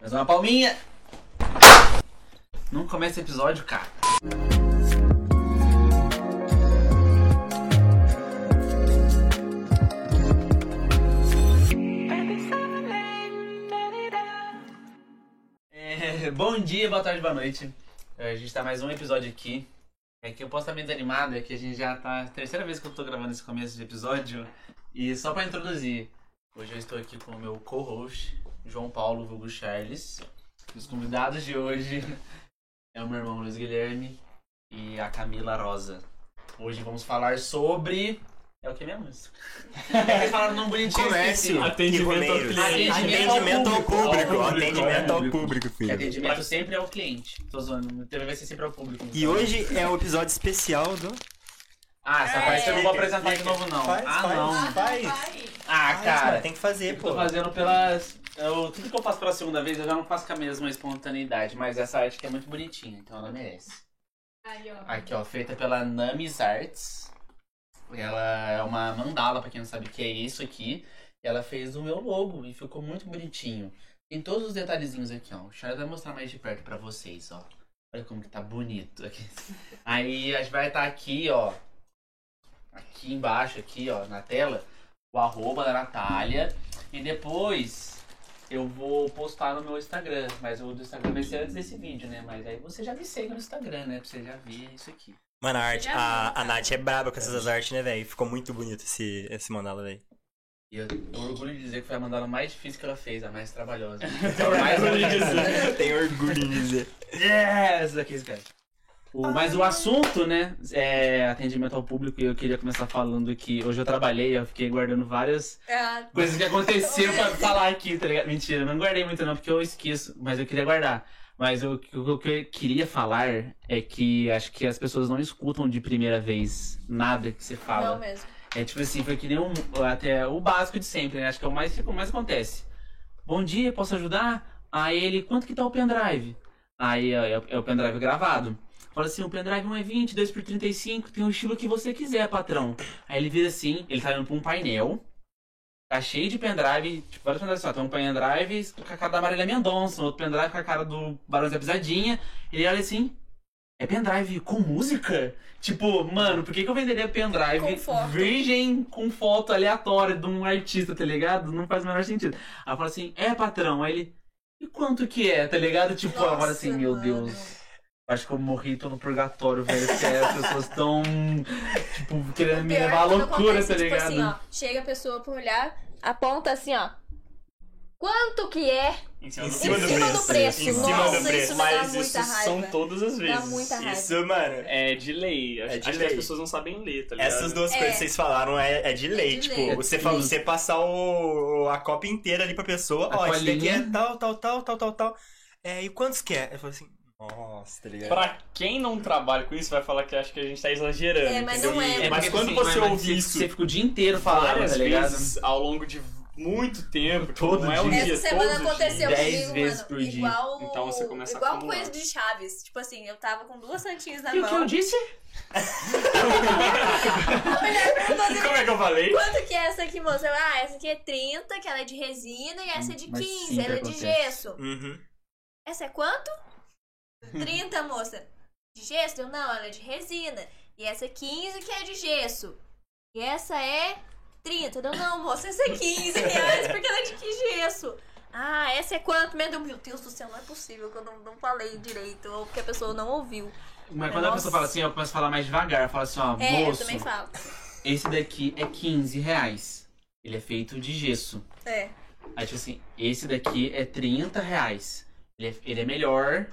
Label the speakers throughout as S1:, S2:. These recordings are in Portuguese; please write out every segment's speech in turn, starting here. S1: Mais uma palminha. Não começa o episódio, cara. É, bom dia, boa tarde, boa noite. É, A gente tá mais um episódio aqui. É que eu posso estar meio desanimado, é que a gente já tá. Terceira vez que eu tô gravando esse começo de episódio. E só pra introduzir, hoje eu estou aqui com o meu co-host, João Paulo Vulgo Charles. Os convidados de hoje é o meu irmão Luiz Guilherme e a Camila Rosa. Hoje vamos falar sobre. É o que mesmo? isso? Vocês falaram num bonitinho. eu esqueci.
S2: Comércio. Ah,
S3: Atendimento ao
S2: Romeiros.
S3: cliente.
S1: Atendimento
S3: Atendimento
S1: ao
S3: ao
S1: público.
S3: público.
S1: Ao público,
S3: Atendimento
S2: ao
S3: ao público,
S1: Que
S3: filho.
S1: atendimento sempre é o cliente. Tô zoando. TV vai ser sempre ao público.
S2: E hoje é o episódio especial do.
S1: Ah, essa parte eu não vou apresentar de novo, não.
S2: Faz,
S1: ah,
S2: faz,
S1: não.
S2: faz.
S1: Ah,
S2: Faz,
S1: cara.
S2: mano, tem que fazer,
S1: Eu
S2: pô.
S1: tô fazendo pelas. Eu, tudo que eu faço pela segunda vez, eu já não faço com a mesma espontaneidade, mas essa arte aqui é muito bonitinha, então ela merece.
S4: Aí, ó.
S1: Aqui, ó, feita pela Namis Arts. Ela é uma mandala, pra quem não sabe o que é isso aqui. Ela fez o meu logo e ficou muito bonitinho. Tem todos os detalhezinhos aqui, ó. O Charles vai mostrar mais de perto pra vocês, ó. Olha como que tá bonito aqui. Aí a gente vai estar aqui, ó. Aqui embaixo, aqui, ó, na tela. O arroba da Natália. E depois eu vou postar no meu Instagram. Mas o do Instagram vai ser antes desse vídeo, né? Mas aí você já me segue no Instagram, né? Pra você já ver isso aqui.
S2: Mano, a, arte,
S4: Já vi,
S2: a, a
S4: cara.
S2: Nath é braba com essas artes, né, velho? Ficou muito bonito esse, esse mandala, velho.
S1: E eu tenho orgulho de dizer que foi a mandala mais difícil que ela fez, a mais trabalhosa. Então, mais
S2: Tenho orgulho
S1: orgulho de dizer.
S2: em dizer. Tenho orgulho
S3: né?
S2: em dizer.
S1: Yes! Aqui, cara. O, mas o assunto, né, é atendimento ao público e eu queria começar falando que hoje eu trabalhei, eu fiquei guardando várias
S4: Ah,
S1: coisas que aconteceram pra falar aqui, tá ligado? Mentira, eu não guardei muito não, porque eu esqueço, mas eu queria guardar. Mas eu- o que eu queria falar é que acho que as pessoas não escutam de primeira vez nada que você fala.
S4: não mesmo.
S1: É tipo assim, foi que nem um, até o básico de sempre, né? Acho que é o mais que mais acontece. Bom dia, posso ajudar? Aí ele, quanto que tá o pendrive? Aí ó, é, o- é o pendrive gravado. Fala assim, o pendrive 1 é 20, 2 por 35, tem o estilo que você quiser, patrão. Aí ele vira assim, ele tá indo pra um painel, tá cheio de pendrive, tipo, vários pendrives só. Tem um pendrive com a cara da Marília Mendonça, um outro pendrive com a cara do Barão da Pisadinha. Ele olha assim, é pendrive com música? Tipo, mano, por que, que eu venderia pendrive
S4: Com foto.
S1: virgem com foto aleatória de um artista, tá ligado? Não faz o menor sentido. Aí fala assim, é patrão, aí ele. E quanto que é, tá ligado? Tipo,
S4: Nossa,
S1: agora assim, meu
S4: mano.
S1: Deus. Acho que eu morri, tô no purgatório, velho. Porque as pessoas tão, tipo, querendo me
S4: Pior
S1: levar à
S4: quando
S1: loucura,
S4: acontece,
S1: tá
S4: tipo
S1: ligado?
S4: assim, ó, chega a pessoa pra olhar, aponta assim, ó. Quanto que é?
S3: Em
S2: Em
S4: cima do preço. preço.
S3: Em cima
S4: Nossa,
S3: do
S4: isso
S3: preço.
S4: me dá
S3: Mas
S4: muita
S3: isso
S4: raiva.
S3: são todas as vezes.
S4: Dá muita raiva.
S2: Isso, mano.
S3: É de lei. Acho,
S2: É de
S3: acho
S2: lei.
S3: que as pessoas não sabem ler, tá ligado?
S2: Essas duas
S4: É.
S2: coisas que vocês falaram é, é de lei.
S4: de
S2: tipo,
S4: lei.
S2: você, fala, você passar o, a copa inteira ali pra pessoa,
S1: A
S2: ó, isso daqui é
S1: colinha.
S2: tal, tal, tal, tal, tal, tal. É, e quantos que é? Eu falo assim, nossa, tá ligado?
S3: Pra quem não trabalha com isso, vai falar que acha que a gente tá exagerando.
S4: É, mas
S3: entendeu?
S4: não é.
S1: É,
S3: Mas
S1: porque,
S3: quando
S1: tipo assim,
S3: você
S1: mas
S3: ouve
S1: você-
S3: isso
S1: Você fica o dia inteiro falando,
S3: várias
S1: tá ligado?
S3: vezes ao longo de muito tempo,
S1: Todo
S3: não é um
S1: dia.
S3: dia,
S4: Essa semana
S3: todos os
S4: aconteceu
S3: dias.
S1: Dez
S4: comigo,
S1: vezes
S4: mano.
S1: por dia.
S4: Igual,
S3: Então você começa a
S4: igual
S3: acumular.
S4: coisa de Chaves. Tipo assim, eu tava com duas santinhas na
S1: E o
S4: mão.
S1: que eu disse?
S4: A mulher perguntou
S3: E
S4: assim,
S3: como é que eu falei?
S4: Quanto que é essa aqui, moça? Eu, Ah, essa aqui é 30, que ela é de resina, e essa é de
S1: Mas
S4: 15,
S1: sempre
S4: ela é de
S1: acontece.
S4: gesso.
S2: Uhum.
S4: Essa é quanto? 30, moça. De gesso? Eu, não, ela é de resina. E essa é 15, que é de gesso. E essa é 30. Eu, não, moça, essa é 15 reais, porque ela é de que gesso? Ah, essa é quanto? Meu Deus, meu Deus do céu, não é possível que eu não, não falei direito, ou porque a pessoa não ouviu.
S1: Mas quando a
S4: Nossa.
S1: pessoa fala assim, eu começo a falar mais devagar. Eu falo assim, ó,
S4: É,
S1: moço,
S4: eu também falo.
S1: esse daqui é 15 reais. Ele é feito de gesso.
S4: É.
S1: Aí, tipo assim, esse daqui é 30 reais. Ele é, ele é melhor,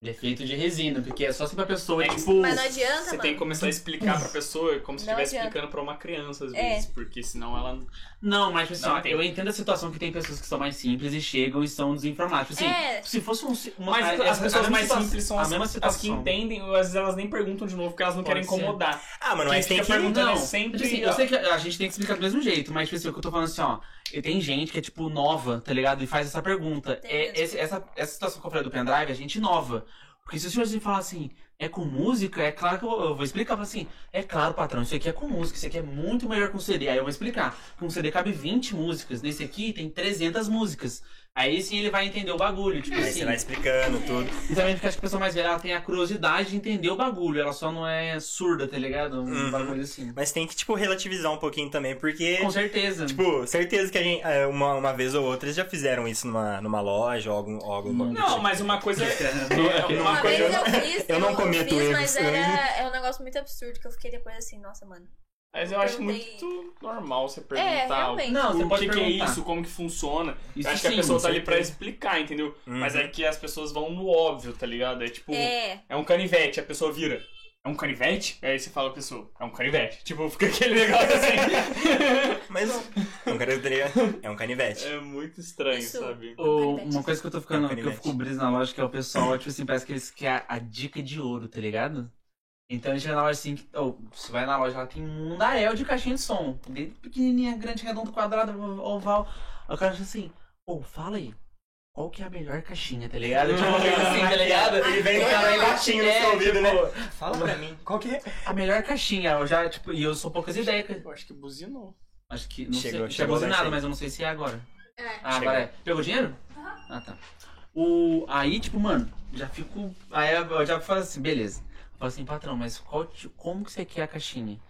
S1: ele é feito de resina, porque é só se pra pessoa,
S3: É,
S1: tipo.
S4: Mas não adianta,
S3: Você
S4: mano.
S3: tem que começar a explicar pra pessoa como se
S4: Não
S3: estivesse
S4: adianta.
S3: explicando pra uma criança, às
S4: É.
S3: vezes, porque senão ela.
S1: Não, mas tipo assim,
S3: Não
S1: ó,
S3: tem.
S1: eu entendo a situação que tem pessoas que são mais simples e chegam e são desinformadas. Tipo assim,
S4: É.
S1: se fosse um. si- Uma,
S3: Mas
S1: a-
S3: as
S1: a-
S3: pessoas
S1: a mesma
S3: mais
S1: situa-
S3: simples são
S1: a
S3: as,
S1: mesma
S3: as que
S1: situação.
S3: entendem, ou às vezes elas nem perguntam de novo, porque elas não
S1: Pode
S3: querem
S1: ser.
S3: incomodar.
S2: Ah, mano,
S3: Quem
S2: mas tem
S3: fica
S2: que.
S3: perguntando-
S1: Não,
S3: é sempre-
S1: tipo assim, eu sei que a gente tem que explicar do mesmo jeito, mas tipo assim, o que eu tô falando assim, ó. E tem gente que é, tipo, nova, tá ligado? E faz essa pergunta.
S4: Tem
S1: É,
S4: mesmo.
S1: esse- essa, essa situação que eu falei do pendrive, a gente nova. Porque se o senhor me falar assim, é com música, é claro que eu, eu vou explicar. Eu falo assim, é claro, patrão, isso aqui é com música, isso aqui é um muito melhor com CD. Aí eu vou explicar. Com CD cabe 20 músicas, nesse aqui tem 300 músicas. Aí sim ele vai entender o bagulho, tipo
S2: Aí
S1: assim.
S2: você vai explicando tudo.
S1: E também porque acho que a pessoa mais velha ela tem a curiosidade de entender o bagulho, ela só não é surda, tá ligado? Um
S2: Uhum.
S1: bagulho assim.
S2: Mas tem que, tipo, relativizar um pouquinho também, porque.
S1: Com certeza.
S2: Tipo, certeza que a gente, é, uma, uma vez ou outra eles já fizeram isso numa, numa loja ou algum. ou algum
S1: Não.
S3: Não, mas uma coisa é.
S2: Uma
S3: Uma
S4: Uma
S3: coisa é-
S4: vez eu fiz,
S2: eu não cometo
S4: fiz,
S2: erros,
S4: mas
S2: né?
S4: era, é um negócio muito absurdo que eu fiquei depois assim, nossa, mano.
S3: Mas eu acho
S4: Perguntei.
S3: muito normal você
S4: É,
S3: perguntar
S4: realmente.
S1: Não, você
S3: o
S1: pode
S3: que, que é
S1: perguntar.
S3: isso, como que funciona.
S1: Isso
S3: eu acho que
S1: sim,
S3: a pessoa
S1: com
S3: tá ali pra
S1: certeza.
S3: explicar, entendeu?
S2: Uhum.
S3: Mas é que as pessoas vão no óbvio, tá ligado? É tipo, é,
S4: É.
S3: um canivete, a pessoa vira. É um canivete? Aí você fala pra pessoa, é um canivete. Tipo, fica aquele negócio assim.
S2: Mas. É um canivete. É um canivete.
S3: é muito estranho,
S4: Isso.
S3: sabe?
S1: Ou
S4: Canivete.
S1: uma coisa que eu tô ficando, que eu
S2: Canivete.
S1: fico brisa na loja, que é o pessoal, tipo assim, parece que eles querem a dica de ouro, tá ligado? Então a gente vai na loja assim, que, ou, você vai na loja, ela tem um mundaréu de caixinha de som. Desde pequenininha, grande, redondo, quadrado, oval. Aí O cara fala assim, ô, fala aí, qual que é a melhor caixinha, tá ligado? Tipo, uma coisa assim, tá ligado?
S2: Ele vem
S1: O cara
S2: cara
S1: vai
S2: aí baixinho no
S1: é,
S2: seu ouvido, né?
S1: tipo,
S2: Fala pra mim. Qual que é?
S1: A melhor caixinha, eu já, tipo, e eu sou poucas ideias.
S3: Eu acho que buzinou.
S1: Acho que não
S2: Chegou,
S1: sei,
S2: chegou
S1: chegou
S2: lá em
S1: nada,
S2: cima.
S1: mas eu não sei se é agora.
S4: É.
S1: Ah,
S2: Chegou.
S1: agora é. Pegou dinheiro?
S4: Aham.
S1: Ah, tá. O, aí, tipo, mano, já fico. Aí eu já falo assim, beleza. Eu falo assim, patrão, mas qual, ti- como que você quer a caixinha?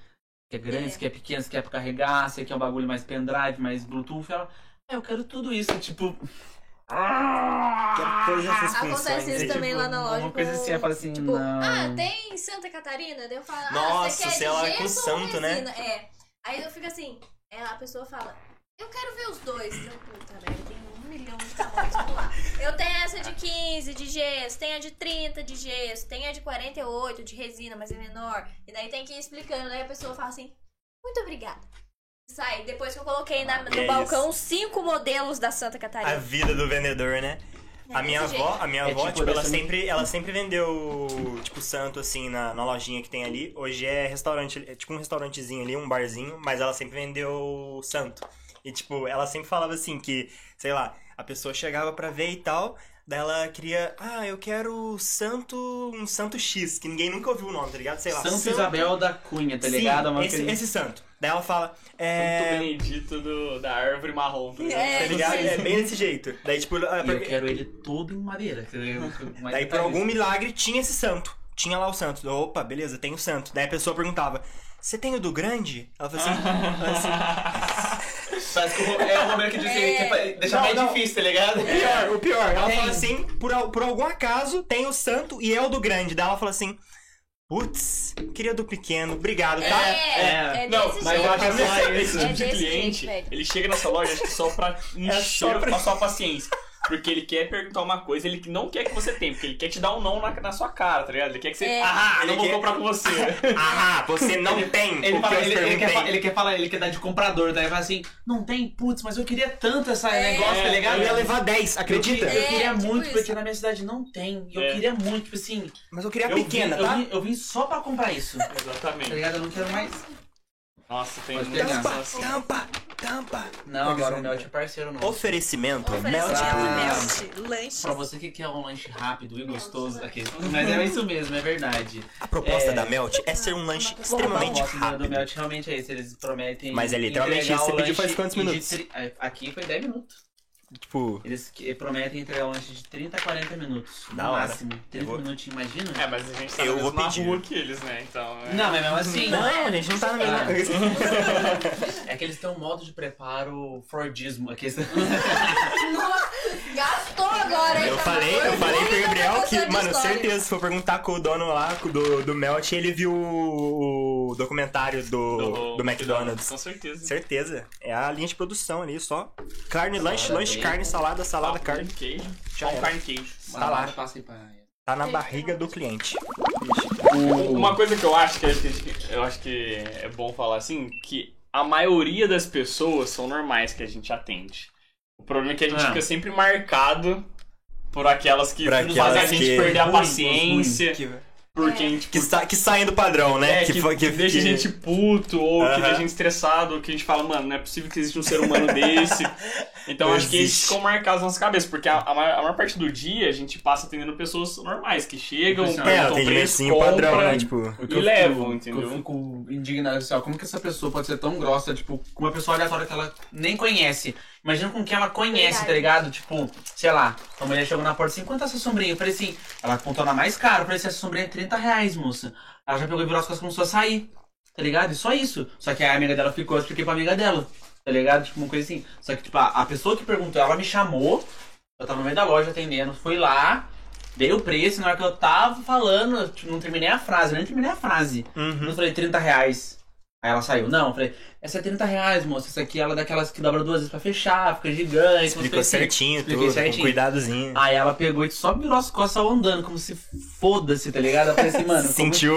S1: Que é grande,
S4: É.
S1: se quer pequena, se quer pra carregar, se quer um bagulho mais pendrive, mais Bluetooth. Ela, ah, eu quero tudo isso, tipo. "Ah!"
S2: Quero todas essas funções.
S4: Acontece isso
S2: né?
S4: também lá na loja.
S1: Uma coisa
S4: com-
S1: assim, eu falo assim,
S4: Tipo,
S1: não.
S4: ah, tem Santa Catarina? Daí eu falo, ah,
S2: Hum. Nossa, é
S4: você quer
S2: sei
S4: de
S2: lá,
S4: gesso
S2: com
S4: ou
S2: santo, né?
S4: resina? É. Aí eu fico assim, é, a pessoa fala, eu quero ver os dois. Eu, puta, velho, tem um milhão de tamanhos, vamos lá. Eu tenho essa de 15 de gesso, tem a de 30 de gesso, tem a de 48 de resina, mas é menor. E daí tem que ir explicando, daí a pessoa fala assim, muito obrigada. Sai, depois que eu coloquei na-
S2: E
S4: no
S2: é
S4: balcão cinco modelos da Santa
S2: A
S4: Catarina.
S2: vida do vendedor, né?
S4: É
S2: A minha
S4: desse
S2: avó,
S4: jeito.
S2: a minha
S1: É
S2: avó,
S1: tipo
S2: tipo, ela
S1: dessa-
S2: sempre, ela sempre vendeu, tipo, santo, assim, na, na lojinha que tem ali. Hoje é restaurante, é tipo um restaurantezinho ali, um barzinho, mas ela sempre vendeu santo. E, tipo, ela sempre falava assim que, sei lá, a pessoa chegava pra ver e tal, daí ela queria, ah, eu quero santo, um santo X, que ninguém nunca ouviu o nome, tá ligado? Sei lá,
S1: Santo Isabel da Cunha, tá
S2: Sim,
S1: ligado? Uma
S2: esse,
S1: coisa-
S2: esse santo. Daí ela fala,
S3: Santo
S2: é...
S3: Benedito do, da árvore marrom. tá ligado?
S4: É,
S2: Tá ligado? É bem desse jeito. Daí, tipo, ah,
S1: E eu quero ele todo em madeira. tá ligado? Mas
S2: Daí, por
S1: tá
S2: algum milagre, tinha esse santo. Tinha lá o santo. Opa, beleza, tem o santo. Daí a pessoa perguntava: Você tem o do grande? Ela falou assim:
S1: Parece que o Ro- é o Romero que disse que ele quer fa- deixar
S2: Não,
S1: mais
S2: não.
S1: difícil, tá ligado?
S2: O pior, o pior. Ela
S1: Tem.
S2: fala assim: por, al- por algum acaso, tem o santo e é o do grande. Daí ela fala assim: Putz, queria o do pequeno, obrigado, tá?
S4: É, é,
S1: É.
S4: desse
S3: Não, mas eu
S4: jeito.
S3: acho que
S2: É
S3: esse
S4: desse
S3: tipo de
S4: jeito,
S3: cliente,
S4: velho.
S3: ele chega nessa loja acho que só pra
S2: É
S3: encher
S2: só pra-
S3: a sua paciência. Porque ele quer perguntar uma coisa, ele não quer que você tenha, porque ele quer te dar um não na, na sua cara, tá ligado? Ele quer que você.
S4: É.
S3: Ah,
S2: Ele
S3: não vou
S2: quer-
S3: comprar com você.
S2: Ah, você não tem
S1: Ele,
S2: o que
S1: fala-
S2: eu
S1: ele- ele quer,
S2: perguntei.
S1: fa- ele quer falar, ele quer dar de comprador, daí fala assim, não tem, putz, mas eu queria tanto esse
S4: É.
S1: negócio, tá ligado?
S2: Eu ia
S1: Eu
S2: levar 10, acredita?
S1: queria- Eu
S4: É,
S1: queria
S4: tipo
S1: muito,
S4: isso.
S1: porque na minha cidade não tem. E eu
S3: É.
S1: queria muito, tipo assim.
S2: Mas eu queria a
S1: eu vim-
S2: pequena,
S1: eu
S2: tá?
S1: vim- eu vim só pra comprar isso. Tá
S3: Exatamente.
S1: ligado? Eu não quero mais.
S3: Nossa, tem assim.
S1: Pode
S3: muita
S1: pegar.
S2: Tampa,
S3: sensação.
S2: tampa, tampa.
S1: Não, agora o Melt é parceiro não.
S2: Oferecimento,
S4: Oferecimento
S1: Ah.
S4: melt, lanches.
S1: Pra você que quer um lanche rápido e gostoso aqui. Mas é isso mesmo, é verdade.
S2: A proposta
S1: É.
S2: da Melt é ser um lanche extremamente
S1: Eu gosto do- do
S2: rápido.
S1: Melt realmente é esse, eles prometem.
S2: Mas é literalmente
S1: entregar
S2: isso, você
S1: o
S2: pediu
S1: lanche
S2: faz quantos
S1: de
S2: minutos?
S1: tri- é, Aqui foi 10 minutos.
S2: Tipo,
S1: Eles que- prometem entregar o lanche de 30 a 40 minutos. No
S2: Da hora.
S1: máximo. 30
S2: Eu vou-
S1: minutinhos, imagina?
S3: É, mas a gente tá
S2: Eu
S3: na
S2: vou
S3: mesma
S2: pedir.
S3: rua que eles, né? Então. é-
S1: Não, mas mesmo assim.
S2: não, a gente não tá na mesma.
S1: É que eles têm um modo de preparo Fordismo. Aqui.
S4: Nossa, gastou agora, hein?
S2: Eu
S4: tá
S2: falei,
S4: maluco?
S2: eu falei pro Gabriel que,
S4: Gostando de
S2: mano,
S4: história.
S2: certeza, se for perguntar com o dono lá com o do, do Melt, ele viu o o documentário do, do McDonald's.
S3: um Com certeza.
S2: Certeza. É a linha de produção ali, só. Carne, lanche, lanche,
S1: bacon.
S2: carne, salada, salada,
S3: Salada,
S2: carne.
S3: Ah, carne, queijo.
S2: Já
S3: Só um
S2: era.
S3: carne queijo.
S2: Tá lá.
S1: Passei pra.
S2: Tá na barriga do cliente.
S3: Uma coisa que eu acho que, é- que eu acho que é bom falar assim, que a maioria das pessoas são normais que a gente atende. O problema é que a gente
S1: Ah.
S3: fica sempre marcado por aquelas que
S2: Por
S3: fazem a
S2: aquelas
S3: gente
S2: que-
S3: perder a
S1: Ruim,
S3: paciência, por quem tipo,
S2: Que, sa que saem do padrão, né?
S3: é, que, que deixa a gente puto, ou que
S2: Aham.
S3: deixa a gente estressado, ou que a gente fala, mano, não é possível que exista um ser humano desse. Então
S2: Não
S3: acho que eles
S2: existe.
S3: ficam marcados na nossa cabeça, porque a, a maior, a maior parte do dia a gente passa atendendo pessoas normais, que chegam,
S1: Impressionante.
S2: É,
S3: perguntam
S2: atendimento
S3: preço,
S2: sim, padrão,
S3: compram,
S2: né? Tipo.
S1: O que
S3: E
S1: eu
S3: levam,
S1: fico- é
S3: entendeu?
S1: que Eu fico indignado assim, ó, como que essa pessoa pode ser tão grossa, tipo, com uma pessoa aleatória que ela nem conhece. Imagina com o que ela conhece,
S4: Verdade.
S1: tá ligado? Tipo, sei lá, uma mulher chegou na porta assim, quanto é essa sombrinha? Eu falei assim, ela apontou na mais cara, eu falei assim, essa sombrinha é 30 reais, moça. Ela já pegou e virou as costas e começou a sair, tá ligado? E só isso. Só que a amiga dela ficou, eu expliquei pra amiga dela, tá ligado? Tipo, uma coisa assim. Só que, tipo, a, a pessoa que perguntou, ela me chamou, eu tava no meio da loja atendendo, fui lá, dei o preço, na hora que eu tava falando, eu, tipo, não terminei a frase, eu nem terminei a frase. Eu
S2: Uhum.
S1: falei, 30 reais. Aí ela saiu. Não, eu falei, essa é 30 reais, moça. Essa aqui ela é daquelas que dobra duas vezes pra fechar, fica gigante. umas
S2: Explicou
S1: coisas assim.
S2: certinho
S1: Expliquei
S2: tudo, com
S1: certinho. Ah,
S2: cuidadozinho.
S1: Aí ela pegou e só virou as costas saiu andando, como se foda-se, tá ligado? Eu falei assim, mano, como,
S2: Sentiu.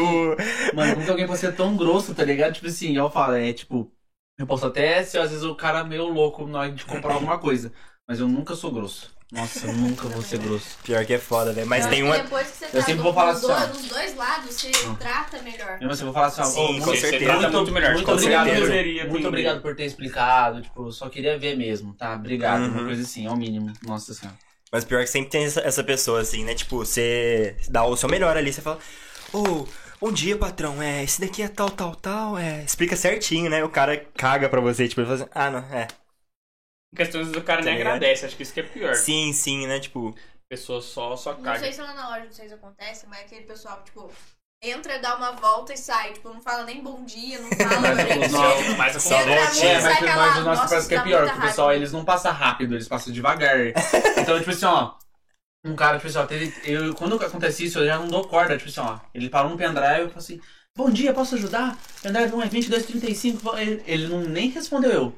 S1: mano, como que alguém pode ser tão grosso, tá ligado? Tipo assim, eu falo, é tipo, eu posso até ser às vezes o cara meio louco na hora de comprar alguma coisa, mas eu nunca sou grosso. Nossa, eu nunca vou ser grosso.
S2: Pior que é foda, velho. Mas
S4: Eu
S2: tem
S4: acho que
S2: uma.
S4: Depois que você
S1: sempre vou falar
S4: dos
S1: assim, ó. Hum.
S4: dois, dos dois lados, você trata melhor.
S1: Mesmo assim, eu vou falar assim, ó,
S2: Sim,
S1: ô,
S2: com
S3: Você- você
S2: certeza.
S3: trata muito melhor.
S1: Muito
S2: com
S1: obrigado,
S2: certeza.
S3: Poderia
S1: muito
S3: atender.
S1: obrigado por ter explicado. Tipo, eu só queria ver mesmo, tá? Obrigado.
S2: Uhum.
S1: Uma coisa assim, é o mínimo. Nossa senhora.
S2: Mas pior que sempre tem essa, essa pessoa, assim, né? Tipo, você dá o seu melhor ali, você fala. Ô, bom dia, patrão. É, esse daqui é tal, tal, tal. É. Explica certinho, né? O cara caga pra você, tipo, ele fala assim, ah, não, é.
S3: questões do cara
S2: Tá
S3: nem
S2: ligado?
S3: agradece, acho que isso que é pior. A
S2: Sim, sim, né? Tipo.
S3: pessoa só, só
S4: Não
S3: caga.
S4: sei se é lá na loja, não sei se acontece, mas aquele pessoal, tipo, entra, dá uma volta e sai. Tipo, não fala nem bom dia, não fala.
S1: Mas tipo,
S4: né?
S1: acontece.
S3: Não, mas
S2: Só
S3: acontece.
S2: vou-
S4: Sim,
S1: É, mas,
S4: sai
S1: mas o
S4: calado.
S1: nosso
S4: Nossa,
S1: parece que é
S4: tá
S1: pior,
S4: muito
S1: porque o pessoal,
S4: rápido.
S1: eles não passam rápido, eles passam devagar. Então, tipo assim, ó. Um cara, tipo assim, ó, teve, eu, quando acontece isso, eu já não dou corda, tipo assim, ó. Ele parou um pendrive e falou assim, bom dia, posso ajudar? Pendrive 1 é 2235. vo- Ele, ele não, nem respondeu eu.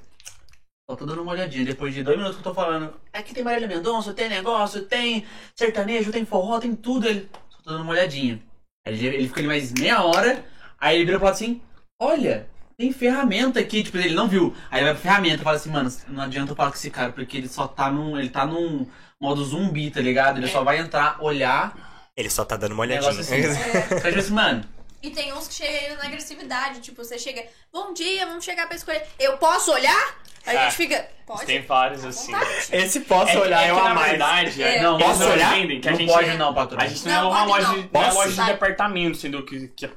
S1: Só tô dando uma olhadinha, depois de dois minutos que eu tô falando, aqui tem Marília Mendonça, tem negócio, tem sertanejo, tem forró, tem tudo. Ele, só tô dando uma olhadinha. Aí ele, ele fica ali mais meia hora, aí ele vira e fala assim, olha, tem ferramenta aqui, tipo, ele não viu. Aí ele vai pra ferramenta e fala assim, mano, não adianta eu falar com esse cara, porque ele só tá num. Ele tá num modo zumbi, tá ligado? Ele só vai entrar, olhar,
S2: Ele só tá dando uma olhadinha.
S1: negócio assim. Aí tipo assim, mano,
S4: E tem uns que chegam ainda na agressividade. Tipo, você chega, bom dia, vamos chegar pra escolher. Eu posso olhar? Aí
S2: É.
S4: a
S3: Ah,
S4: gente fica, pode?
S3: Tem vários
S4: Tá à
S3: assim.
S4: vontade.
S2: Esse posso
S3: que-
S2: olhar
S3: É, que,
S2: eu a
S3: na
S2: mais.
S3: verdade,
S4: É.
S3: não,
S2: Posso
S3: eles não
S2: olhar?
S3: entendem que a
S1: não
S3: gente
S1: pode não, patrão.
S3: A gente não,
S4: Não,
S3: é uma
S4: pode
S3: loja,
S4: não.
S3: de- não é
S2: Posso?
S3: loja de
S4: Sai.
S3: departamento, sendo que, que a-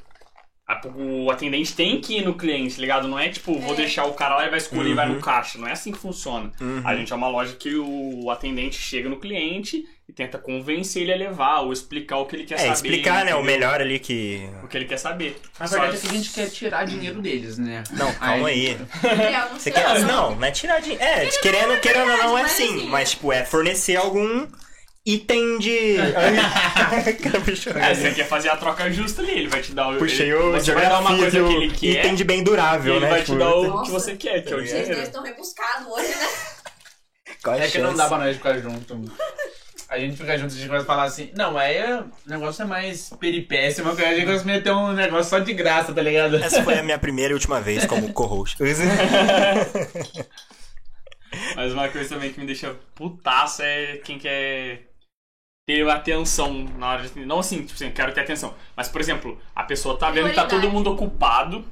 S3: a- o atendente tem que ir no cliente, ligado? Não é tipo, vou
S4: É.
S3: deixar o cara lá e vai escolher e vai
S2: Uhum.
S3: no caixa. Não é assim que funciona. A gente é uma loja que o atendente chega no cliente e tenta convencer ele a levar ou explicar o que ele quer
S2: É,
S3: saber.
S2: explicar, né? O
S3: entendeu?
S2: melhor ali que.
S3: O que ele quer saber.
S1: Na
S3: Só-
S1: verdade é que a gente quer tirar dinheiro deles, né?
S2: Não, calma aí.
S4: Gabriel, não
S2: Você
S4: sei.
S2: quer.
S4: não.
S2: Não, não é tirar de. É, de querendo, querendo ou não, é
S4: mas
S2: sim.
S4: assim,
S2: Mas,
S4: é.
S2: tipo, é fornecer algum item de. Cara, puxou.
S3: É, você quer fazer a troca justa ali, ele vai te dar o.
S2: Puxei
S3: ele,
S2: o
S3: você vai dar uma
S2: geografia do
S3: coisa que ele quer.
S2: item de bem
S3: e
S2: durável,
S3: ele
S2: né?
S3: vai
S2: tipo,
S3: te dar o
S4: Nossa.
S3: que você quer, que é o
S2: Vocês
S4: Vocês
S3: dinheiro.
S4: dois estão rebuscados hoje, né?
S2: qual a
S1: É que não
S2: chance?
S1: dá pra nós ficar junto. A gente fica junto, a gente vai falar assim, não, aí é- o negócio é mais peripécia, mas a gente gosta de meter um negócio só de graça, tá ligado?
S2: Essa foi a minha primeira e última vez como co-host.
S3: Mas uma coisa também que me deixa putaço é quem quer ter atenção na hora de atender. Não assim, tipo assim, eu quero ter atenção. Mas, por exemplo, a pessoa tá vendo que tá todo
S4: Prioridade.
S3: mundo ocupado,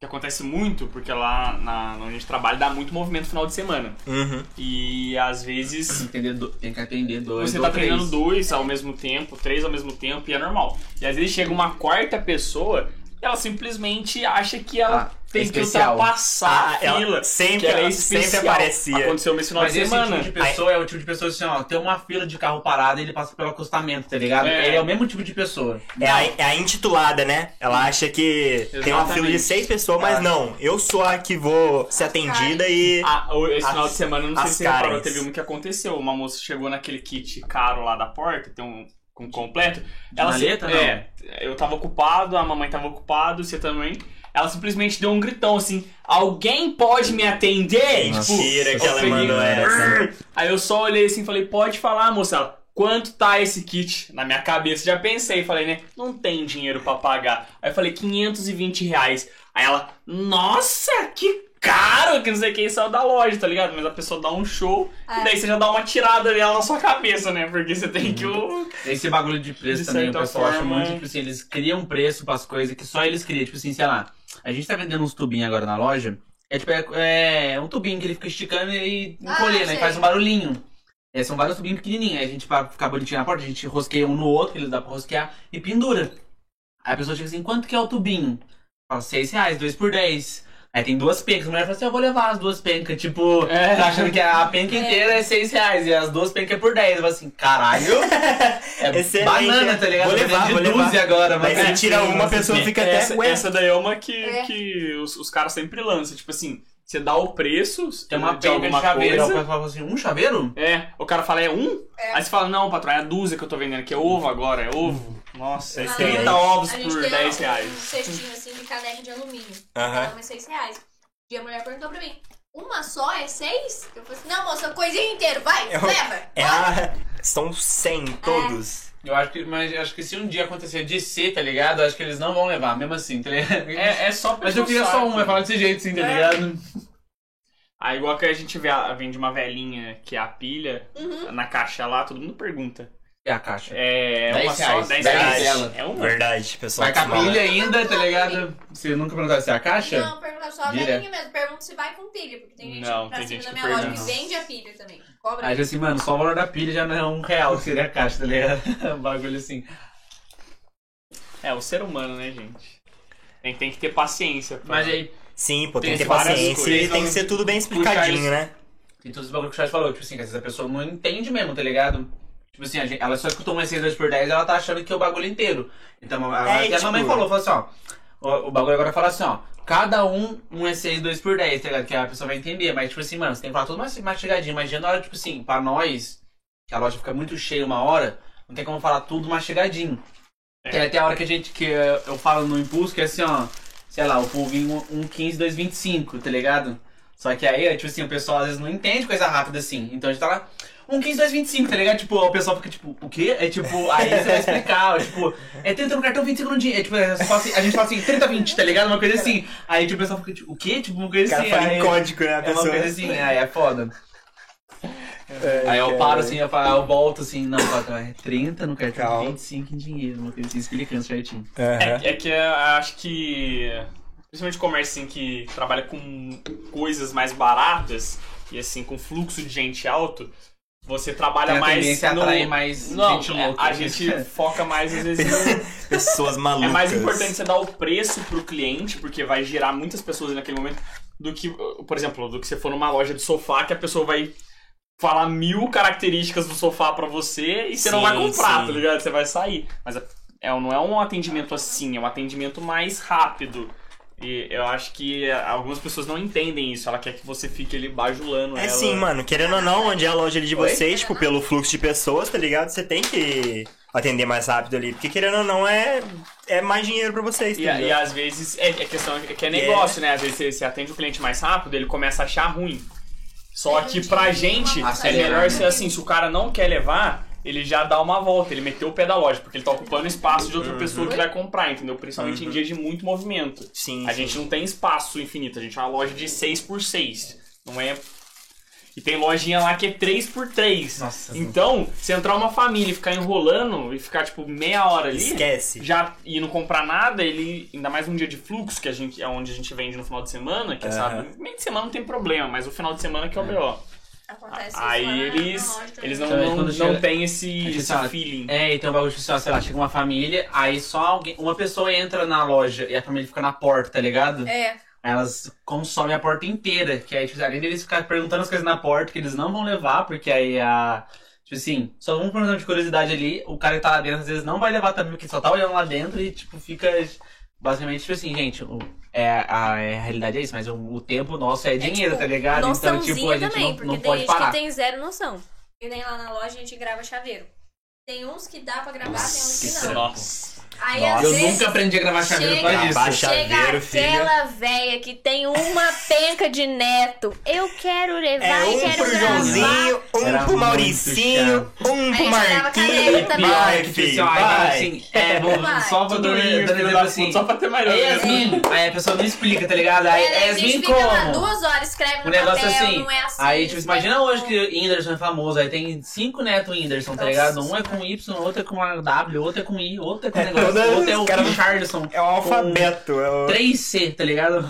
S3: que acontece muito, porque lá na, onde a gente trabalha dá muito movimento no final de semana.
S2: uhum.
S3: E às vezes
S1: Entender do- Tem que atender dois.
S3: você
S1: ou
S3: tá
S1: três.
S3: treinando dois ao mesmo tempo, três ao mesmo tempo, e é normal. E às vezes chega uma quarta pessoa e ela simplesmente acha que ela
S1: Ah,
S3: tem que
S1: especial.
S3: ultrapassar
S2: Ah,
S3: a
S2: ela-
S3: fila.
S2: sempre
S3: que ela é
S2: ela- sempre
S3: especial.
S2: aparecia. É
S3: Aconteceu nesse final
S1: Mas
S3: de
S1: esse
S3: semana.
S1: tipo de pessoa é o tipo de pessoa assim, ó, tem uma fila de carro parada e ele passa pelo acostamento, tá ligado?
S3: É.
S1: Ele é o mesmo tipo de pessoa.
S2: é, a, é a intitulada, né? Ela acha que tem uma fila de
S3: Exatamente.
S2: seis pessoas, mas
S1: Ah.
S2: não. Eu sou a que vou ser atendida e.
S3: Ah, o- esse
S2: As-
S3: final de semana, não sei
S2: as
S3: se você reparou,
S2: Karens.
S3: teve um que aconteceu. Uma moça chegou naquele kit caro lá da porta, tem um com completo.
S1: maleta, não?
S3: é, eu tava ocupado, a mamãe tava ocupado, você também. Ela simplesmente deu um gritão assim: Alguém pode me atender?
S2: Nossa, é
S3: Tipo, né?
S2: Mentira que
S3: eu
S2: ela assim.
S3: peguei-
S2: mandou essa.
S3: Aí eu só olhei assim e falei: Pode falar, moça. Ela, Quanto tá esse kit? Na minha cabeça já pensei, falei, né? Não tem dinheiro pra pagar. Aí eu falei, 520 reais. Aí ela, nossa, que caro! Que não sei quem saiu da loja, tá ligado? Mas a pessoa dá um show e
S4: É.
S3: daí você já dá uma tirada nela na sua cabeça, né? Porque você tem que. o-
S2: Uhum.
S1: Esse bagulho de preço
S3: De
S1: também, o
S3: certa
S1: pessoal acha
S3: forma,
S1: muito,
S3: é.
S1: tipo assim, eles criam preço pras coisas que só eles criam. Tipo assim, sei lá, a gente tá vendendo uns tubinhos agora na loja. É tipo, é, é um tubinho que ele fica esticando e
S4: Ah,
S1: encolhendo, aí
S4: sei.
S1: faz um barulhinho. É, são vários tubinhos pequenininhos. Aí a gente, pra ficar bonitinho na porta, a gente rosqueia um no outro, que eles dá pra rosquear, e pendura. Aí a pessoa chega assim, quanto que é o tubinho? Fala, 6 reais, 2 por 10. Aí tem duas pencas. A mulher fala assim: eu vou levar as duas pencas. Tipo,
S3: É.
S1: tá achando que a penca inteira é seis reais e as duas pencas é por 10. Eu falo assim: caralho. É
S2: Excelente.
S1: banana, tá ligado?
S2: Vou
S1: Eu
S2: levar,
S1: de
S2: vou levar.
S1: 12 agora,
S2: Mas
S1: mas.
S2: você
S1: é,
S2: tira
S1: sim,
S2: uma, a
S1: você
S2: pessoa
S1: tem.
S2: fica até.
S3: Essa,
S2: Ué,
S3: essa daí é uma que,
S4: É.
S3: que os, os caras sempre lançam. Tipo assim, você dá o preço
S1: Tem uma
S3: de
S1: penca de
S3: alguma
S1: chaveiro. O
S3: coisa.
S1: pessoal fala assim: um chaveiro?
S3: É, o cara fala, é um? Aí você fala, não, patrão, é a dúzia que eu tô vendendo, que é ovo agora, é ovo. Nossa, é
S4: Ah,
S3: 30
S2: não.
S3: ovos
S4: A gente
S3: por
S4: tem
S3: 10
S4: um- Um
S3: reais.
S4: cestinho assim de caderno de alumínio.
S2: Aham.
S4: Cada uma é 6 reais. E a mulher perguntou pra mim: uma só é seis? Eu falei assim: não, moça, coisinha inteira, vai,
S2: Eu-
S4: leva.
S2: é a- São 100 todos.
S1: Eu acho que, mas acho que se um dia acontecer de ser, tá ligado? Acho que eles não vão levar, mesmo assim, tá ligado?
S3: É, é só pra
S1: mas eu queria
S3: expulsar.
S1: só um, vai falar desse jeito, sim, tá
S3: É.
S1: ligado?
S3: Aí igual que a gente vê, a- vende uma velhinha que é a pilha
S4: Uhum.
S3: na caixa lá, todo mundo pergunta.
S1: É a caixa.
S3: É
S1: Dez
S3: uma só,
S1: reais,
S3: 10
S1: dez
S3: reais.
S1: dela.
S3: É uma.
S2: Verdade, pessoal.
S1: Vai com a
S2: acostumado.
S1: pilha ainda, tá ligado? Você nunca perguntou se é a caixa?
S4: Não, pergunta só a
S1: Direto.
S4: velhinha mesmo. Pergunta se vai com pilha, porque tem gente
S3: Não,
S4: pra
S3: tem
S4: cima
S3: gente
S4: da
S3: que
S4: minha loja que
S1: pergunta.
S4: vende a pilha também. Cobra.
S1: Aí já assim, mano, só o valor da pilha já não é um real, que seria a caixa, tá ligado? Um bagulho assim.
S3: É, o ser humano, né, gente? Tem, tem que ter paciência. pra-
S1: Mas aí,
S2: Sim, pô, tem,
S3: Tem
S2: que ter
S3: várias
S2: paciência
S3: coisas.
S2: e tem que ser tudo bem explicadinho, né?
S1: tem todos os bagulhos que o Charles falou, tipo assim, que às vezes a pessoa não entende mesmo, tá ligado? Tipo assim, a gente- ela só escutou uma 6 por 10 ela tá achando que é o bagulho inteiro. Então, a,
S2: É,
S1: até
S2: tipo-
S1: a mamãe falou, falou assim, ó. O, o bagulho agora fala assim, ó. Cada um, um é 6, 2 por 10, tá ligado? Que a pessoa vai entender. Mas, tipo assim, mano, você tem que falar tudo mais mastigadinho. Imagina na hora, tipo assim, pra nós, que a loja fica muito cheia uma hora, não tem como falar tudo mastigadinho.
S3: É.
S1: Tem até a hora que a gente, que eh, eu falo no impulso, que é assim, ó. Sei lá, o um, polvinho 1,15, 2,25, tá ligado? Só que aí, tipo assim, o pessoal às vezes não entende coisa rápida assim. Então a gente tá lá, 1, 15, 2, 25, tá ligado? Tipo, o pessoal fica tipo, o quê? É tipo, aí você vai explicar, é, tipo, é 30 no cartão, 25 no dia. É tipo, é, você fala assim- a gente fala assim, 30, 20, tá ligado? Uma coisa assim. Aí tipo, o pessoal fica tipo, o quê? Tipo, uma
S2: O
S1: coisa
S2: cara
S1: assim.
S2: fala
S1: Aí,
S2: em código, né? A
S1: é uma
S2: pessoa.
S1: coisa assim, aí é foda.
S2: É,
S1: Aí eu
S2: cara.
S1: paro assim, eu, falo, eu volto assim, não, patrão, é 30 no cartão,
S2: Calma.
S1: 25 em dinheiro, uma coisa assim, explicando certinho.
S2: Aham.
S3: É que eu acho que. Principalmente comércio assim, que trabalha com coisas mais baratas e assim, com fluxo de gente alto, você trabalha
S1: Tem a
S3: mais.
S1: tendência a
S3: no-
S1: atrair mais
S3: Não, é,
S1: é, gente louca. né?
S3: a gente foca mais às vezes no,
S2: Pessoas malucas.
S3: é mais importante você dar o preço pro cliente, porque vai gerar muitas pessoas naquele momento, do que, por exemplo, do que você for numa loja de sofá que a pessoa vai falar mil características do sofá pra você e você não
S2: Sim,
S3: vai comprar,
S2: sim.
S3: tá ligado? Você vai sair. Mas é- é, não é um atendimento assim, é um atendimento mais rápido. E eu acho que algumas pessoas não entendem isso. Ela quer que você fique ali bajulando
S2: É
S3: ela.
S2: sim, mano. Querendo ou não, onde é a loja ali de
S1: Oi?
S2: vocês, tipo, pelo fluxo de pessoas, tá ligado? Você tem que atender mais rápido ali. Porque querendo ou não, é, é mais dinheiro pra vocês, tá
S3: E, a-
S2: ligado?
S3: e às vezes é, é questão é que é negócio, né? Às vezes você, você atende o cliente mais rápido, ele começa a achar ruim. Só que pra gente é melhor ser assim, se o cara não quer levar, ele já dá uma volta, ele meteu o pé da loja, porque ele tá ocupando espaço de outra pessoa que vai comprar, entendeu? Principalmente em dias de muito movimento.
S2: Sim.
S3: A
S2: sim.
S3: gente não tem espaço infinito, a gente é uma loja de 6 por 6 não é... E tem lojinha lá que é 3 por 3
S1: Nossa,
S3: Então, se entrar uma família e ficar enrolando e ficar, tipo, meia hora ali
S2: Esquece.
S3: já e não comprar nada, ele ainda mais um dia de fluxo, que a gente, é onde a gente vende no final de semana, que é
S2: Aham.
S3: sábado. Meio de semana não tem problema, mas o final de semana que é o B.O.
S4: Acontece
S3: Aí
S4: isso lá na-
S3: eles,
S4: na loja também.
S3: eles não,
S1: Também
S3: não,
S1: quando
S3: não
S1: chega-
S3: tem esse,
S1: Acho que
S3: esse
S1: sabe.
S3: feeling.
S1: É, então o bagulho, tipo assim, ó, sei lá, chega uma família, aí só alguém, uma pessoa entra na loja e a família fica na porta, tá ligado?
S4: É.
S3: então, tipo,
S1: Aí elas consomem a porta inteira, que aí, tipo, assim, além deles ficar perguntando as coisas na porta, que eles não vão levar, porque aí a. Tipo assim, só vão perguntando de curiosidade ali, o cara que tá lá dentro às vezes não vai levar também, porque só tá olhando lá dentro e, tipo, fica. Basicamente, tipo assim, gente, o- é, a, é, a realidade é isso, mas o, o tempo nosso é dinheiro,
S4: tipo,
S1: tá ligado? Então,
S4: Noçãozinha
S1: tipo, a gente
S4: também,
S1: não,
S4: porque
S1: não
S4: tem
S1: pode
S4: gente
S1: parar.
S4: que tem zero noção. E nem lá na loja a gente grava chaveiro. Tem uns que dá pra gravar, tem uns
S1: que
S4: que
S1: trampo.
S4: não.
S3: Nossa.
S4: Aí
S2: Nossa.
S4: às
S1: Eu
S4: vezes
S1: nunca aprendi a gravar chaveiro por
S4: chega-
S1: causa disso.
S2: Abaixa
S4: chega
S2: chaveiro, filha.
S4: aquela véia que tem uma penca de neto. Eu quero levar
S2: É
S4: e
S2: um
S4: quero
S2: pro
S4: gravar.
S2: Joãozinho,
S1: Era
S2: um pro
S1: muito
S2: Mauricinho, um pro
S4: gente grava
S2: Marquinhos.
S4: caneco também.
S2: Vai,
S1: Pior,
S2: filho,
S1: ó, então,
S2: vai.
S1: assim, é, vamos,
S4: Vai.
S1: só vou
S3: Tudo
S1: dando
S3: isso,
S1: dando
S3: filho
S1: exemplo
S3: da
S1: assim.
S3: puta, só pra ter mais
S1: É
S3: nada.
S4: assim.
S1: Yasmin. Aí a pessoa não explica, tá ligado? Aí
S4: Ela-
S1: é
S4: a gente
S1: Yasmin
S4: fica lá
S1: como?
S4: duas horas, escreve no
S1: Um negócio
S4: papel,
S1: assim.
S4: não é assim.
S1: Aí, tipo, imagina
S4: escreve
S1: hoje
S4: no-
S1: que o Whindersson é famoso, aí tem cinco netos Whindersson, tá
S4: Nossa.
S1: ligado? Um é com Y, outro é com W, outro é com I, outro é com
S2: É
S1: negócio,
S2: toda-
S1: outro é o
S2: os caras-
S1: Richardson.
S2: É um alfabeto. É um...
S1: 3C, tá ligado?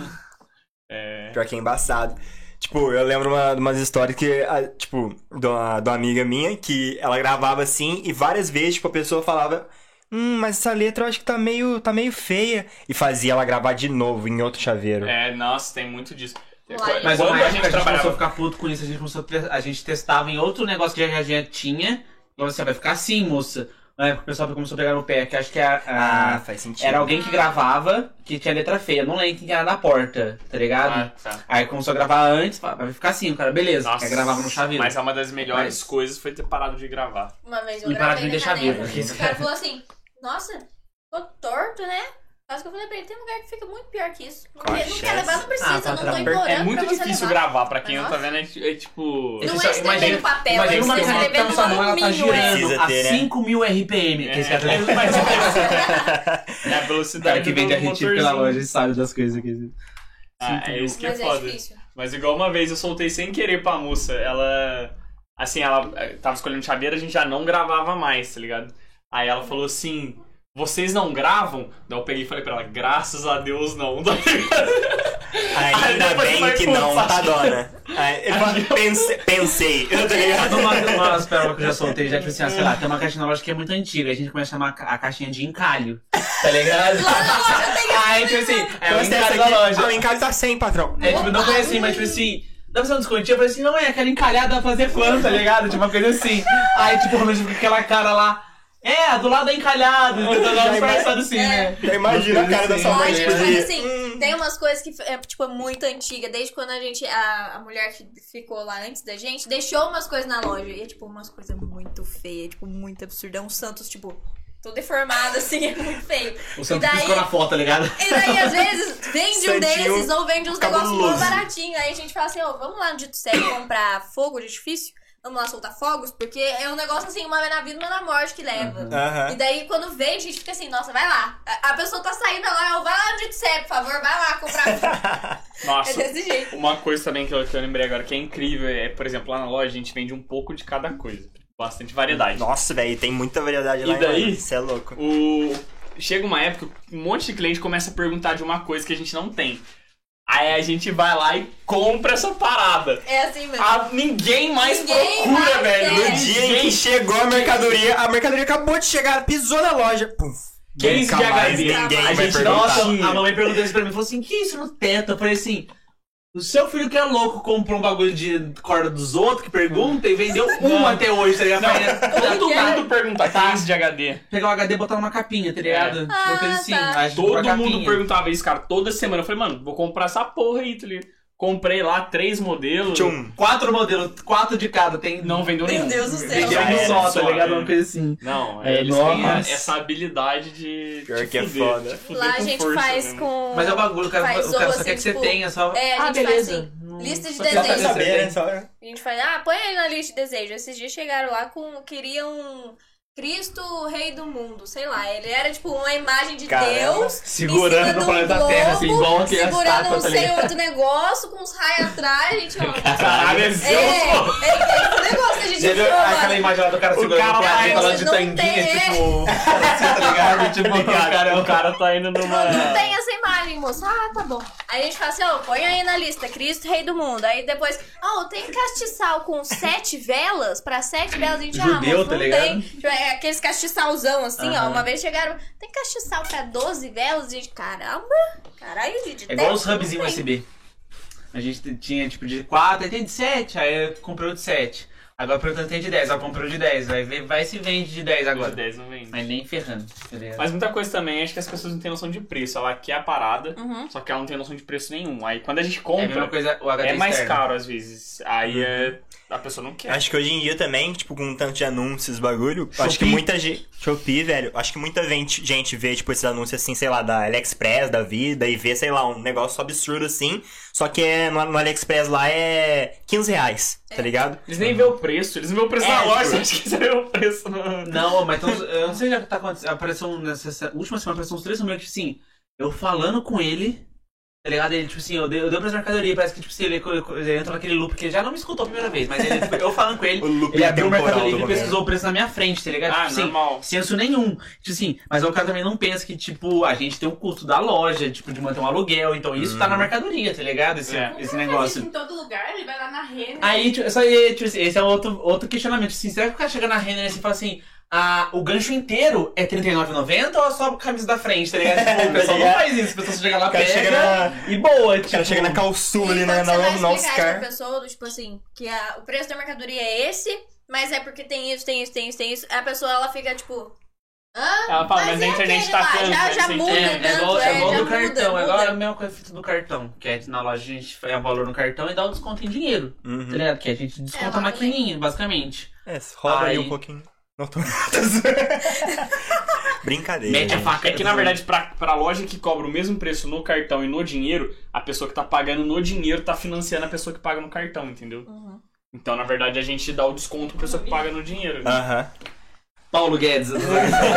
S3: É.
S2: Pior que é embaçado. Tipo, eu lembro uma, de umas histórias que, a- tipo, de uma, de uma amiga minha, que ela gravava assim e várias vezes, tipo, a pessoa falava Hum, mas essa letra eu acho que tá meio, tá meio feia. E fazia ela gravar de novo em outro chaveiro.
S3: É, nossa, tem muito disso.
S4: Uai.
S3: Mas
S1: Mas
S3: quando
S1: uma
S3: a
S1: época
S3: gente trabalhava.
S1: começou a ficar puto com isso, a gente começou a, te- a gente testava em outro negócio que a gente tinha. Falou assim, "Ah, vai ficar assim, moça. Na época o pessoal começou a pegar no pé, que acho que a- a-
S2: Ah, faz sentido.
S1: era alguém que gravava, que tinha letra feia. Não lembro quem era da porta, tá ligado?
S3: Ah, tá.
S1: Aí começou a gravar antes, falava, vai ficar assim, o cara, beleza.
S3: Nossa,
S1: Aí gravava no chaveiro.
S3: Mas é uma das melhores
S1: Mas-
S3: coisas foi ter parado de gravar.
S4: Uma vez eu
S1: E para de
S4: gravei
S1: me
S4: na
S1: deixar
S4: caneca.
S1: vivo.
S4: O cara falou assim, nossa, ficou torto, né? Quase que eu falei pra ele, tem lugar que fica muito pior que isso. Não,
S2: Qual a
S4: quer, não quer
S2: chance?
S4: levar, não precisa,
S1: Ah, tá
S4: eu não tô
S1: tranquilo.
S4: implorando
S3: É muito
S4: pra você
S3: difícil
S4: levar.
S3: gravar, pra quem
S4: Mas
S3: não tá vendo, é, é tipo.
S4: Não
S1: Esse
S4: é
S1: só-
S4: escrevendo
S1: imagina-
S4: no papel, é
S1: Imagina uma
S4: escrevendo
S1: caneta que tá na sua mão, ela tá
S4: no
S1: girando
S4: caminho.
S2: Precisa
S1: a
S2: ter, né?
S1: 5 mil RPM. Que esse cara tá-
S3: é, mas é- é a
S1: O
S3: velocidade
S1: cara que vende
S3: do
S1: a gente
S3: motorzinho.
S1: pela loja sabe das coisas que
S3: Ah, é isso que
S4: Mas
S3: é
S4: é
S3: foda.
S4: difícil.
S3: Mas igual uma vez eu soltei sem querer pra moça, ela. Assim, ela eh, tava escolhendo chaveira, a gente já não gravava mais, tá ligado? Aí ela falou assim: vocês não gravam? Daí eu peguei e falei pra ela: graças a Deus não, tá ligado? Aí
S2: Ainda
S3: depois vai
S2: bem que não,
S3: contar.
S2: tá dona. Aí, eu falo, pense- pensei, tá ligado?
S1: Uma, uma pérola que eu já soltei, já tipo assim, ah, sei lá, tem uma caixinha na loja que é muito antiga, a gente começa a chamar a caixinha de encalho, tá ligado? Aí, tipo assim, é o
S2: Gostei dessa
S1: encalho da
S2: aqui.
S1: loja.
S2: Ah, o encalho tá sem, patrão.
S1: É, tipo, não conheci, mas tipo assim, dá pra você um descontinho? Eu falei assim, não é, aquela encalhada pra fazer fã, tá ligado? Tipo, uma coisa assim. Aí, tipo, o Romeu fica com aquela cara lá, é, do lado é encalhado, tá lá disfarçado assim, né?
S2: Eu imagino a cara da sua mãe,
S4: Lógico,
S2: tipo
S1: Pode,
S4: mas
S2: de...
S4: assim,
S2: "Hum,
S4: tem umas coisas que é, tipo, muito antiga. Desde quando a gente, a, a mulher que ficou lá antes da gente, deixou umas coisas na loja. E é, tipo, umas coisas muito feias, tipo, muito absurda. É um Santos, tipo, todo deformado, assim, é muito feio.
S1: O
S4: E
S1: Santos
S4: daí-
S1: piscou na foto, tá ligado?
S4: E daí, às vezes, vende um
S2: Santinho
S4: desses ou vende uns negócios muito
S2: cabuloso.
S4: baratinho. Aí a gente fala assim, ó, vamos lá no Dito Sério comprar fogo de artifício? Vamos lá soltar fogos? Porque é um negócio assim, uma vez na vida, uma na morte que leva. E
S2: Aham.
S4: daí, quando vem, a gente fica assim, nossa, vai lá. A, a pessoa tá saindo lá, eu, vai lá onde disser, por favor, vai lá comprar. é
S3: Nossa,
S4: desse jeito.
S3: uma coisa também que eu, que eu lembrei agora que é incrível é, por exemplo, lá na loja a gente vende um pouco de cada coisa, bastante variedade.
S2: Nossa, velho, tem muita variedade
S3: E
S2: lá em
S3: daí?
S2: Miami, Você é louco.
S3: O... Chega uma época que um monte de cliente começa a perguntar de uma coisa que a gente não tem. Aí a gente vai lá e compra essa parada.
S4: É assim mesmo.
S3: Ah, ninguém mais
S4: Ninguém
S3: procura,
S4: mais
S3: velho.
S4: quer.
S2: No dia em que chegou a mercadoria, a mercadoria acabou de chegar, pisou na loja. Pum.
S3: 15
S2: Nunca
S3: de
S2: mais
S3: HD.
S2: Ninguém
S3: é A
S2: vai
S3: gente-
S2: perguntar.
S1: Nossa, a mamãe perguntou isso pra mim, falou assim, que isso no teto? Eu falei assim, o seu filho que é louco comprou um bagulho de corda dos outros, que pergunta, e vendeu um até hoje, tá ligado? Falei,
S3: Todo
S1: Todo mundo
S3: mundo pergunta
S1: Tá.
S3: 15 de HD.
S1: pegar o HD e botar numa capinha, tá ligado? Uma
S4: Ah,
S1: coisa assim,
S4: tá.
S1: a gente comprou
S3: Todo
S1: a
S3: mundo
S1: capinha.
S3: perguntava isso, cara. Toda semana eu falei, mano, vou comprar essa porra aí, tá ligado? Comprei lá três modelos.
S2: Tchum.
S1: Quatro modelos, quatro de cada, tem...
S3: Não vendeu
S4: Meu
S3: nenhum.
S4: Deus do céu.
S1: Vendeu
S3: Já
S1: um
S3: era,
S1: só,
S3: só,
S1: tá ligado?
S3: é.
S1: Uma coisa assim.
S3: Não,
S1: É,
S3: eles têm a-
S1: nossa.
S3: essa habilidade de.
S2: Pior
S3: te né?
S2: que é
S3: fuder,
S2: foda.
S3: te fuder
S4: lá a
S3: com
S4: gente
S3: força,
S4: faz
S3: né?
S4: com.
S1: Mas é o bagulho, o cara,
S4: faz
S1: o cara
S4: ou
S1: só quer
S4: assim,
S1: que você
S4: tipo,
S1: tenha, só...
S4: É, a
S1: ah,
S4: gente
S1: beleza.
S4: faz assim, lista de
S1: só quer
S4: desenho.
S1: saber, né?
S4: A gente faz, ah, põe aí na lista de desejo. Esses dias chegaram lá com. Queriam um Cristo, rei do mundo, sei lá. Ele era tipo uma imagem de
S2: Caramba.
S4: Deus. em cima
S1: Segurando
S4: de
S1: no
S4: um
S1: planeta
S4: globo,
S1: Terra, assim, igual aqui a
S4: Segurando um
S1: estátua,
S4: não
S1: tá
S4: sei
S1: ligado?
S4: outro negócio, com uns raios atrás, a gente, ó.
S3: Caralho, é
S4: É, é,
S3: seu, pô.
S4: é esse negócio que a gente
S1: Já viu
S4: viu lá.
S1: aquela imagem lá do cara segurando
S3: cara
S1: o
S3: lá,
S1: cara
S3: ele
S1: falando de
S4: não
S1: tanguinha,
S4: tem- é,
S1: tipo, assim, tá ligado? Tipo, o cara é
S3: O cara tá indo numa.
S4: Não tem essa imagem, moço. Ah, tá bom. Aí a gente fala assim, ó, põe aí na lista, Cristo, rei do mundo. Aí depois, ó, tem castiçal com sete velas, pra sete velas a gente ah,
S1: Judeu,
S4: moço,
S1: tá
S4: não
S1: ligado?
S4: tem. Tipo, é Aqueles castiçalzão, assim, ó,
S1: Aham.
S4: uma vez chegaram, tem castiçal pra 12 velas? A gente, caramba, caralho, Didi,
S1: É
S4: tem?
S1: igual os hubs
S4: Não tem.
S1: USB. A gente tinha tipo de 4, aí tem de 7, aí eu comprei o de 7. Agora perguntando tem de 10, ela comprou de 10. Aí vê- vai se vende de 10
S3: Agora
S1: agora.
S3: 10 não vende.
S1: Mas nem ferrando, tá ligado?
S3: Mas muita coisa também, acho que as pessoas não têm noção de preço. Ela quer a parada,
S4: Uhum.
S3: só que ela não tem noção de preço nenhum. Aí quando a gente
S1: é a mesma
S3: compra,
S1: coisa, o
S3: é,
S1: HD
S3: mais
S1: externo. Uhum.
S3: caro às vezes. Aí é- a pessoa não quer.
S2: Acho que hoje em dia também, tipo, com um tanto de anúncios, bagulho, acho
S1: Shopee.
S2: que muita gente. Shopee, velho, acho que muita gente, gente vê, tipo, esses anúncios assim, sei lá, da AliExpress, da vida, e vê, sei lá, um negócio absurdo assim. Só que é, no, no AliExpress lá é 15 reais,
S1: É.
S2: tá ligado?
S3: Eles nem vê o preço, eles não vê o preço
S2: É,
S3: na
S2: tipo-
S3: loja, acho que eles vê o preço na.
S1: Não, mas então, eu não sei já o que tá acontecendo. Apareceu um- nessa se- última semana, apareceu uns três amigos, tipo assim, eu falando com ele, tá ligado? Ele, tipo assim, eu dei, eu dei pra mercadoria, parece que, tipo assim, ele, ele entrou naquele loop que ele já não me escutou a primeira vez, mas ele, tipo, eu falando com ele,
S2: O loop
S1: ele abriu o
S2: temporal
S1: mercadoria
S2: do
S1: e
S2: governo.
S1: pesquisou o preço na minha frente, tá ligado?
S3: Ah,
S1: tipo assim,
S3: normal.
S1: senso nenhum. Tipo assim, mas o cara também não pensa que, tipo, a gente tem um custo da loja, tipo, de manter um aluguel, então isso tá na
S2: Uhum.
S1: mercadoria, tá ligado? Esse,
S3: É.
S1: esse
S5: Faz isso
S1: negócio.
S5: em todo lugar, ele vai lá na rede.
S1: Aí, tipo, só, e, tipo, assim, esse é outro, outro questionamento. Assim, será que o cara chega na Renner e assim, fala assim, a- o gancho inteiro é R$39,90 ou é só a camisa da frente, tá ligado? Tipo, o pessoal não
S2: ligado?
S1: faz isso, o pessoal chega lá,
S2: É. O cara
S1: pega
S2: chega na,
S1: e boa,
S2: o
S1: tipo.
S2: cara chega na calçula
S1: né?
S2: ali né, na,
S4: quando você vai
S2: na, na
S4: explicar isso
S2: Oscar.
S4: pra pessoa, do tipo assim, que a- o preço da mercadoria é esse, mas é porque tem isso, tem isso, tem isso, tem isso. A pessoa, ela fica, tipo... Hã?
S3: Ela fala, mas,
S4: Mas
S3: a
S4: é
S3: internet
S4: aquele
S3: tá
S4: lá,
S3: tanto.
S4: já-
S3: né,
S4: já
S3: assim,
S4: muda,
S3: é,
S1: É, é
S4: tanto,
S1: igual, é
S4: é,
S1: igual
S4: já
S1: do
S4: muda,
S1: cartão, é
S4: muda.
S1: igual a mesma coisa feita do cartão, que é na loja a gente faz o valor no cartão e dá o desconto em dinheiro, tá
S2: Uhum.
S1: ligado? Que a gente desconta
S4: É,
S1: a maquininha, basicamente.
S2: É, roda aí
S1: Aí.
S2: um pouquinho. Não tô... Brincadeira.
S3: Mete a
S2: gente.
S3: faca. É que, na verdade, pra, pra loja que cobra o mesmo preço no cartão e no dinheiro, a pessoa que tá pagando no dinheiro tá financiando a pessoa que paga no cartão, entendeu?
S4: Uhum.
S3: Então, na verdade, a gente dá o desconto pra pessoa que paga no dinheiro. né?
S2: Aham.
S1: Paulo Guedes.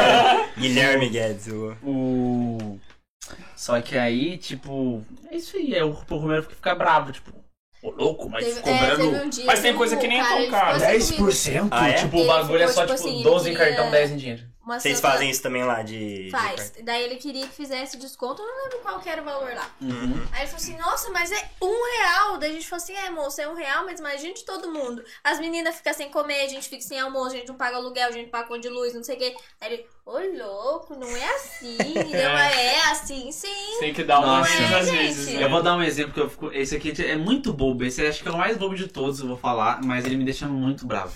S2: Guilherme Guedes. o-
S1: o... Tipo, Só que aí, tipo, é isso aí, é o, o Romero fica bravo, tipo, ô louco, mas
S4: Teve- é,
S1: cobrando...
S4: teve um dia
S3: Mas tem
S4: que
S3: coisa
S4: o
S3: que nem é
S4: cara,
S3: tão
S4: ele
S3: cara.
S4: ficou assim comigo,
S2: Ah, é?
S1: Tipo, o bagulho é
S4: Ele
S1: só,
S4: ficou,
S1: tipo,
S4: tipo assim,
S1: 12 em
S4: ele queria-
S1: cartão, 10 em dinheiro.
S4: uma
S2: Vocês
S4: semana-
S2: fazem isso também lá de. de
S4: Faz.
S3: né?
S2: cartão?
S4: Daí ele queria que fizesse desconto, eu não lembro qual que era o valor lá.
S1: Uhum.
S4: Aí ele falou assim, nossa, mas é um real. Daí a gente falou assim, é, moça, é um real, mas imagina de todo mundo. As meninas ficam sem comer, a gente fica sem almoço, a gente não paga aluguel, a gente não paga conta de luz, não sei o quê. Aí ele, ô louco, não é assim. Eu, é assim, sim.
S3: Tem que dar uma
S1: Nossa.
S3: X às
S4: É,
S3: vezes,
S4: gente.
S3: né?
S1: Eu vou dar um exemplo que eu fico. Esse aqui é muito bobo. Esse acho que é o mais bobo de todos, eu vou falar, mas ele me deixa muito bravo.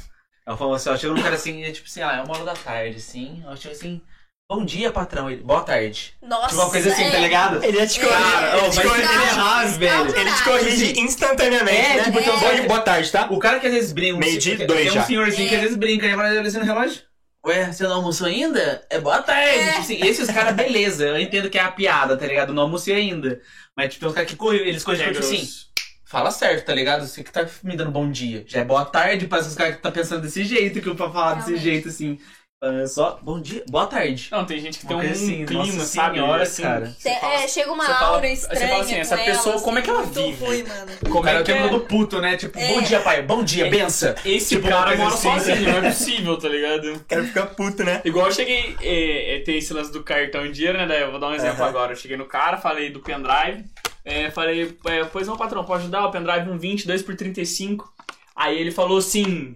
S1: Eu falo assim, ó, chega um cara assim, é tipo assim, ah, é uma hora da tarde, assim. Eu chego assim, bom dia, patrão. Ele, boa tarde.
S4: Nossa.
S1: Tipo uma coisa assim,
S4: é.
S1: tá ligado?
S2: Ele ia te corrigir.
S1: Cara,
S2: ele,
S1: ô,
S2: te
S1: vai
S2: corrige-
S1: se ferrar, é velho.
S2: ele te corrige instantaneamente.
S1: É,
S2: né?
S1: tipo, então,
S2: Boa- boa tarde, tá?
S1: O cara que às vezes brinca.
S2: Meio dia e
S1: tem
S2: dois
S1: um
S2: já.
S1: senhorzinho que às vezes brinca, ele vai aparecendo no é relógio. Ué, você não almoçou ainda? É boa tarde. Tipo assim, esses caras, beleza. Eu entendo que é a piada, tá ligado? Não almocei ainda. Mas, tipo, tem uns caras que correu, eles
S3: É
S1: corrigem tipo
S3: grosso.
S1: assim. Fala certo, tá ligado? Você que tá me dando bom dia. Já é boa tarde pra esses caras que tá pensando desse jeito, que eu pra falar desse
S4: Realmente.
S1: jeito, assim. É só bom dia, boa tarde.
S3: Não, tem gente que tem
S1: Uma
S3: um
S1: coisa assim,
S3: clima,
S1: nossa
S3: sabe?
S1: senhora,
S3: assim,
S1: cara.
S3: você
S4: É,
S3: fala-
S4: é, chega uma
S3: você fala-
S4: aura
S3: você
S4: estranha.
S3: fala assim, essa
S4: com
S3: pessoa,
S4: ela, assim,
S3: como é que ela
S4: muito
S3: vive?
S4: ruim, mano.
S1: O
S3: Como
S1: cara
S3: é
S1: o
S3: que
S1: tempo
S3: é?
S1: todo puto, né? Tipo,
S4: É.
S1: bom dia, pai. Bom dia, benção.
S3: Esse
S2: Tipo,
S3: cara
S2: coisa
S3: mora
S2: assim,
S3: sozinho, não é possível, tá ligado?
S2: Quero ficar puto, né?
S3: Igual eu cheguei, é, é, tem esse lance do cartão em dinheiro, né? Daí eu vou dar um exemplo
S2: Aham.
S3: agora. Eu cheguei no cara, falei do pendrive, é, falei, é, pois não, patrão, pode ajudar? O pendrive 1,20, 2 por 35. Aí ele falou assim: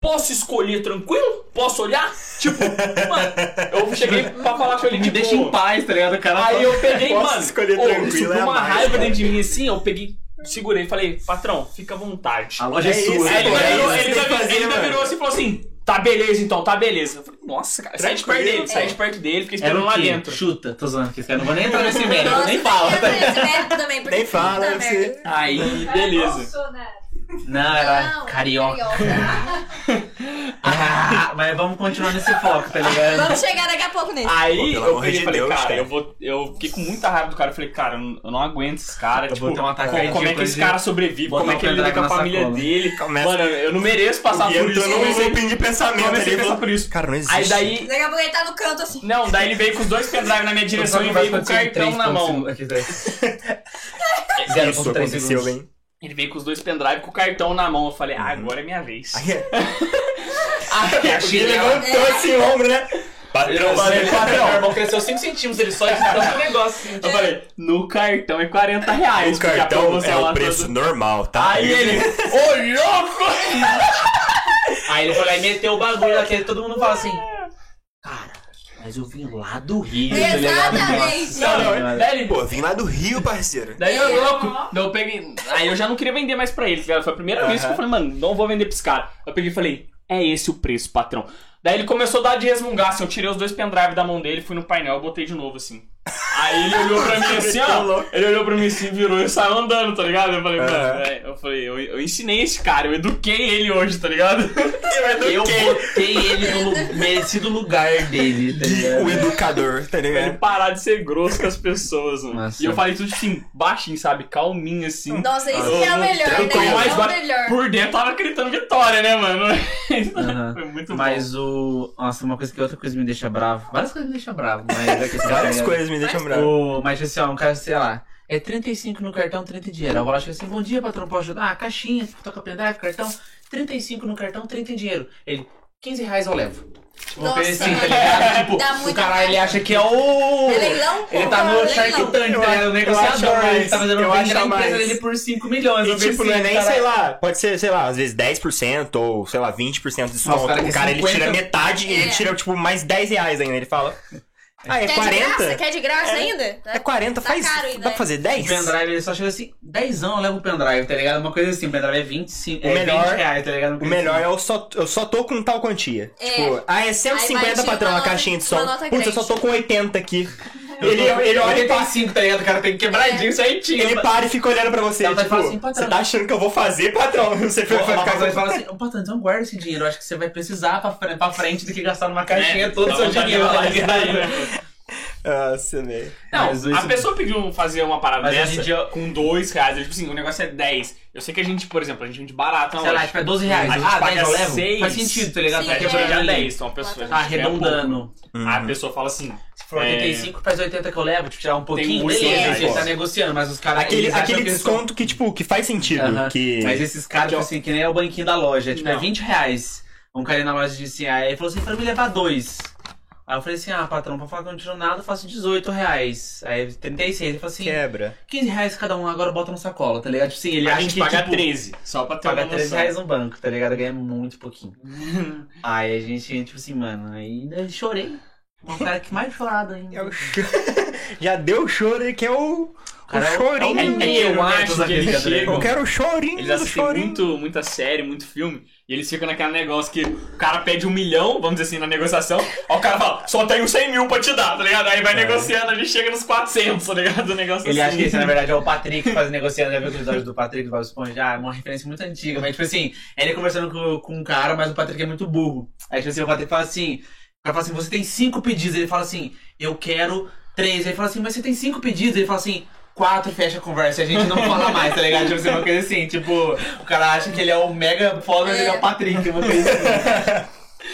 S3: Posso escolher tranquilo? Posso olhar? Tipo, mano, eu cheguei pra falar com ele,
S1: Me
S3: tipo,
S1: deixa em paz, tá ligado? O cara
S3: Aí eu peguei,
S2: Posso
S3: mano.
S2: escolher
S3: ô,
S2: tranquilo,
S3: subiu
S2: é a
S3: uma
S2: mais,
S3: raiva
S2: cara.
S3: dentro de mim assim, eu peguei, segurei e falei, patrão, fica à vontade.
S1: A loja é,
S2: É isso,
S1: sua.
S3: Aí ele
S2: pô,
S3: ainda
S2: é
S3: virou,
S2: isso que tem
S3: ele
S2: que
S3: ainda-
S2: fazer,
S3: ele ainda
S2: mano.
S3: virou assim e falou assim: tá beleza então, tá beleza. Eu falei, nossa, cara, sai de perto
S2: Tranquilo,
S3: dele, sai de perto dele, fica
S1: Era
S3: esperando
S1: o
S3: lá
S1: quê?
S3: dentro.
S1: Chuta, tô zoando aqui. Esse cara não vou nem entrar nesse mérito,
S4: Nossa,
S1: nem fala.
S4: tá vendo esse mérito também, porque
S2: Nem fala,
S4: puta
S2: você-
S4: merda.
S1: Aí, beleza.
S5: Bolsonaro.
S1: Não, era
S4: Não, é
S1: carioca. Ah, mas vamos continuar nesse foco, tá ligado?
S4: Vamos chegar daqui a pouco nele.
S2: Pô,
S3: Aí
S2: pelo
S3: eu
S2: amor
S3: peguei
S2: de
S3: e falei,
S2: Deus,
S3: cara,
S2: cara.
S3: eu, vou, eu fiquei com muita raiva do cara. Eu falei, cara, eu não- eu não aguento esse cara.
S1: Eu
S3: Tipo,
S1: vou ter um ataque
S3: como, como é
S1: cardíaco
S3: que esse
S1: de
S3: cara sobrevive?
S1: botar
S3: Como é
S1: um
S3: que ele lida
S1: pendrive
S3: com
S1: na
S3: a família
S1: sacola.
S3: dele?
S2: Começa
S3: Mano, eu não mereço passar por
S2: entrando
S3: isso. Eu
S2: num
S3: comecei,
S2: looping de pensamento
S3: comecei
S2: ali.
S3: a pensar
S2: falou,
S3: por isso.
S2: Cara, não existe.
S3: Aí daí.
S4: Daqui a pouco ele tá no canto assim.
S3: Não, daí ele veio com os dois pendrive na minha direção e veio com o cartão na
S2: um.
S3: mão.
S1: 0.3
S2: Isso aconteceu,
S1: segundos.
S2: hein?
S3: Ele veio com os dois pendrive com o cartão na mão. Eu falei, ah,
S2: Uhum.
S3: agora é minha vez.
S2: Aí é.
S1: É a
S2: Ele
S1: chinela.
S2: levantou assim o ombro, né? Patrão,
S1: Meu
S2: patrão.
S1: irmão cresceu 5 centímetros, ele só estourou o negócio.
S3: Eu falei, no cartão é 40 reais.
S2: O
S3: porque a
S2: cartão é
S3: promoção lá
S2: o
S3: tá-
S2: preço normal, tá?
S3: Aí ele, ô louco!
S1: Aí ele foi lá e meteu o bagulho lá, que todo mundo fala assim, cara, mas eu vim lá do Rio. tá ligado?
S4: Exatamente.
S1: Nossa,
S3: Não, não,
S1: senhora.
S3: daí ele,
S2: é. Pô, vim lá do Rio, parceiro.
S3: Daí eu louco, daí eu peguei. Aí eu já não queria vender mais pra ele, tá ligado? Foi a primeira vez que eu
S2: Aham.
S3: falei, mano, não vou vender pra esse cara. Eu peguei e falei, é esse o preço, patrão. Daí ele começou a dar de resmungar, assim, eu tirei os dois pendrive da mão dele, fui no painel, botei de novo, assim. Aí ele olhou pra mim assim,
S2: Tá
S3: ó.
S2: louco.
S3: Ele olhou pra mim assim, virou e saiu andando, tá ligado? Eu falei, mano,
S2: Aham.
S3: é, eu falei, eu, eu ensinei esse cara, eu eduquei ele hoje, tá ligado? Eu
S1: Eu botei ele no lu- merecido lugar dele, tá
S2: Gui, o
S1: ligado?
S2: educador, tá
S3: Pra ele
S2: ligado?
S3: parar de ser grosso com as pessoas, mano.
S1: Nossa.
S3: E eu falei tudo assim, baixinho, sabe? Calminho, assim.
S4: Nossa, isso que é o melhor, né?
S3: Tranquilo,
S4: É
S3: mas
S4: o
S3: vai-
S4: melhor.
S3: Por dentro tava gritando vitória, né, mano?
S1: Aham.
S3: Foi muito bom.
S1: Mas o. Nossa, uma coisa que outra coisa me deixa bravo. Várias coisas me deixam bravo, mas é que esse cara
S2: Várias
S1: é-
S2: coisas né? me deixam bravo.
S1: O... Mas assim, ó, um cara, sei lá. É 35 no cartão, 30 em dinheiro. Eu vou lá chega assim, bom dia, patrão, posso ajudar? Ah, caixinha, toca pendrive, cartão. 35 no cartão, 30 em dinheiro. Ele, 15 reais eu levo. Uma coisa
S4: Nossa,
S1: assim, tá
S4: mano.
S1: ligado?
S4: Dá
S1: Tipo, o
S4: muito
S1: cara ele
S4: mais.
S1: acha que é o.
S4: É leilão,
S1: Ele
S4: pô,
S1: tá
S4: é
S1: no Shark
S4: leilão.
S1: Tank, tá ligado? O negociador.
S2: mais,
S1: Ele tá fazendo
S2: eu
S1: uma
S2: acho
S1: venda da empresa
S2: mais.
S1: dele por 5 milhões.
S2: E
S1: eu pensei,
S2: tipo, não é nem,
S1: cara,
S2: sei lá, pode ser, sei lá, às vezes 10% ou, sei lá, 20% de desconto.
S1: Nossa, o cara
S2: o
S1: quer
S2: cara, ele
S1: 50.
S2: tira metade e
S4: É.
S2: ele tira, tipo, mais 10 reais ainda. Ele fala, ah, é
S4: Quer de
S2: 40?
S4: graça? Quer de graça
S2: É.
S4: ainda?
S2: É 40,
S4: Tá
S2: faz,
S4: caro
S2: dá
S4: ainda, é.
S2: pra fazer
S1: O
S2: 10?
S1: pendrive, ele só chega assim, 10 eu levo o pendrive, tá ligado? Uma coisa assim, o pendrive é 25,
S2: O
S1: é
S2: melhor-
S1: 20 reais, tá ligado? Uma
S2: O
S1: coisa
S2: melhor
S1: assim.
S2: é eu só, eu só tô com tal quantia.
S4: É.
S2: Tipo, ah, é
S4: Aí vai
S2: 150,
S4: tirar
S2: patrão,
S4: uma
S2: a
S4: nota-
S2: caixinha de som.
S4: uma nota
S2: Putz, eu
S4: grande.
S2: só tô com 80 aqui.
S1: Ele, ele olha e tem
S2: e passa.
S1: 5, tá ligado? O cara tem que quebradinho certinho.
S2: Ele para e fica olhando pra você,
S1: Ela vai
S2: tipo,
S1: falar assim, patrão.
S2: você tá achando que eu vou fazer, patrão? Você
S1: Pô,
S2: vai
S1: uma
S2: ficar
S1: pessoa
S2: com...
S1: fala assim, ô patrão, então guarda esse dinheiro, eu acho que você vai precisar pra, fre- pra frente do que gastar numa caixinha
S3: É,
S1: todo o
S3: dá
S1: seu
S3: vontade de
S1: dinheiro, tá
S3: falar isso daí,
S1: ligado?
S3: né?
S2: Nossa, velho.
S3: Não,
S1: Mas isso-
S3: a pessoa pediu fazer uma parada
S1: Mas hoje
S3: dessa
S1: em dia-
S3: com dois reais. é Tipo assim, o negócio é 10. Eu sei que a gente, por exemplo, a gente vende barato na
S1: Sei lá,
S3: loja.
S1: tipo, é 12 reais.
S3: A gente
S1: Ah,
S3: paga
S1: 10 eu levo?
S3: seis.
S1: Faz sentido, tá ligado?
S4: Sim,
S1: tá
S4: é.
S3: Porque já
S1: quebrando
S3: é
S1: ali.
S3: 10, então a pessoa
S1: Tá
S3: já tiver pouco.
S1: arredondando.
S3: A pessoa fala assim,
S1: Se for
S3: É.
S1: 85, faz 80 que eu levo, tipo, tirar um pouquinho.
S3: um
S1: beleza,
S3: porcento,
S1: a gente
S3: pô.
S1: tá negociando, mas os caras...
S2: Aquele,
S1: eles acham
S2: aquele
S1: que eles
S2: desconto que, tipo, que faz sentido.
S1: Aham.
S2: Que...
S1: Mas esses caras,
S3: Aqui,
S1: tipo
S3: ó.
S1: assim, que nem é o banquinho da loja, tipo, é
S3: Não.
S1: 20 reais. Um cara ali na loja disse, aí ele falou assim, pra me levar dois. Aí eu falei assim, ah, patrão, pra falar que eu não tiro nada, eu faço 18 reais. Aí 36, ele falou assim,
S2: Quebra.
S1: 15 reais cada um, agora bota na sacola, tá ligado? Tipo assim, ele
S3: a
S1: acha
S3: gente
S1: que,
S3: paga
S1: tipo,
S3: 13. Só pra ter
S1: paga
S3: uma
S1: 13
S3: noção.
S1: reais no banco, tá ligado? Ganha muito pouquinho. aí a gente, tipo assim, mano, aí ainda chorei. Um cara que mais chorado ainda.
S2: É o cho- Já deu o choro aí, que é o.
S1: O cara é o-
S2: chorinho.
S1: é o- é que eu
S3: Eu acho
S1: acho
S3: que ele chega-
S2: Eu quero o chorinho
S3: Eles
S2: do
S3: assistem
S2: chorinho.
S3: muito, muita série, muito filme, e eles ficam naquele negócio que o cara pede um milhão, vamos dizer assim, na negociação, aí o cara fala, só tenho 100 mil pra te dar, tá ligado? Aí vai
S2: É.
S3: negociando, ele chega nos 400, tá ligado? O negócio
S1: Ele
S3: assim.
S1: acha que esse, na verdade, é o Patrick faz negociando, já viu o episódio do Patrick do Bob Esponja? Ah, é uma referência muito antiga, mas tipo assim, é ele conversando com, com um cara, mas o Patrick é muito burro. Aí tipo assim, o Patrick fala assim, o cara fala assim, você tem cinco pedidos, ele fala assim, eu quero três. Ele fala assim, mas você tem cinco pedidos, ele fala assim, quatro e fecha a conversa, e a gente não fala mais, tá ligado? Tipo assim, uma coisa assim, tipo, o cara acha que ele é o mega foda, mas ele é o Patrick, uma coisa assim.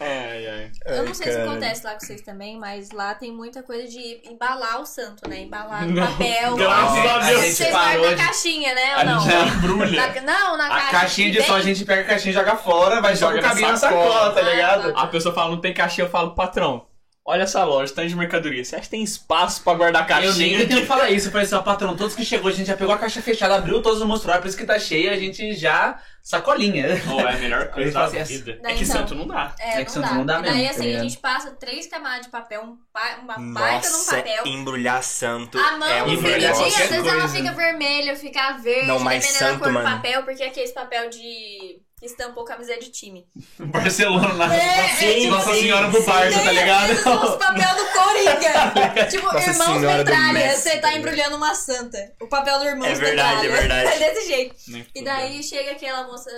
S3: Ai, ai.
S4: Eu não sei se
S2: Ai, cara.
S4: acontece lá com vocês também, mas lá tem muita coisa de embalar o santo, né? Embalar no papel.
S3: Graças a Deus.
S4: Vocês
S1: parou
S4: guardam na
S1: de-
S4: caixinha, né?
S1: A
S4: Ou não?
S1: gente já
S3: Brulha.
S4: Na- não, na
S1: A
S4: caixa. né?
S1: caixinha de som, a gente pega a caixinha, joga fora, vai joga
S3: Joga
S1: o
S3: na
S1: cabinho na
S3: sacola.
S1: sacola, tá
S4: Ah,
S1: ligado?
S4: tá.
S3: A pessoa fala, não tem caixinha, eu falo, patrão, olha essa loja, tanto de mercadoria, você acha que tem espaço pra guardar caixinha?
S1: Eu nem tentei falar isso, eu falei assim, ó, patrão, todos que chegou, a gente já pegou a caixa fechada, abriu todos os mostruários, por isso que tá cheia, a gente já sacolinha.
S3: Ou é a melhor coisa
S1: Eles
S3: da
S1: falam assim,
S3: vida.
S4: Não,
S3: é que
S4: então.
S3: santo não dá.
S4: É,
S1: É que santo não dá
S4: E
S1: mesmo,
S4: Daí
S1: tá
S4: assim, a
S1: ligado?
S4: gente passa três camadas de papel, um pa- uma baita num papel.
S2: embrulhar santo.
S4: A mão
S2: é um
S1: embrulhar
S4: feridinha, às
S2: negócio.
S1: qualquer
S4: vezes ela
S1: coisa.
S4: fica vermelha, fica verde,
S2: Não, mas
S4: dependendo
S2: santo,
S4: da cor
S2: mano.
S4: do papel, porque aqui é esse papel de. que estampou camiseta de time.
S1: Barcelona.
S4: É, é,
S1: Nossa
S4: tipo
S1: Senhora do Barça, tá
S4: Eles usam os
S1: ligado?
S4: papel do Coringa. tipo,
S2: Nossa
S4: irmãos
S2: Senhora do
S4: metralha.
S2: Messi,
S4: Você
S2: tá
S4: tá
S2: ligado?
S4: embrulhando uma santa. O papel do irmão
S2: É verdade,
S4: metralha.
S2: é verdade.
S4: desse jeito.
S3: Nem
S4: E
S3: fudeu.
S4: daí chega aquela moça,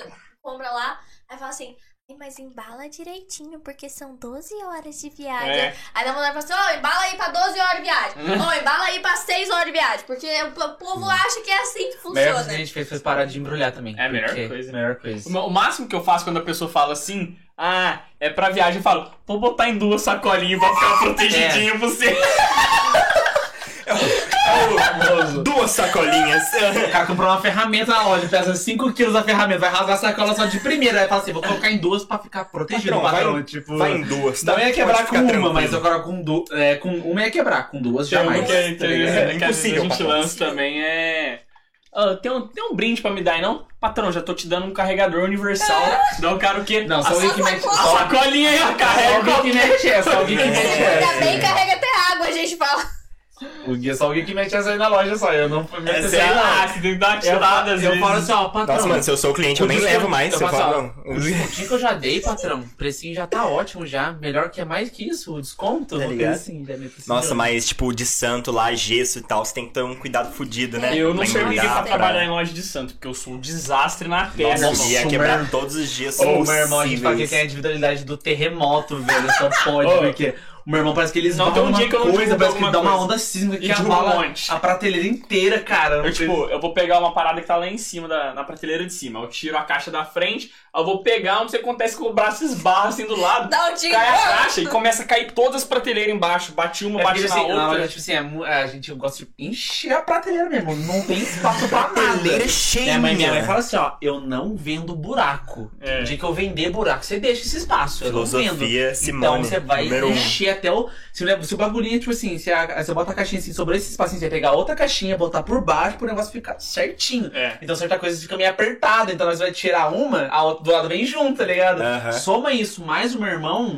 S4: compra lá, aí fala assim. "Ai, Mas embala direitinho, porque são 12 horas de viagem.
S3: É.
S4: Aí a mulher fala assim: Ô, embala aí pra 12 horas de viagem.
S1: É.
S4: Ô, embala aí pra 6 horas de viagem. Porque o po- povo acha que é assim que
S1: A melhor coisa
S4: funciona.
S1: que Hum. a gente fez foi parar de embrulhar também.
S3: É a melhor
S1: porque-
S3: coisa.
S1: Melhor coisa.
S3: O máximo que eu faço quando a pessoa fala assim, ah, é pra viagem, eu falo, vou botar em duas sacolinhas pra ficar protegidinho pra você.
S1: Famoso.
S2: Duas sacolinhas.
S1: O cara comprou uma ferramenta na loja, pesa 5kg a ferramenta, vai rasgar a sacola só de primeira. Aí fala assim: vou colocar em duas pra ficar protegido,
S2: Patrão, vai-
S1: patrão. tipo,
S2: Vai em duas.
S1: não
S2: tá?
S1: ia quebrar
S2: Pode
S1: com
S2: ficar
S1: uma,
S2: tranquilo.
S1: mas agora com duas. É, com uma ia quebrar, com duas
S3: Tem
S1: jamais.
S3: um que,
S1: tá
S3: que-
S1: ligado?
S2: É
S3: que às vezes
S2: impossível,
S3: a gente
S2: patrão.
S3: lança também é. "Ah, tem, um, tem um brinde pra me dar aí, não? Patrão, já tô te dando um carregador universal. Dá o cara o quê?
S1: Não, só
S3: a,
S1: alguém que mete.
S4: sacola.
S3: a
S1: Só
S3: sacolinha aí, ó,
S1: Só
S3: carrega.
S1: alguém que mete essa, só alguém que mete
S4: Ainda bem,
S1: essa.
S4: carrega até água, a gente fala.
S1: O Gui é só alguém que mete essa aí na loja só. Eu não fui meter
S2: É,
S1: essa
S3: Sei
S1: aí,
S3: lá,
S1: não.
S3: você tem que dar uma
S1: Eu,
S3: tirada
S1: fa-
S3: às
S1: eu
S3: vezes.
S1: falo assim, ó, patrão.
S2: Nossa, mano, se eu sou o cliente, eu
S1: o
S2: nem
S1: desconto-
S2: levo mais.
S1: eu
S2: Eu
S1: faço,
S2: falo,
S1: ó, O descontinho que eu já dei, patrão. O precinho já tá ótimo já. Melhor que é mais que isso, o desconto.
S2: Tá
S1: uma
S2: ligado?
S1: coisa assim, já me precisou.
S2: Nossa, mas tipo, de santo lá, gesso e tal, você tem que ter um cuidado fudido, né?
S3: Eu não
S2: Pra
S3: serviria
S1: tá
S2: embrulhar,
S3: pra trabalhar em loja de santo, porque eu sou um desastre na
S2: Nossa, é
S3: festa.
S1: Nossa,
S2: ia
S1: o
S2: quebrar
S1: meu-
S2: todos os dias.
S1: Ô, meu irmão, a gente fala que
S2: possíveis.
S1: tem a individualidade do terremoto, velho. Só pode,
S3: Ô.
S1: porque o meu irmão parece que eles
S3: Não,
S1: vão
S3: tem um
S1: uma
S3: dia que eu não
S1: coisa,
S3: divulgo
S1: parece que
S3: alguma
S1: dá uma
S3: coisa.
S1: onda sísmica que
S3: E derruba um
S1: abala
S3: monte.
S1: a prateleira inteira, cara. É
S3: tipo, Eu, tipo, eu vou pegar uma parada que tá lá em cima, da, na prateleira de cima. Eu tiro a caixa da frente, Eu vou pegar, não sei o que acontece com o braço esbarra assim do lado.
S4: Dá um tiro.
S3: Cai a caixa e começa a cair todas as prateleiras embaixo. Bati uma,
S1: É
S3: bati
S1: porque,
S3: na
S1: assim, na hora,
S3: outra.
S1: tipo assim, é mu- a gente gosta de encher a prateleira mesmo. Não tem espaço pra nada.
S2: Prateleira cheia.
S1: Minha mãe, minha mãe fala assim, ó, eu não vendo buraco.
S3: É.
S1: O dia que eu vender buraco, você deixa esse espaço. Eu não vendo.
S2: Filosofia Simone.
S1: então você vai
S2: número um.
S1: encher até o. Se, o- se o bagulhinho, tipo assim, se a- você bota a caixinha assim, sobrou esse espacinho, você vai pegar outra caixinha, botar por baixo pro negócio ficar certinho.
S3: É.
S1: Então certa coisa fica meio apertada, então nós vai tirar uma, a outra do lado vem junto, tá ligado?
S2: Aham.
S1: Soma isso, mais um irmão,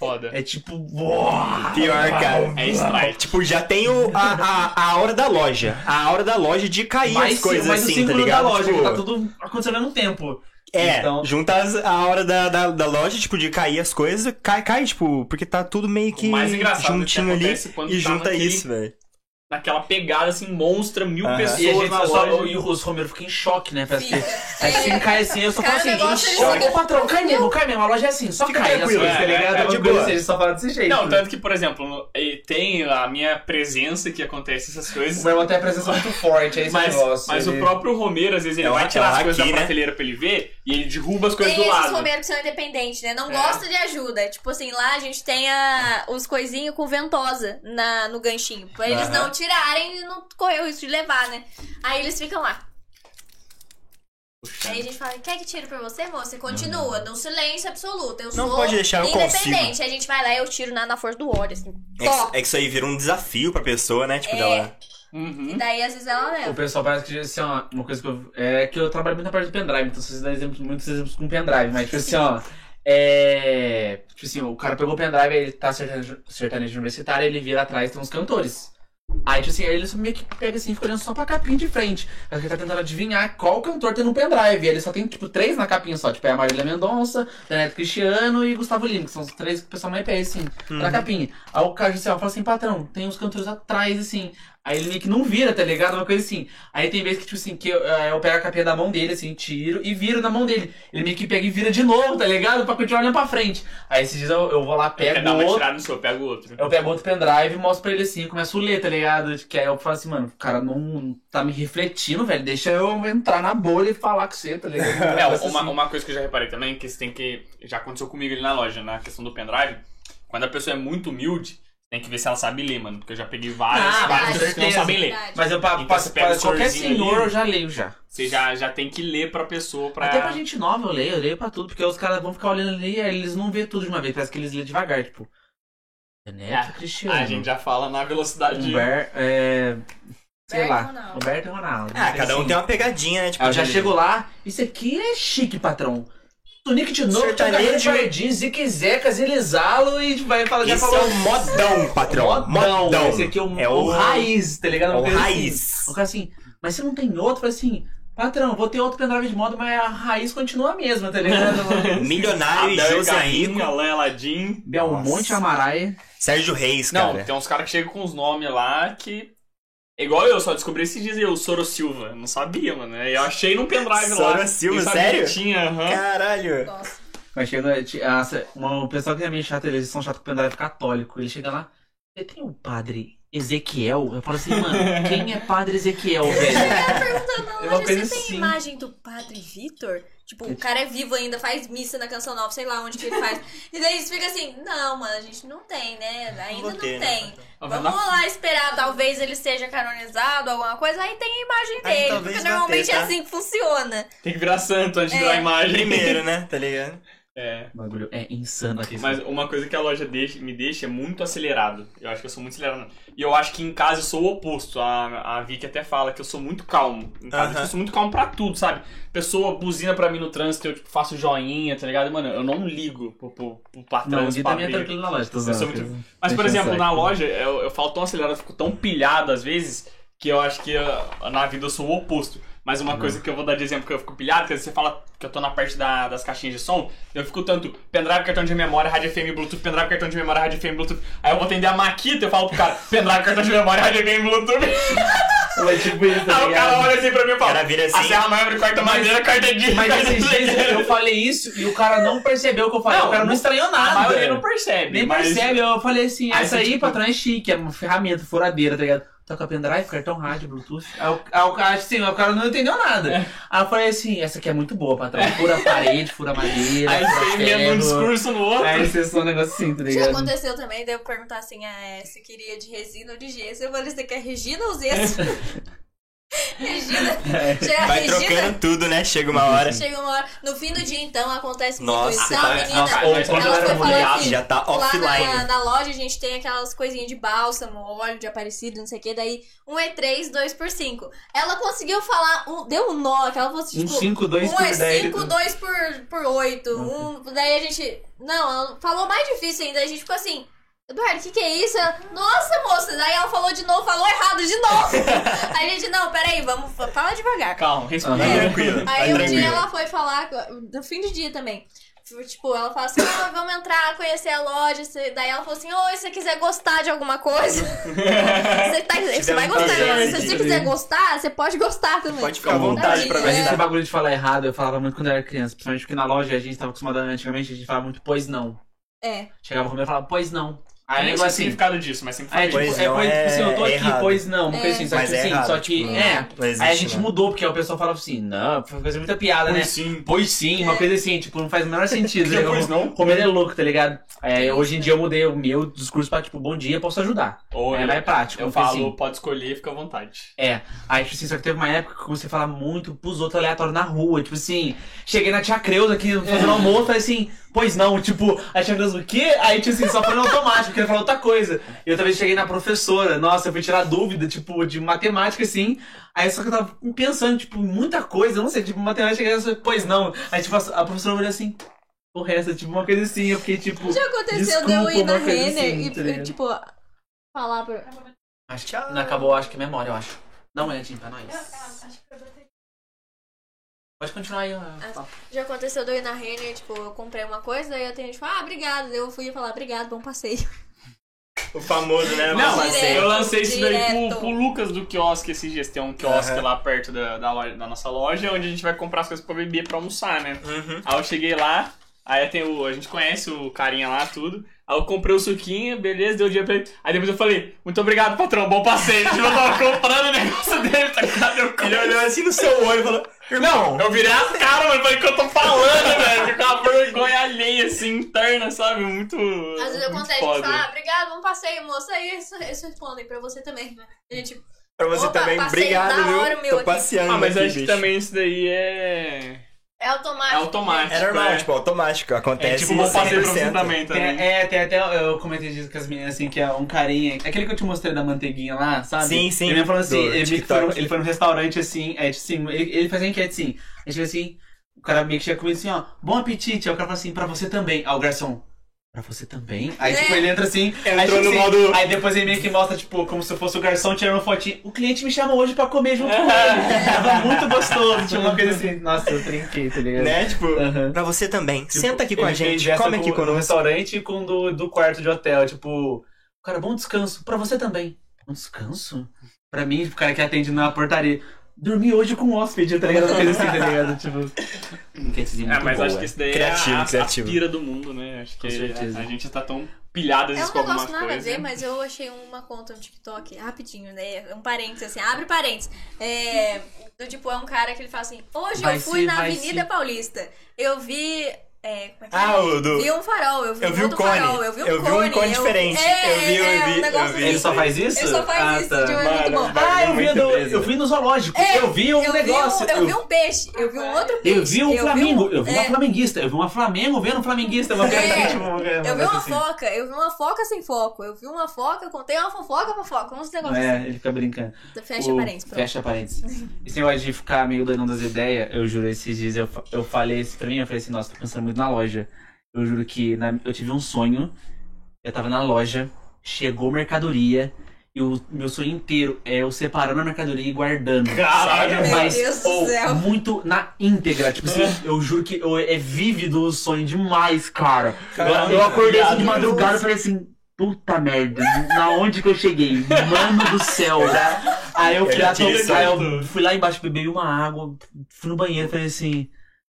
S3: Foda.
S1: é tipo. uau!
S2: Pior, cara.
S3: É strike.
S2: Tipo, já tem o, a, a, a aura da loja. A aura da loja de cair
S1: mais
S2: as coisas
S1: mais
S2: assim,
S1: o
S2: tá
S1: símbolo
S2: ligado?
S1: da loja,
S2: Tipo,
S1: que tá tudo acontecendo ao mesmo tempo.
S2: É,
S1: Então-
S2: junta as- a hora da, da, da loja, tipo, de cair as coisas, cai, cai, tipo, porque tá tudo meio que
S3: o mais engraçado
S2: juntinho
S3: é que
S2: ali
S3: acontece quando
S2: e
S3: tá
S2: junta
S3: naquele-
S2: isso, velho.
S3: Naquela pegada assim, monstra, mil
S2: Aham.
S3: pessoas
S1: E, a gente,
S3: na
S1: só,
S3: loja.
S1: e os Romero ficam em choque, né? Parece que.
S4: Fica.
S1: Aí assim, cai assim, eu só
S4: Cara,
S1: falo assim,
S4: o negócio
S1: gente,
S4: é
S1: choque.
S4: isso.
S1: Ô patrão, cai mesmo, cai mesmo, a loja é assim, só
S2: Fica
S1: cai as
S2: tranquilo,
S1: coisas, tá
S3: é,
S1: ligado?
S3: é,
S2: de
S1: Uma coisa
S2: boa.
S1: assim, só fala desse jeito.
S3: Não, tanto que, por exemplo, eh, tem a minha presença que acontece essas
S1: O
S3: coisas.
S1: meu irmão tem a presença muito forte, é esse
S3: Mas,
S1: negócio.
S3: mas
S1: ele-
S3: o próprio Romero, às vezes, ele
S2: É
S3: vai
S2: uma-
S3: tirar as
S2: ela
S3: coisas
S2: aqui,
S3: da
S2: né?
S3: prateleira pra ele ver e ele derruba as coisas
S4: Tem
S3: do
S4: esses
S3: lado.
S4: romeiros que são independentes, né? Não
S3: É.
S4: gostam de ajuda. Tipo assim, lá a gente tem a- os coisinhos com ventosa na, no ganchinho. Pra eles
S2: Aham.
S4: não tirarem e não correr o risco de levar, né? Aí eles ficam lá.
S3: Puxa.
S4: Aí a gente fala, quer que tire pra você, moça? Você continua, num silêncio absoluto. Eu
S2: Não
S4: sou
S2: pode deixar, eu
S4: independente. A gente vai lá e eu tiro na, na força do ódio, assim.
S2: É que,
S4: Tó.
S2: é que isso aí vira um desafio pra pessoa, né? Tipo,
S4: É.
S2: dela.
S3: Uhum.
S4: Daí às vezes ela
S1: O
S4: leva.
S1: pessoal parece que, assim, ó, uma coisa que eu. É que eu trabalho muito na parte do pendrive, então vocês dão exemplos, muitos exemplos com pendrive, mas, tipo assim, ó. É. Tipo assim, o cara pegou o pendrive, ele tá sertanejo, sertanejo universitário, ele vira atrás, tem uns cantores. Aí, tipo assim, aí ele só meio que pega assim, fica olhando só pra capinha de frente. Aí ele tá tentando adivinhar qual cantor tem no pendrive. E ele só tem, tipo, três na capinha só. Tipo, é a Marília Mendonça, Leonardo Cristiano e Gustavo Lima, que são os três que o pessoal mais pega, assim, na capinha. Aí o cara judicial fala assim, patrão, tem uns cantores atrás, assim. Aí ele meio que não vira, tá ligado? Uma coisa assim. Aí tem vezes que, tipo assim, que eu, eh, eu pego a capinha da mão dele, assim, tiro e viro na mão dele. Ele meio que pega e vira de novo, tá ligado? Pra continuar olhando pra frente. Aí esses dias eu, eu vou lá,
S3: Quer
S1: pego
S3: dar uma
S1: outro.
S3: tirada no seu, pega o outro.
S1: Eu pego outro pendrive e mostro pra ele assim, eu começo a ler, tá ligado? Que aí eu falo assim, mano, o cara não tá me refletindo, velho. Deixa eu entrar na bolha e falar com você, tá ligado?
S3: É,
S1: Mas,
S3: uma,
S1: assim,
S3: uma coisa que eu já reparei também, que você tem que. Já aconteceu comigo ali na loja, na questão do pendrive. Quando a pessoa é muito humilde, tem que ver se ela sabe ler, mano. Porque eu já peguei várias,
S1: Ah,
S3: várias
S1: com
S3: pessoas que não
S1: certeza.
S3: sabem ler.
S4: Verdade.
S1: Mas eu pa-
S3: Então,
S1: passo
S3: você pega
S1: para
S3: o
S1: qualquer
S3: senhorzinho
S1: senhor,
S3: ali.
S1: eu já leio já.
S3: Você já, já tem que ler pra pessoa pra.
S1: Até pra gente nova eu leio, eu leio pra tudo, porque os caras vão ficar olhando ali e aí eles não vê tudo de uma vez, parece que eles lêem devagar, tipo.
S2: É.
S1: Neto, Cristiano.
S3: Ah, A gente já fala na velocidade.
S1: Humber, é, sei
S4: Humberto
S1: lá,
S4: Ronaldo.
S1: Humberto e Ronaldo.
S2: Ah,
S1: Sei
S2: cada um
S1: assim.
S2: tem uma pegadinha, né? Tipo,
S1: Aí eu já
S2: de-
S1: chego lá, isso aqui é chique, patrão. Tonique de novo,
S2: Sertanejo.
S1: Tiagarino de Jardim, Zique Zeca, Zilizalo e vai falar já
S2: Esse
S1: falou.
S2: é o modão, patrão.
S1: modão.
S2: Modão.
S1: Esse aqui é o,
S2: É
S1: o
S2: o-
S1: raiz, tá ligado?
S2: é
S1: Uma
S2: o
S1: coisa assim.
S2: raiz.
S1: O cara assim, mas você não tem outro? Eu falei assim, patrão, vou ter outro pendrive de moda, mas a raiz continua a mesma, tá ligado?
S3: Ah,
S1: um
S2: Milionário e
S3: Abel e
S2: José
S3: Galinha,
S2: Rico.
S3: Alain Aladim.
S1: Belmonte
S2: Nossa.
S1: um Amarai.
S2: Sérgio Reis,
S3: Não,
S2: cara.
S3: tem uns caras que chegam com uns nomes lá que. é Igual eu, só descobri esses dias aí, o Soro Silva. Não sabia, mano. Eu achei num pendrive lá.
S2: Soro Silva,
S3: Eu sabia que
S2: sério?
S3: Tinha, aham.
S2: Caralho.
S4: Nossa.
S1: Mas chega, ti- ah, cê- uma- o pessoal que é meio chato, eles são chato com pendrive católico. Ele chega lá, você tem o padre Ezequiel? Eu falo assim, mano, quem é padre Ezequiel, velho?
S4: Ela perguntando na
S1: Eu
S4: loja, você
S1: apenas
S4: tem
S1: sim.
S4: imagem do Padre Vitor? Tipo, o cara é vivo ainda, faz missa na Canção Nova, sei lá onde que ele faz. e daí eles ficam assim, não, mano, a gente não tem, né? Ainda
S2: vou
S4: não
S2: ter, né?
S4: tem.
S3: Mas
S4: Vamos
S3: na-
S4: lá esperar, talvez ele seja canonizado, alguma coisa, aí tem a imagem
S2: Aí
S4: dele.
S2: talvez
S4: Porque
S2: vá
S4: normalmente
S2: ter,
S4: é
S2: tá?
S4: assim que funciona.
S3: Tem que virar santo antes de
S4: É.
S3: virar a imagem.
S2: Primeiro, né? Tá ligado?
S3: É.
S1: O bagulho é insano aqui.
S3: Mas uma coisa que a loja deixa- me deixa é muito acelerado. Eu acho que eu sou muito acelerado. E eu acho que em casa eu sou o oposto. A, a Vicky até fala que eu sou muito calmo. Em casa
S2: Aham.
S3: eu sou muito calmo pra tudo, sabe? Pessoa buzina pra mim no trânsito, eu tipo, faço joinha, tá ligado? Mano, eu não ligo pro, pro, pro patrão.
S1: Não, o
S3: pra
S1: Gui também é
S3: briga.
S1: tranquilo na loja, tô
S3: sou
S1: zoando.
S3: muito-
S1: cara.
S3: Mas, por
S1: Deixa eu
S3: exemplo,
S1: sair.
S3: na loja, eu, eu falo tão acelerado, eu fico tão pilhado às vezes, que eu acho que eu- na vida eu sou o oposto. Mas
S1: Uhum.
S3: uma coisa que eu vou dar de exemplo que eu fico pilhado, que às vezes você fala que eu tô na parte da- das caixinhas de som, eu fico tanto pendrive, cartão de memória, rádio FM, Bluetooth, pendrive, cartão de memória, rádio FM, Bluetooth. Aí eu vou atender a Maquita eu falo pro cara, pendrive, cartão de memória, rádio FM, Bluetooth.
S1: Mas tipo isso, tá
S3: Aí o cara
S1: ligado?
S3: olha assim pra mim e
S2: O
S3: fala,
S2: cara vira assim.
S3: a Serra Maior, quarta madeira, quarta dia,
S1: Mas
S3: quarta
S1: esses dias eu falei isso e o cara não percebeu o que eu falei.
S3: Não,
S1: o cara não
S3: não-
S1: estranhou
S3: A
S1: nada.
S3: maioria não percebe.
S1: Nem
S3: mas-
S1: percebe, eu falei assim,
S3: Aí
S1: essa
S3: você,
S1: aí,
S3: tipo-
S1: patrão, é chique, é uma ferramenta, furadeira, tá ligado? toca pendrive, cartão rádio, bluetooth. Aí o, aí o cara, assim, o cara não entendeu
S3: É.
S1: nada. Aí eu falei assim, essa aqui é muito boa, patrão. Fura a parede, fura a madeira,
S3: Aí você
S1: fura
S3: emenda um
S1: ferro.
S3: discurso no outro.
S1: Aí você só um negócio assim, tá
S4: Já
S1: ligado?
S4: aconteceu também, devo perguntar assim, ah, é, se queria de resina ou de gesso. Eu falei, você quer é Regina ou Zesso? Regina. Já é a
S2: Vai
S4: Regina.
S2: trocando tudo, né? Chega uma hora.
S4: Chega uma hora. No fim do dia, então, acontece
S2: Nossa,
S4: muito isso.
S2: tá-
S4: Não, menina.
S2: nossa,
S3: ou quando
S4: ela
S3: eu era
S4: foi falar
S3: moleque,
S4: assim,
S2: Já tá
S4: Lá na,
S2: offline.
S4: na loja a gente tem aquelas coisinhas de bálsamo, óleo de aparecido, não sei o que. Daí, um é 3, 2 por 5. Ela conseguiu falar, um, deu um nó, que ela falou assim,
S1: Um
S4: tipo,
S1: 5, 2
S4: um
S1: por né?
S4: é
S1: 10.
S4: 5, 2 por, por 8. Um, daí a gente. Não, ela falou mais difícil ainda. A gente ficou assim. Eduardo, o que, que é isso? Ela, Nossa, moça! Daí ela falou de novo, falou errado de novo. Aí a gente, não, peraí, vamos fa- fala devagar.
S3: Calma, responde.
S2: Vai
S4: É.
S2: Tá tranquilo. Vai
S4: Aí um dia
S2: tranquilo.
S4: ela foi falar, co- no fim do dia também. Tipo, ela fala assim: ah, vamos entrar, conhecer a loja. se- Daí ela falou assim: ô, se você quiser gostar de alguma coisa, você, tá- você vai
S2: um
S4: gostar.
S2: prazer,
S4: Se você
S1: sim.
S4: quiser gostar, você pode gostar também.
S2: Pode ficar à vontade pra
S4: É.
S1: Mas
S2: ver.
S1: esse bagulho de falar errado, eu falava muito quando eu era criança. Principalmente porque na loja a gente tava acostumado, antigamente, a gente falava muito pois não.
S4: É.
S1: Chegava o Romeu e falava pois não.
S3: Aí é
S1: Aí
S3: nem
S1: negócio
S3: sei o
S1: assim.
S3: significado disso, mas sempre
S1: Aí,
S3: falei.
S1: tipo,
S2: Pois
S1: é
S2: não,
S1: coisa, tipo assim, eu tô
S2: é
S1: aqui,
S2: errado.
S1: pois não. Uma
S4: É.
S1: coisa assim, só que
S2: Mas
S1: tipo
S2: é
S1: assim,
S2: errado,
S1: só que.
S2: tipo,
S1: é.
S2: Não existe,
S1: Aí a gente
S2: né?
S1: mudou, porque aí o pessoal falava assim, não, foi fazer muita piada, né?
S3: Pois sim.
S1: Pois sim, uma coisa assim, tipo, não faz o menor sentido.
S3: Que
S1: né?
S3: pois não?
S1: Como ele é louco, tá ligado? É, hoje em dia eu mudei o meu discurso pra, tipo, bom dia, posso ajudar.
S3: Ou
S1: É
S3: eu,
S1: mais prático.
S3: né? eu
S1: porque, assim,
S3: falo, pode escolher, fica à vontade.
S1: É, aí, tipo assim, só que teve uma época que eu comecei a falar muito pros outros aleatórios na rua. Tipo assim, cheguei na tia Creuza aqui fazendo almoço, falei assim, pois não, tipo, a tia Creuza, o quê? Aí, tipo assim, só foi no automático, porque ele falou outra coisa. E eu também cheguei na professora, nossa, eu fui tirar dúvida, tipo, de matemática, assim. Aí só que eu tava pensando, tipo, muita coisa, eu não sei, tipo, matemática, eu falei, pois não. Aí, tipo, a a professora olhou assim, o resto, tipo, uma coisa assim, eu fiquei, tipo,
S4: Já aconteceu de eu
S1: Desculpa,
S4: ir na
S1: uma coisa
S4: Renner
S1: assim, tá
S4: e,
S1: ligado?
S4: tipo, falar pra.
S1: acho que não acabou, acho que é memória, eu acho. Dá uma olhadinha pra nós. Pode continuar aí, ó.
S4: Já aconteceu de eu ir na Renner, tipo, eu comprei uma coisa, daí a gente falou, ah, obrigado. Daí eu fui falar, obrigado, bom passeio.
S2: O famoso, né?
S3: Não,
S2: mas
S4: direto,
S3: eu lancei isso daí pro,
S4: direto.
S3: pro Lucas do quiosque esses dias. Tem um quiosque
S2: Aham.
S3: lá perto da, da, loja- da nossa loja, onde a gente vai comprar as coisas pra beber, pra almoçar, né?
S2: Uhum.
S3: Aí eu cheguei lá, aí tem o, a gente conhece o carinha lá, tudo. Aí eu comprei o suquinho, beleza, deu o dia pra ele. Aí depois eu falei, muito obrigado, patrão, bom passeio. Tipo, eu tava comprando o negócio dele, tá ligado? Eu
S2: Ele
S3: comprei.
S2: olhou assim no seu olho e falou: Irmão,
S3: Eu virei as caras, mano, falei o que eu tô falando, velho. Ficou uma vergonha alheia, assim, interna, sabe? Muito.
S4: Às vezes
S3: muito
S4: acontece, a gente
S3: foda.
S4: fala, ah, obrigado, bom passeio, moça. Aí eles, eles respondem pra você também, né? A gente,
S2: pra você
S4: Opa,
S2: também,
S4: passei
S2: obrigado,
S4: da
S2: viu?
S4: hora o meu
S2: Tô
S4: aqui.
S2: passeando.
S3: Ah, mas
S2: aqui,
S3: acho que
S2: bicho.
S3: também isso daí é.
S4: é automático.
S3: É automático.
S2: É normal,
S3: É.
S2: tipo, automático. Acontece.
S3: É tipo, vou passei pra você
S2: 100%.
S3: também,
S1: Tem,
S3: também.
S1: é, tem até. Eu comentei disso com as meninas assim, que é um carinha. Aquele que eu te mostrei da manteiguinha lá, sabe?
S2: Sim, sim,
S1: Ele me falou assim,
S2: do
S1: ele, meio que
S2: TikTok.
S1: foi, num- ele foi num restaurante assim, é, assim ele, ele fazia enquete assim. A gente assim, o cara meio que chega comigo assim, ó, bom apetite. Aí o cara fala assim, pra você também. Aí o garçom. Pra você também? Aí, tipo,
S4: É.
S1: ele entra assim. aí,
S2: Entrou
S1: tipo,
S2: no
S1: assim,
S2: modo-
S1: Aí depois ele meio que mostra, tipo, como se fosse o garçom tirando uma fotinha. O cliente me chamou hoje pra comer junto com ele. Tava muito gostoso. Tipo, uma coisa assim. Nossa, eu trinquei, tá ligado?
S2: Né? Tipo,
S1: Aham.
S2: pra você também.
S1: Tipo,
S2: Senta aqui com a
S1: ele fez
S2: gente,
S1: essa
S2: come
S1: com-
S2: aqui
S1: do
S2: conosco.
S1: restaurante e com do, do quarto de hotel. Tipo, cara, bom descanso. Pra você também. Bom descanso? Pra mim, tipo, o cara que atende na portaria. Dormi hoje com o hóspede, tá ligado? Uma coisa assim, tá ligado? Tipo. enquetezinha
S3: É,
S1: muito
S3: mas
S1: boa.
S3: acho que isso daí
S2: Criativo,
S3: é a, a,
S2: criativo.
S3: pira do mundo, né? Acho que
S1: Com certeza.
S3: a, a gente tá tão pilhado às
S4: É
S3: vezes
S4: um
S3: com algumas
S4: negócio nada a
S3: coisas. né?
S4: ver, mas eu achei uma conta no TikTok, rapidinho, né? Um parênteses, assim, abre parênteses. É, do tipo, é um cara que ele fala assim, hoje
S1: Vai
S4: eu fui
S1: se,
S4: na
S1: vai
S4: Avenida
S1: se."
S4: Paulista, eu vi... É, como é que é?
S2: Ah, o do.
S4: Vi um farol, eu vi,
S2: Eu vi
S4: um
S2: o
S4: outro
S2: cone.
S4: farol, eu vi um
S2: Eu vi um
S4: cone.
S2: cone diferente.
S4: É,
S2: Eu vi, eu
S4: é,
S2: vi,
S4: um
S2: eu
S4: negócio
S2: vi.
S4: assim.
S1: Ele só faz isso?
S4: Ele só faz
S1: Ah,
S4: isso,
S1: tá.
S4: de um é muito
S3: Mano,
S4: bom.
S3: vai-
S1: Ah, eu vi,
S3: Muito
S1: do,
S3: beleza.
S1: eu vi no zoológico.
S4: É,
S1: eu vi um
S4: eu
S1: negócio.
S4: Vi um, eu vi um peixe, eu vi um outro peixe.
S1: eu vi um Flamengo, eu vi uma
S4: é,
S1: flamenguista, eu vi uma Flamengo vendo um flamenguista. Uma coisa
S4: É.
S1: assim, tipo, um
S4: Eu vi
S1: negócio
S4: uma
S1: assim.
S4: foca, eu vi uma foca sem foco. Eu vi uma foca, contei uma fofoca pra foca. Uns negócios
S1: É, ele fica brincando.
S4: assim. Fecha
S1: O-
S4: parênteses. pronto.
S1: Fecha parênteses. Esse negócio de ficar meio doidão das ideias, eu juro, esses dias eu, fa- eu falei isso pra mim, eu falei assim, nossa, tô pensando muito na loja. Eu juro que na- eu tive um sonho, eu tava na loja, chegou mercadoria, e o meu sonho inteiro é eu separando a mercadoria e guardando.
S3: Caralho,
S4: Meu
S1: mas
S4: Deus do
S1: ou,
S4: céu.
S1: muito na íntegra. Tipo assim, eu juro que eu- é vívido o sonho demais, cara.
S2: Caralho,
S1: eu acordei assim
S2: viado.
S1: de madrugada e falei assim. Puta merda, na onde que eu cheguei? Mano do céu. Aí eu fui,
S2: Eu
S1: lá,
S2: tive
S1: to-
S2: isso
S1: aí eu
S3: tudo.
S1: fui lá embaixo, bebi uma água, fui no banheiro e falei assim: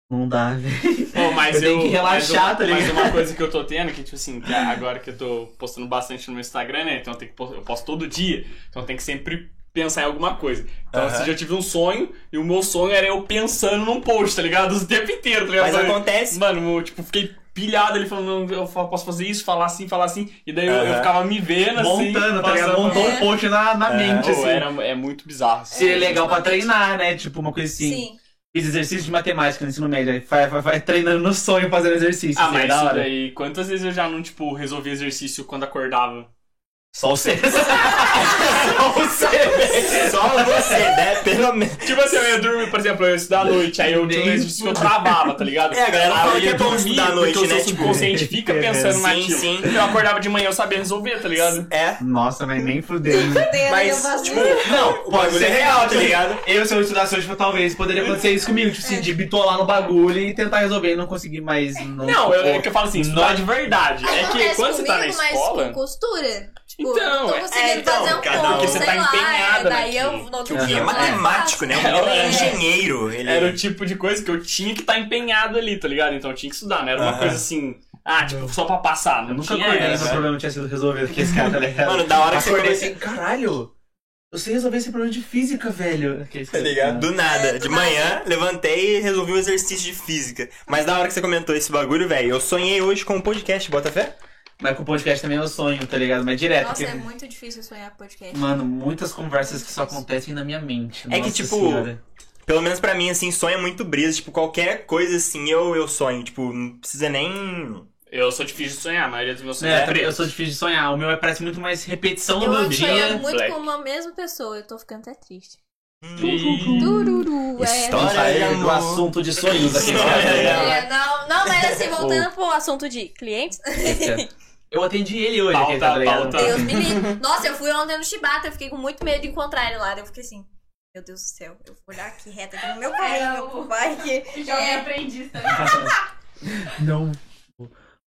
S1: Não dá, velho.
S3: Pô, mas
S1: Eu
S3: eu.
S1: tenho que relaxar,
S3: mas
S1: tá
S3: eu- Mas
S1: ligado?
S3: uma coisa que eu tô tendo, que tipo assim, que agora que eu tô postando bastante no meu Instagram, né? Então eu, tenho que post- eu posto todo dia. Então eu tenho que sempre pensar em alguma coisa. Então
S2: Aham.
S3: assim, eu tive um sonho, e o meu sonho era eu pensando num post, tá ligado? O tempo inteiro, tá ligado?
S2: Mas
S3: Sabe?
S2: acontece.
S3: Mano, eu, tipo, fiquei pilhado ele falando, "Não, eu fa- posso fazer isso, falar assim, falar assim. E daí eu, eu
S2: Aham.
S3: ficava me vendo assim.
S1: Montando, tá ligado?
S3: passando-
S1: Montou
S4: É.
S1: um post na, na
S2: É.
S1: mente,
S3: Pô,
S1: assim.
S3: era, é muito bizarro.
S1: Seria
S4: É,
S1: legal pra
S4: exatamente.
S1: treinar, né? Tipo, uma coisa assim.
S4: Sim.
S1: Fiz exercício de matemática no ensino médio. Aí vai, vai, vai treinando no sonho fazendo exercício.
S3: Ah,
S1: seria
S3: mas
S1: é da
S3: isso
S1: hora.
S3: daí, quantas vezes eu já não, tipo, resolvi exercício quando acordava?
S1: Só você. Só você.
S2: Só você, né? Pelo menos.
S3: Tipo assim, eu ia dormir, por exemplo, eu ia estudar à noite, aí eu tinha um
S1: Nem
S3: exercício que eu travava, tá ligado?
S2: É, a galera
S3: Aí
S2: fala
S3: eu
S2: que
S3: ia
S2: é bom
S3: dormir,
S2: estudar à noite,
S3: porque o
S2: né?
S3: seu
S2: Tipo,
S3: subconsciente fica pensando
S2: sim,
S3: naquilo.
S2: sim.
S3: Eu acordava de manhã, eu sabia resolver, tá ligado?
S2: É.
S1: Nossa, mas nem fudendo.
S2: Mas, tipo, não, o
S1: Pode
S2: bagulho
S1: ser
S2: é real, tá
S1: real,
S2: ligado?
S1: Eu, se eu estudasse hoje, tipo, talvez poderia acontecer isso comigo. Tipo, assim, de bitolar no bagulho e tentar resolver e não conseguir mais. Não,
S3: Não, eu, é que
S1: pô.
S3: eu falo assim, estudar de verdade. É que
S4: Acontece
S3: quando você tá na
S4: comigo, mas
S3: escola...
S4: com costura. Tipo,
S3: Então,
S4: eu não
S3: é,
S4: tô conseguindo
S2: então,
S4: fazer um
S2: cada
S4: ponto,
S2: um que
S4: sei
S2: você
S3: tá
S4: lá,
S3: empenhada
S4: é, daí eu
S3: naquilo.
S4: não
S2: Que
S4: outro
S2: o Gui
S4: dia
S2: é
S4: eu vou lá e
S2: matemático, né?
S4: faço.
S2: O Gui é
S3: É.
S2: engenheiro. Ele...
S3: Era o tipo de coisa que eu tinha que estar empenhado ali, tá ligado? Então eu tinha que estudar, não era uma
S2: Aham.
S3: coisa assim, ah, tipo, só pra passar. Não
S1: Eu nunca
S3: tinha
S1: acordei se
S2: né?
S3: essa.
S1: o problema tinha sido resolvido com esse cara, tá ligado?
S2: Mano, da hora que você
S1: Acordei
S2: começa.
S1: assim, caralho, eu sei resolver esse problema de física, velho. né?
S2: Tá ligado? Do
S4: É,
S2: nada.
S4: do
S2: De
S4: nada.
S2: manhã, levantei e resolvi um exercício de física. Mas da hora que você comentou esse bagulho, velho, eu sonhei hoje com um podcast, bota fé?
S1: Mas com o podcast também é o sonho, tá ligado? Mas direto.
S4: Nossa, é
S1: porque-
S4: muito difícil sonhar podcast.
S1: Mano, muitas conversas que só acontecem na minha mente.
S2: É que,
S1: Nossa
S2: tipo,
S1: senhora.
S2: Pelo menos pra mim, assim, sonho é muito brisa. Tipo, qualquer coisa assim, eu, eu sonho. Tipo, não precisa nem.
S3: Eu sou difícil de sonhar, a maioria dos meus sonhos
S1: É,
S3: é,
S1: eu também- eu
S3: preto.
S1: sou difícil de sonhar. O meu é- parece muito mais repetição
S4: Eu
S1: do
S4: ando sonhando
S1: dia.
S4: muito
S3: Black.
S4: com uma mesma pessoa, eu tô ficando até triste.
S3: Uhum.
S1: Hum,
S3: E-
S4: Tururu, é.
S1: Então
S2: Estão
S4: é,
S1: Sair do
S2: amor.
S1: tá assunto de sonhos aqui. tá
S4: é, não, não, mas assim, voltando pro assunto de clientes,
S1: Eu atendi ele hoje.
S3: Pauta,
S1: aqui, tá ligado?
S3: pauta.
S4: Deus me livre. Nossa, eu fui ontem no Shibata, eu fiquei com muito medo de encontrar ele lá. Eu fiquei assim, meu Deus do céu, eu vou olhar aqui reto aqui no
S3: É,
S4: meu caminho, pro bike.
S5: Jovem
S4: É.
S5: aprendiz também.
S1: Não.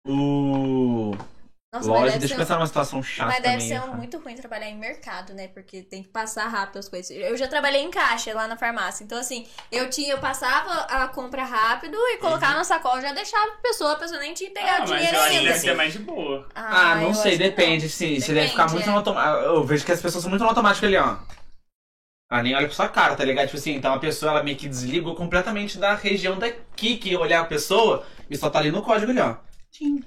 S1: O.
S4: Nossa,
S1: Lógico,
S4: mas deve
S1: deixa
S4: ser
S1: eu
S4: um
S1: pensar numa situação chata.
S4: Mas deve
S1: também, né?
S4: ser um
S1: cara.
S4: muito ruim trabalhar em mercado, né? Porque tem que passar rápido as coisas. Eu já trabalhei em caixa lá na farmácia. Então, assim, eu tinha, eu passava a compra rápido e colocava
S1: Uhum.
S4: na sacola, já deixava pra pessoa, a pessoa nem tinha
S3: Ah,
S4: pegado o
S3: mas
S4: dinheiro
S3: eu acho que
S4: ainda.
S3: deve ser mais de boa.
S1: Ah, não
S4: eu
S1: sei,
S4: acho que
S1: depende, sim. Você
S4: Depende,
S1: deve ficar muito
S4: é.
S1: no automático. Eu vejo que as pessoas são muito no automático ali, ó. Ah, nem olha pra sua cara, tá ligado? Tipo assim, então a pessoa ela meio que desligou completamente da região daqui que olhar a pessoa e só tá ali no código ali, ó. Tim.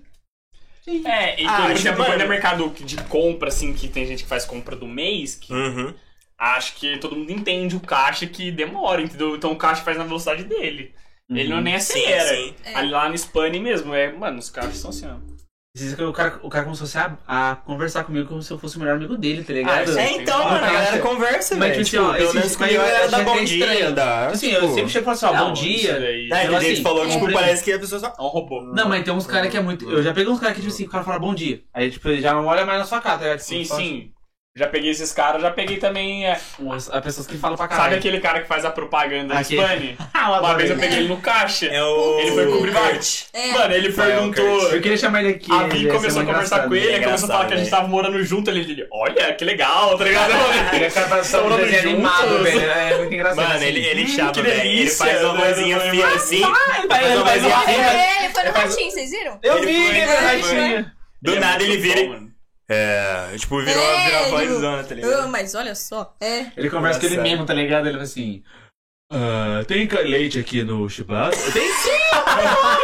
S1: Tim.
S3: É, e
S2: Ah,
S3: por
S2: tipo,
S3: exemplo,
S2: mano-
S3: quando é mercado de compra, assim, que tem gente que faz compra do mês, que
S2: Uhum.
S3: acho que todo mundo entende o caixa que demora, entendeu? Então o caixa faz na velocidade dele.
S1: Uhum.
S3: Ele não nem
S2: Sim,
S3: acelera.
S2: sim.
S4: É.
S3: Ali lá no Spani mesmo, é, mano, os caixas são assim, ó.
S1: Precisa que o cara, o cara começou a, a conversar comigo como se eu fosse o melhor amigo dele, tá
S3: Ah,
S1: ligado?
S3: isso
S2: É,
S3: Sim,
S2: então,
S3: sim.
S2: mano, a galera
S1: Fantástico.
S2: conversa,
S1: Mas,
S2: velho.
S1: tipo,
S2: Tipo,
S1: ó,
S2: pelo
S1: esse- mas
S2: menos comigo
S1: eu
S2: era
S1: acho
S2: dar
S1: que
S2: bom
S1: é
S2: dia.
S1: estranho.
S2: Da...
S1: Assim, eu sempre chego e falo assim, ó, bom
S3: Não,
S1: dia.
S3: isso daí-
S2: É, que
S1: Ela,
S2: a gente
S1: assim,
S2: falou que, tipo,
S1: cumprimenta.
S2: parece que a pessoa só.
S3: É um robô.
S1: Não, mas tem uns caras que é muito. Eu já peguei uns caras que, tipo assim, o cara fala bom dia. Aí, tipo, ele já não olha mais na sua cara, tá ligado?
S3: Sim,
S1: Tipo,
S3: sim. Já peguei esses caras, já peguei também. é,
S1: Umas, as pessoas que falam pra
S3: sabe
S1: caralho.
S3: aquele cara que faz a propaganda do
S1: Aquele-
S3: Spani?
S1: é. Ah, eu
S3: Uma
S1: adoro
S3: vez eu
S1: ele.
S3: peguei ele no caixa.
S2: É o.
S3: Ele foi pro privado.
S4: É.
S3: Mano, ele
S2: Rafael
S1: um
S3: perguntou.
S2: Curtis.
S1: Eu queria chamar ele aqui.
S3: A Vin
S1: ele ia ser
S3: começou a
S1: é muito
S3: conversar
S1: engraçado. né?
S3: com ele,
S2: Ele é
S3: aí começou a falar que a gente
S2: engraçado,
S3: tava morando junto. Ele, ele olha, que legal, tá ligado?
S1: Ele acaba só um
S3: Morando
S1: desenho
S3: juntos.
S1: animado, velho. É muito engraçado.
S2: Mano,
S1: assim.
S2: ele, ele
S3: Hum,
S2: chapa,
S3: que
S2: velho. Ele
S3: delícia,
S2: faz uma
S3: né?
S2: vozinha
S3: Eu
S2: fina assim.
S1: Ai, vai,
S2: Mas
S1: ele
S2: não
S1: vai
S2: vai
S1: zoar.
S4: Foi
S2: vir
S4: ele, foi no ratinho, vocês viram?
S1: Eu
S2: Ele
S1: vi, né?
S2: foi-
S1: ele
S2: ele
S4: foi-
S1: ratinho.
S2: Do
S3: Ele é
S2: nada
S3: muito
S2: ele vira.
S3: bom,
S2: e-
S3: mano.
S2: É. Tipo, virou
S4: É,
S2: virou a
S4: tipo,
S2: vozona, tá
S4: Ah,
S2: ligado?
S4: mas olha só. É.
S1: Ele conversa com ele
S2: Engraçado.
S1: mesmo, tá ligado? Ele fala assim. Ah, tem ca- leite aqui no assim, chibata? Tem sim!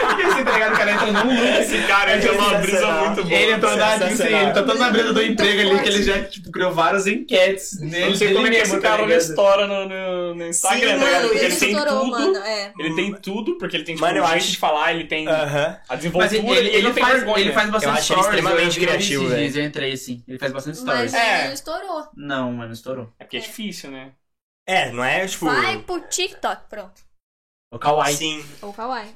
S1: Porque esse entregado, tá cara, entra num loop.
S3: Esse cara ele tem uma brisa
S2: Sensacional.
S3: muito boa.
S1: Ele entrou na assim,
S2: Sensacional.
S1: ele tá tanto na brisa do
S4: Muito
S1: emprego ali
S4: forte.
S1: que ele já tipo, criou várias enquetes nele.
S3: Não sei como é que
S1: dele
S3: esse
S1: mesmo, tá
S3: cara não
S1: ligado?
S3: estoura no, no, no Instagram,
S2: Sim,
S3: tá ligado?
S2: mano,
S3: Porque
S4: Ele
S3: ele tem
S4: estourou,
S3: tudo.
S4: mano. É.
S3: Ele tem tudo, porque ele tem tipo,
S2: Mano, eu
S3: um jeito
S2: acho- Ah.
S3: de falar, ele tem
S2: Aham.
S3: a
S1: Mas ele,
S3: desenvoltura,
S1: ele, ele
S3: não tem
S1: faz,
S3: vergonha.
S1: ele faz bastante
S2: acho ele
S1: stories,
S2: extremamente
S1: eu vi esses
S2: criativo,
S1: dias,
S2: velho.
S1: Eu entrei assim, ele faz bastante stories.
S4: Mas
S3: É.
S4: ele não estourou.
S1: Não, mano, estourou.
S3: É porque é difícil, né?
S2: É, não é, tipo.
S4: Vai pro TikTok, pronto.
S1: O Kawaii.
S2: Sim.
S4: Ou Kawaii.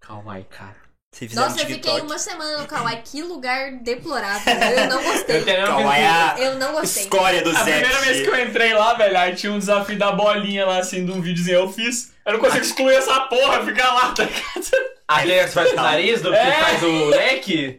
S1: Kawaii, cara.
S2: Se fizer um
S4: Nossa, eu fiquei
S2: TikTok.
S4: uma semana no Kawaii. Que lugar deplorável. Eu não gostei.
S1: Eu tenho
S2: Calma, é
S3: Ah,
S2: a
S4: Eu não gostei.
S2: escória do
S3: A
S2: Zé.
S3: primeira vez que eu entrei lá, velho, aí tinha um desafio da bolinha lá, assim, de um videozinho eu fiz. Eu não consigo excluir essa porra, ficar lá, tá ligado?
S1: Aquele que você faz com o nariz do
S3: É.
S1: que faz o leque?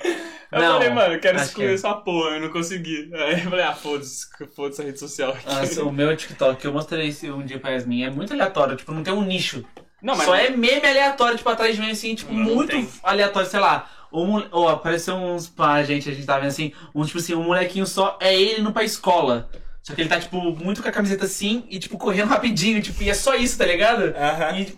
S3: Eu
S1: não.
S3: falei, mano, eu quero
S1: acho
S3: excluir
S1: que é.
S3: essa porra, eu não consegui. Aí eu falei, ah, foda-se, foda-se
S1: Ah,
S3: a rede social aqui.
S1: Nossa, o meu TikTok, eu mostrei esse um dia pra Yasmin, é muito aleatório, tipo, não tem um nicho.
S3: Não, mas.
S1: Só é meme aleatório, tipo, atrás de mim, assim, tipo,
S3: Não
S1: muito
S3: tem.
S1: aleatório, sei lá. Ou, mole- ou apareceu uns pra gente, a gente tava vendo assim, um tipo assim, um molequinho só, é ele indo pra escola. Só que ele tá, tipo, muito com a camiseta assim e, tipo, correndo rapidinho, tipo, e é só isso, tá ligado?
S2: Aham.
S1: E,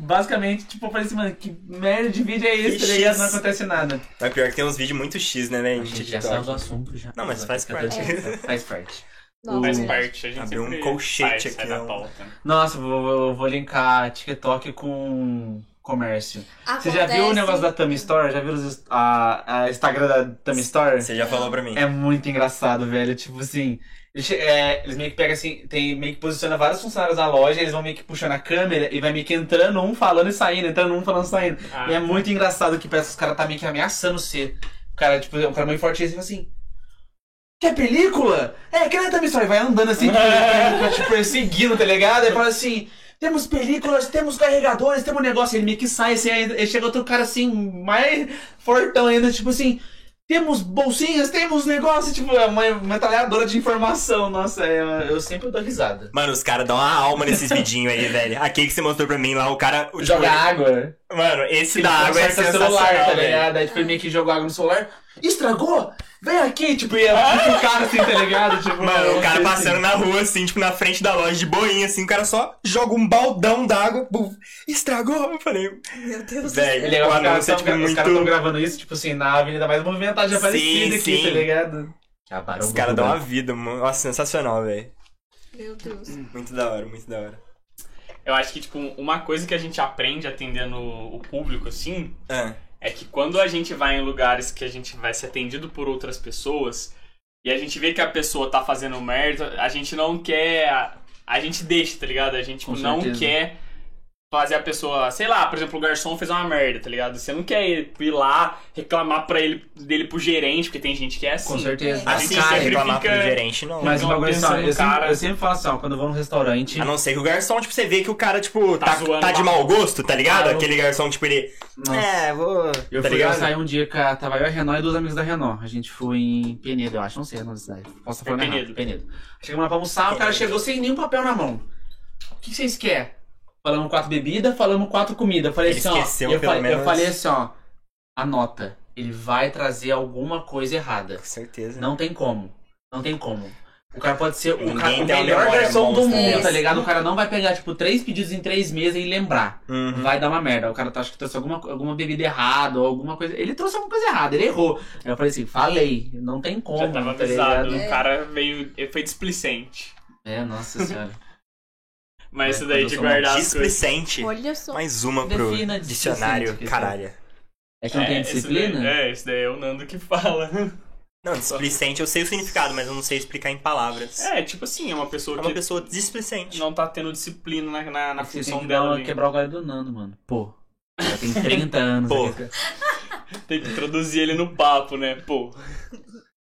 S1: basicamente, tipo, eu falei assim, mano, que merda de vídeo é esse, tá
S2: Ixi.
S1: ligado? Não acontece nada.
S2: Mas tá pior que tem uns vídeos muito X, né, velho? de TikTok.
S1: assunto já.
S2: Não, mas faz parte.
S1: É. Faz parte.
S4: Nossa,
S3: Faz
S1: O-
S3: parte, a gente
S2: Abriu um
S3: sempre
S2: colchete
S3: sai- sai
S2: aqui,
S3: da
S2: ó.
S3: pauta.
S1: Nossa, vou, vou, vou linkar TikTok com comércio. Você já viu o
S4: Ah, acontece.
S1: negócio da Thumb Store? Já viu os- a, a Instagram da Thumb Store?
S2: Você já falou pra mim.
S1: É muito engraçado, velho. Tipo assim, eles, che- é, eles meio que pegam assim, tem, meio que posiciona vários funcionários da loja, eles vão meio que puxando a câmera e vai meio que entrando um falando e saindo, entrando um falando e saindo.
S3: Ah,
S1: E é muito engraçado que parece que os caras tá meio que ameaçando você. O cara, tipo, um cara meio forte assim, fala assim. Quer película? É, quer Thumb Store? E Vai andando assim, tipo, vai te perseguindo, tá ligado? Aí fala assim. Temos películas, temos carregadores, temos um negócio. Ele meio que sai assim, aí aí chega outro cara assim, mais fortão ainda, tipo assim. Temos bolsinhas, temos negócio, tipo, é uma metralhadora de informação. Nossa, é, eu sempre dou risada.
S2: Mano, os caras dão uma alma nesses vidinhos aí, velho. Aquele que você mostrou pra mim lá, o cara. O, tipo,
S1: Joga água. né?
S2: Mano, esse da água é
S1: Conserta celular,
S2: sensacional, né?
S1: tá
S2: velho.
S1: ligado? Aí foi meio que jogou água no celular. Estragou? Vem aqui, tipo, ia muito cara assim, tá ligado? Tipo,
S2: Ah! Mano, o cara
S1: assim.
S2: passando na rua, assim, tipo, na frente da loja de boinha, assim, o cara só joga um baldão d'água, buf, estragou. Eu falei,
S4: Meu Deus do
S2: velho,
S1: É legal,
S2: o
S1: os caras
S2: anúncio é,
S1: estão
S2: tipo, muito...
S1: gravando isso, tipo assim, na avenida mais movimentada de
S2: Sim,
S1: Aparecida aqui,
S2: sim.
S1: tá ligado? Acabaram
S2: Os caras dão uma vida, mano. Nossa, sensacional, velho.
S4: Meu Deus.
S2: Muito da hora, muito da hora.
S3: Eu acho que, tipo, uma coisa que a gente aprende atendendo o público, assim,
S2: Ah,
S3: é que quando a gente vai em lugares que a gente vai ser atendido por outras pessoas e a gente vê que a pessoa tá fazendo merda, a gente não quer. A, a gente deixa, tá ligado? A gente tipo,
S1: Com
S3: não
S1: certeza.
S3: quer fazer a pessoa, sei lá, por exemplo, o garçom fez uma merda, tá ligado? Você não quer ir ir lá reclamar para ele dele pro gerente, porque tem gente que é assim.
S1: Com certeza.
S4: A
S1: Ah,
S2: assim,
S3: cara,
S2: sem
S1: cara,
S3: sempre
S2: reclamar
S3: fica-
S2: pro gerente, não. um
S1: mas o
S3: Não,
S1: bagulho é
S3: pensando
S1: só,
S3: no
S1: eu sempre,
S3: cara.
S1: eu sempre falo assim, ó, quando eu vou num restaurante,
S2: A não ser que o garçom, tipo, você vê que o cara, tipo,
S3: Tá
S2: tá,
S3: zoando
S2: tá de
S3: lá.
S2: mau gosto, tá ligado?
S1: Ah, eu-
S2: Aquele garçom, tipo, ele.
S1: nossa,
S2: É, vou.
S1: Eu
S2: tá
S1: fui
S2: ligado?
S1: eu saí um dia com a, tava eu, a Renault e dois amigos da Renault. A gente foi em Penedo, eu acho, não sei a nossa cidade. Posso falar
S3: É
S1: errado,
S3: Penedo.
S1: Penedo. Chegamos lá pra almoçar, o cara
S2: Penedo.
S1: chegou sem nenhum papel na mão. O que que vocês querem? Falamos quatro bebidas, falamos quatro comidas. Eu falei
S2: Ele
S1: assim, ó.
S2: esqueceu,
S1: eu,
S2: pelo
S1: falei, eu
S2: menos.
S1: falei assim, ó. Anota. Ele vai trazer alguma coisa errada.
S2: Com certeza.
S1: Não tem como. Não tem como. O cara pode ser o,
S2: Ninguém
S1: cara, o
S2: tem uma
S1: melhor
S2: memória
S1: garçom do
S2: monstra.
S1: mundo, tá
S4: Sim.
S1: ligado? O cara não vai pegar, tipo, três pedidos em três meses e lembrar
S2: Uhum.
S1: vai dar uma merda. O cara tá, acho que trouxe alguma, alguma bebida errada ou alguma coisa. Ele trouxe alguma coisa errada, ele errou. Aí eu falei assim, falei, não tem como.
S3: Já tava
S1: tá
S3: avisado,
S1: ligado?
S3: o cara veio, ele foi displicente.
S1: É, nossa senhora.
S3: Mas
S1: É,
S3: isso daí
S1: quando
S3: de
S1: eu sou uma
S3: guardar as coisas.
S2: Displicente.
S4: Olha só.
S2: Mais uma pro
S1: Defina displicente,
S2: dicionário.
S1: questão.
S2: Caralho.
S1: É que não tem
S3: isso daí-
S1: disciplina?
S3: é, isso daí é o Nando que fala.
S2: Não, displicente eu sei o significado, mas eu não sei explicar em palavras. É,
S3: É, tipo assim, é uma pessoa
S2: uma
S3: que
S2: pessoa displicente.
S3: não tá tendo disciplina na, na,
S2: é,
S3: na
S1: Você tem
S3: função
S1: que dar
S3: dela.
S1: uma-
S3: ali.
S1: quebrar o galho do Nando, mano. Pô. Já tem 30 anos.
S2: Pô.
S1: aqui.
S3: Tem que introduzir ele no papo, né? Pô.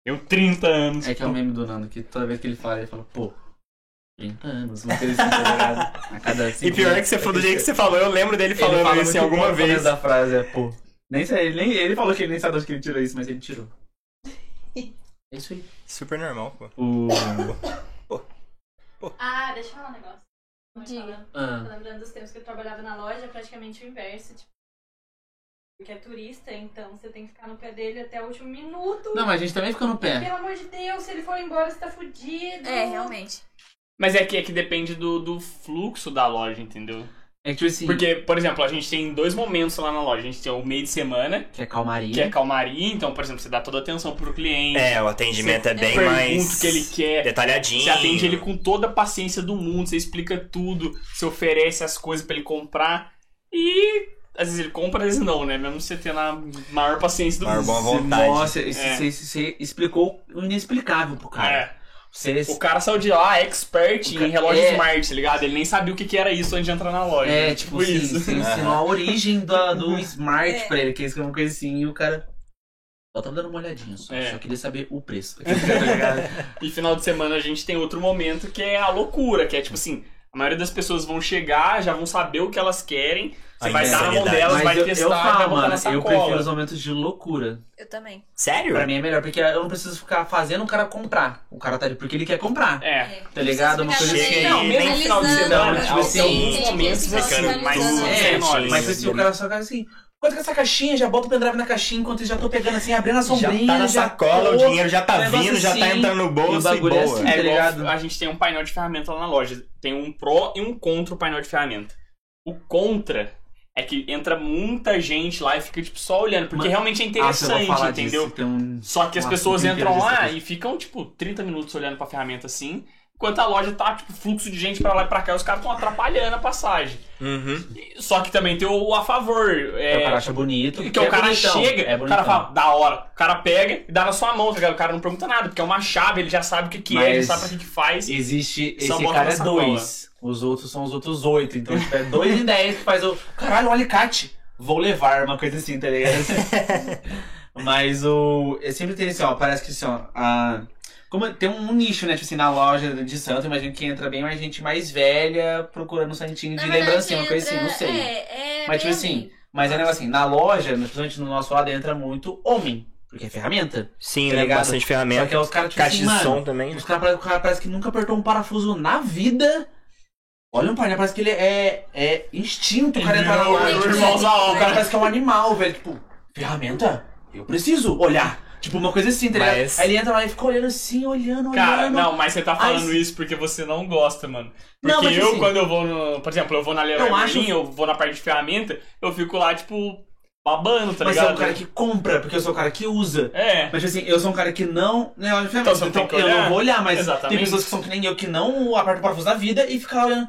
S3: Eu 30 anos.
S1: É que é o meme do Nando, que toda vez que ele fala, ele fala, pô. 30 anos, uma coisa assim, tá ligado? A cada
S2: E
S1: cinco
S2: pior é que
S1: minutos,
S2: você falou do
S1: ele-
S2: jeito que você falou, eu lembro dele
S1: ele
S2: falando
S1: fala
S2: isso em
S1: muito bom
S2: alguma
S1: no começo
S2: vez.
S1: da frase, é, pô. Nem sei, ele, nem, ele falou que ele nem sabe de onde que ele tirou isso, mas ele tirou. É isso aí.
S2: Super normal, pô.
S1: O.
S5: Ah, deixa eu falar um negócio. Pode
S4: Diga.
S5: falar. Tô
S1: Ah,
S5: lembrando dos tempos que eu trabalhava na loja, é praticamente o inverso. Tipo, porque é turista, então você tem que ficar no pé dele até o último minuto.
S1: Não, mas a gente também fica no pé.
S5: Pelo amor de Deus, se ele for embora, você tá fudido.
S4: É, realmente.
S3: Mas é que, é que depende do, do fluxo da loja, entendeu?
S1: É que tipo assim,
S3: Porque, por exemplo, a gente tem dois momentos lá na loja. A gente tem o meio de semana,
S1: que é calmaria.
S3: que é calmaria. Então, por exemplo, você dá toda a atenção pro cliente.
S2: É, o atendimento é bem
S3: pergunta
S2: mais.
S3: o que ele quer.
S2: Detalhadinho.
S3: Você atende ele com toda a paciência do mundo, você explica tudo, você oferece as coisas pra ele comprar e às vezes ele compra, às vezes não, né? Mesmo você tendo a maior paciência do
S2: Maior
S3: mundo.
S2: boa
S1: Você-
S2: vontade.
S1: Nossa, esse-
S3: É.
S1: você você explicou o inexplicável pro cara.
S3: É.
S1: Você,
S3: O cara saiu de lá expert
S1: O ca-
S3: em relógio
S1: é.
S3: smart, tá ligado? Ele nem sabia o que, que era isso antes de entrar na loja.
S1: é,
S3: né?
S1: tipo, assim, você ensinou a origem do, do smart pra ele, que é isso que é uma coisa assim, e o cara. Só tava dando uma olhadinha só.
S3: É.
S1: Só queria saber o preço. Tá ligado?
S3: E final de semana a gente tem outro momento que é a loucura, que é tipo assim, a maioria das pessoas vão chegar, já vão saber o que elas querem, Você
S2: A
S3: vai dar na mão
S2: insanidade.
S3: delas,
S1: Mas
S3: vai
S1: eu,
S3: testar,
S1: eu
S3: vai
S1: falo,
S3: botar
S1: mano,
S3: na sacola.
S1: eu prefiro os momentos de loucura.
S4: Eu também.
S2: Sério?
S1: Pra mim é melhor, porque eu não preciso ficar fazendo o cara comprar. O cara tá ali porque ele quer comprar.
S3: É.
S1: Tá ligado? Uma coisa
S2: Chega
S1: assim.
S2: aí,
S3: Não, mesmo no final de semana,
S1: Analisando,
S3: tipo assim, alguns
S2: tem
S3: momentos
S2: aqueles
S3: assim,
S2: que
S3: mas
S2: analisam,
S3: é,
S1: né?
S3: olha,
S1: Mas
S3: mas
S1: assim, o cara só fica assim. Quanto que é essa caixinha? Já bota o pendrive na caixinha enquanto eu já tô pegando assim, abrindo a
S2: Já
S1: sombrinha.
S2: tá na sacola, o
S1: tô-
S2: dinheiro já tá
S1: negócio
S2: vindo, já tá
S1: assim,
S2: entrando no
S1: e o
S2: bolso e
S1: bagulho é
S2: boa.
S1: assim.
S3: é
S1: tá ligado?
S3: igual a gente tem um painel de ferramenta lá na loja. Tem um pró e um contra o painel de ferramenta. O contra é que entra muita gente lá e fica tipo só olhando, porque
S1: Mano,
S3: realmente é
S1: Ah, você vai
S3: interessante,
S1: falar disso,
S3: entendeu?
S1: tem um-
S3: Só que as
S1: um
S3: pessoas
S1: assunto
S3: entram
S1: inteiro dessa
S3: lá
S1: coisa.
S3: e ficam tipo 30 minutos olhando pra ferramenta assim, enquanto a loja tá tipo fluxo de gente pra lá e pra cá, e os caras estão atrapalhando a passagem.
S2: Uhum.
S3: Só que também tem o a favor,
S1: É, o
S3: é,
S1: cara acha bonito.
S3: que o cara chega,
S1: é
S3: o cara
S1: bonitão.
S3: fala, da hora. O cara pega e dá na sua mão, tá ligado? O cara não pergunta nada, porque é uma chave, ele já sabe o que, que é, ele
S1: Mas-
S3: sabe pra que, que faz.
S1: Existe.
S3: Só
S1: Esse
S3: bota
S1: cara
S3: na
S1: é
S3: sacola.
S1: dois. Os outros são os outros oito. Então, tipo, é dois em dez que faz o. Caralho, um alicate. Vou levar, uma coisa assim, tá ligado? Mas o. É sempre tem assim, ó. Parece que assim, ó. a- Como tem um nicho, né? Tipo assim, na loja de santo, imagino que entra bem mais gente mais velha procurando um santinho de lembrancinha, uma coisa assim, não sei.
S4: É, é
S1: Mas, tipo
S4: bem
S1: assim, Mas é um negócio assim, na loja, principalmente no nosso lado, entra muito homem, porque é ferramenta.
S2: Sim,
S1: Tá
S2: né?
S1: ligado?
S2: Bastante
S1: Só que
S2: ferramenta.
S1: é os caras, tipo
S2: Caixa
S1: assim,
S2: de
S1: mano,
S2: som também. né?
S1: os caras o cara parece que nunca apertou um parafuso na vida. Olha um painel, parece que ele é, é instinto o cara entrar na
S3: Meu
S1: loja.
S4: Tem que
S1: Tipo,
S4: irmão.
S3: irmãozão,
S1: O cara
S3: cara.
S1: parece que é um animal, velho. Tipo, ferramenta? Eu preciso olhar. Tipo, uma coisa assim, tá ligado?
S2: Mas-
S1: Aí ele entra lá e fica olhando assim, olhando,
S3: Cara,
S1: olhando.
S3: não, mas você tá falando
S1: Ai,
S3: isso porque você não gosta, mano. Porque
S1: Não, mas,
S3: eu,
S1: assim,
S3: quando eu vou no. Por exemplo, eu vou na Leroy
S1: Eu acho-
S3: Merlin, eu vou na parte de ferramenta, eu fico lá, tipo, babando, tá
S1: mas você é
S3: ligado?
S1: um cara que compra, porque eu sou o cara que usa.
S3: É.
S1: Mas tipo assim, eu sou um cara que não. Né, olha,
S3: Então você
S1: então,
S3: tem que
S1: eu
S3: olhar.
S1: não vou olhar, mas
S3: Exatamente.
S1: tem pessoas que são que nem eu que não apertam o parafuso da vida e ficam olhando.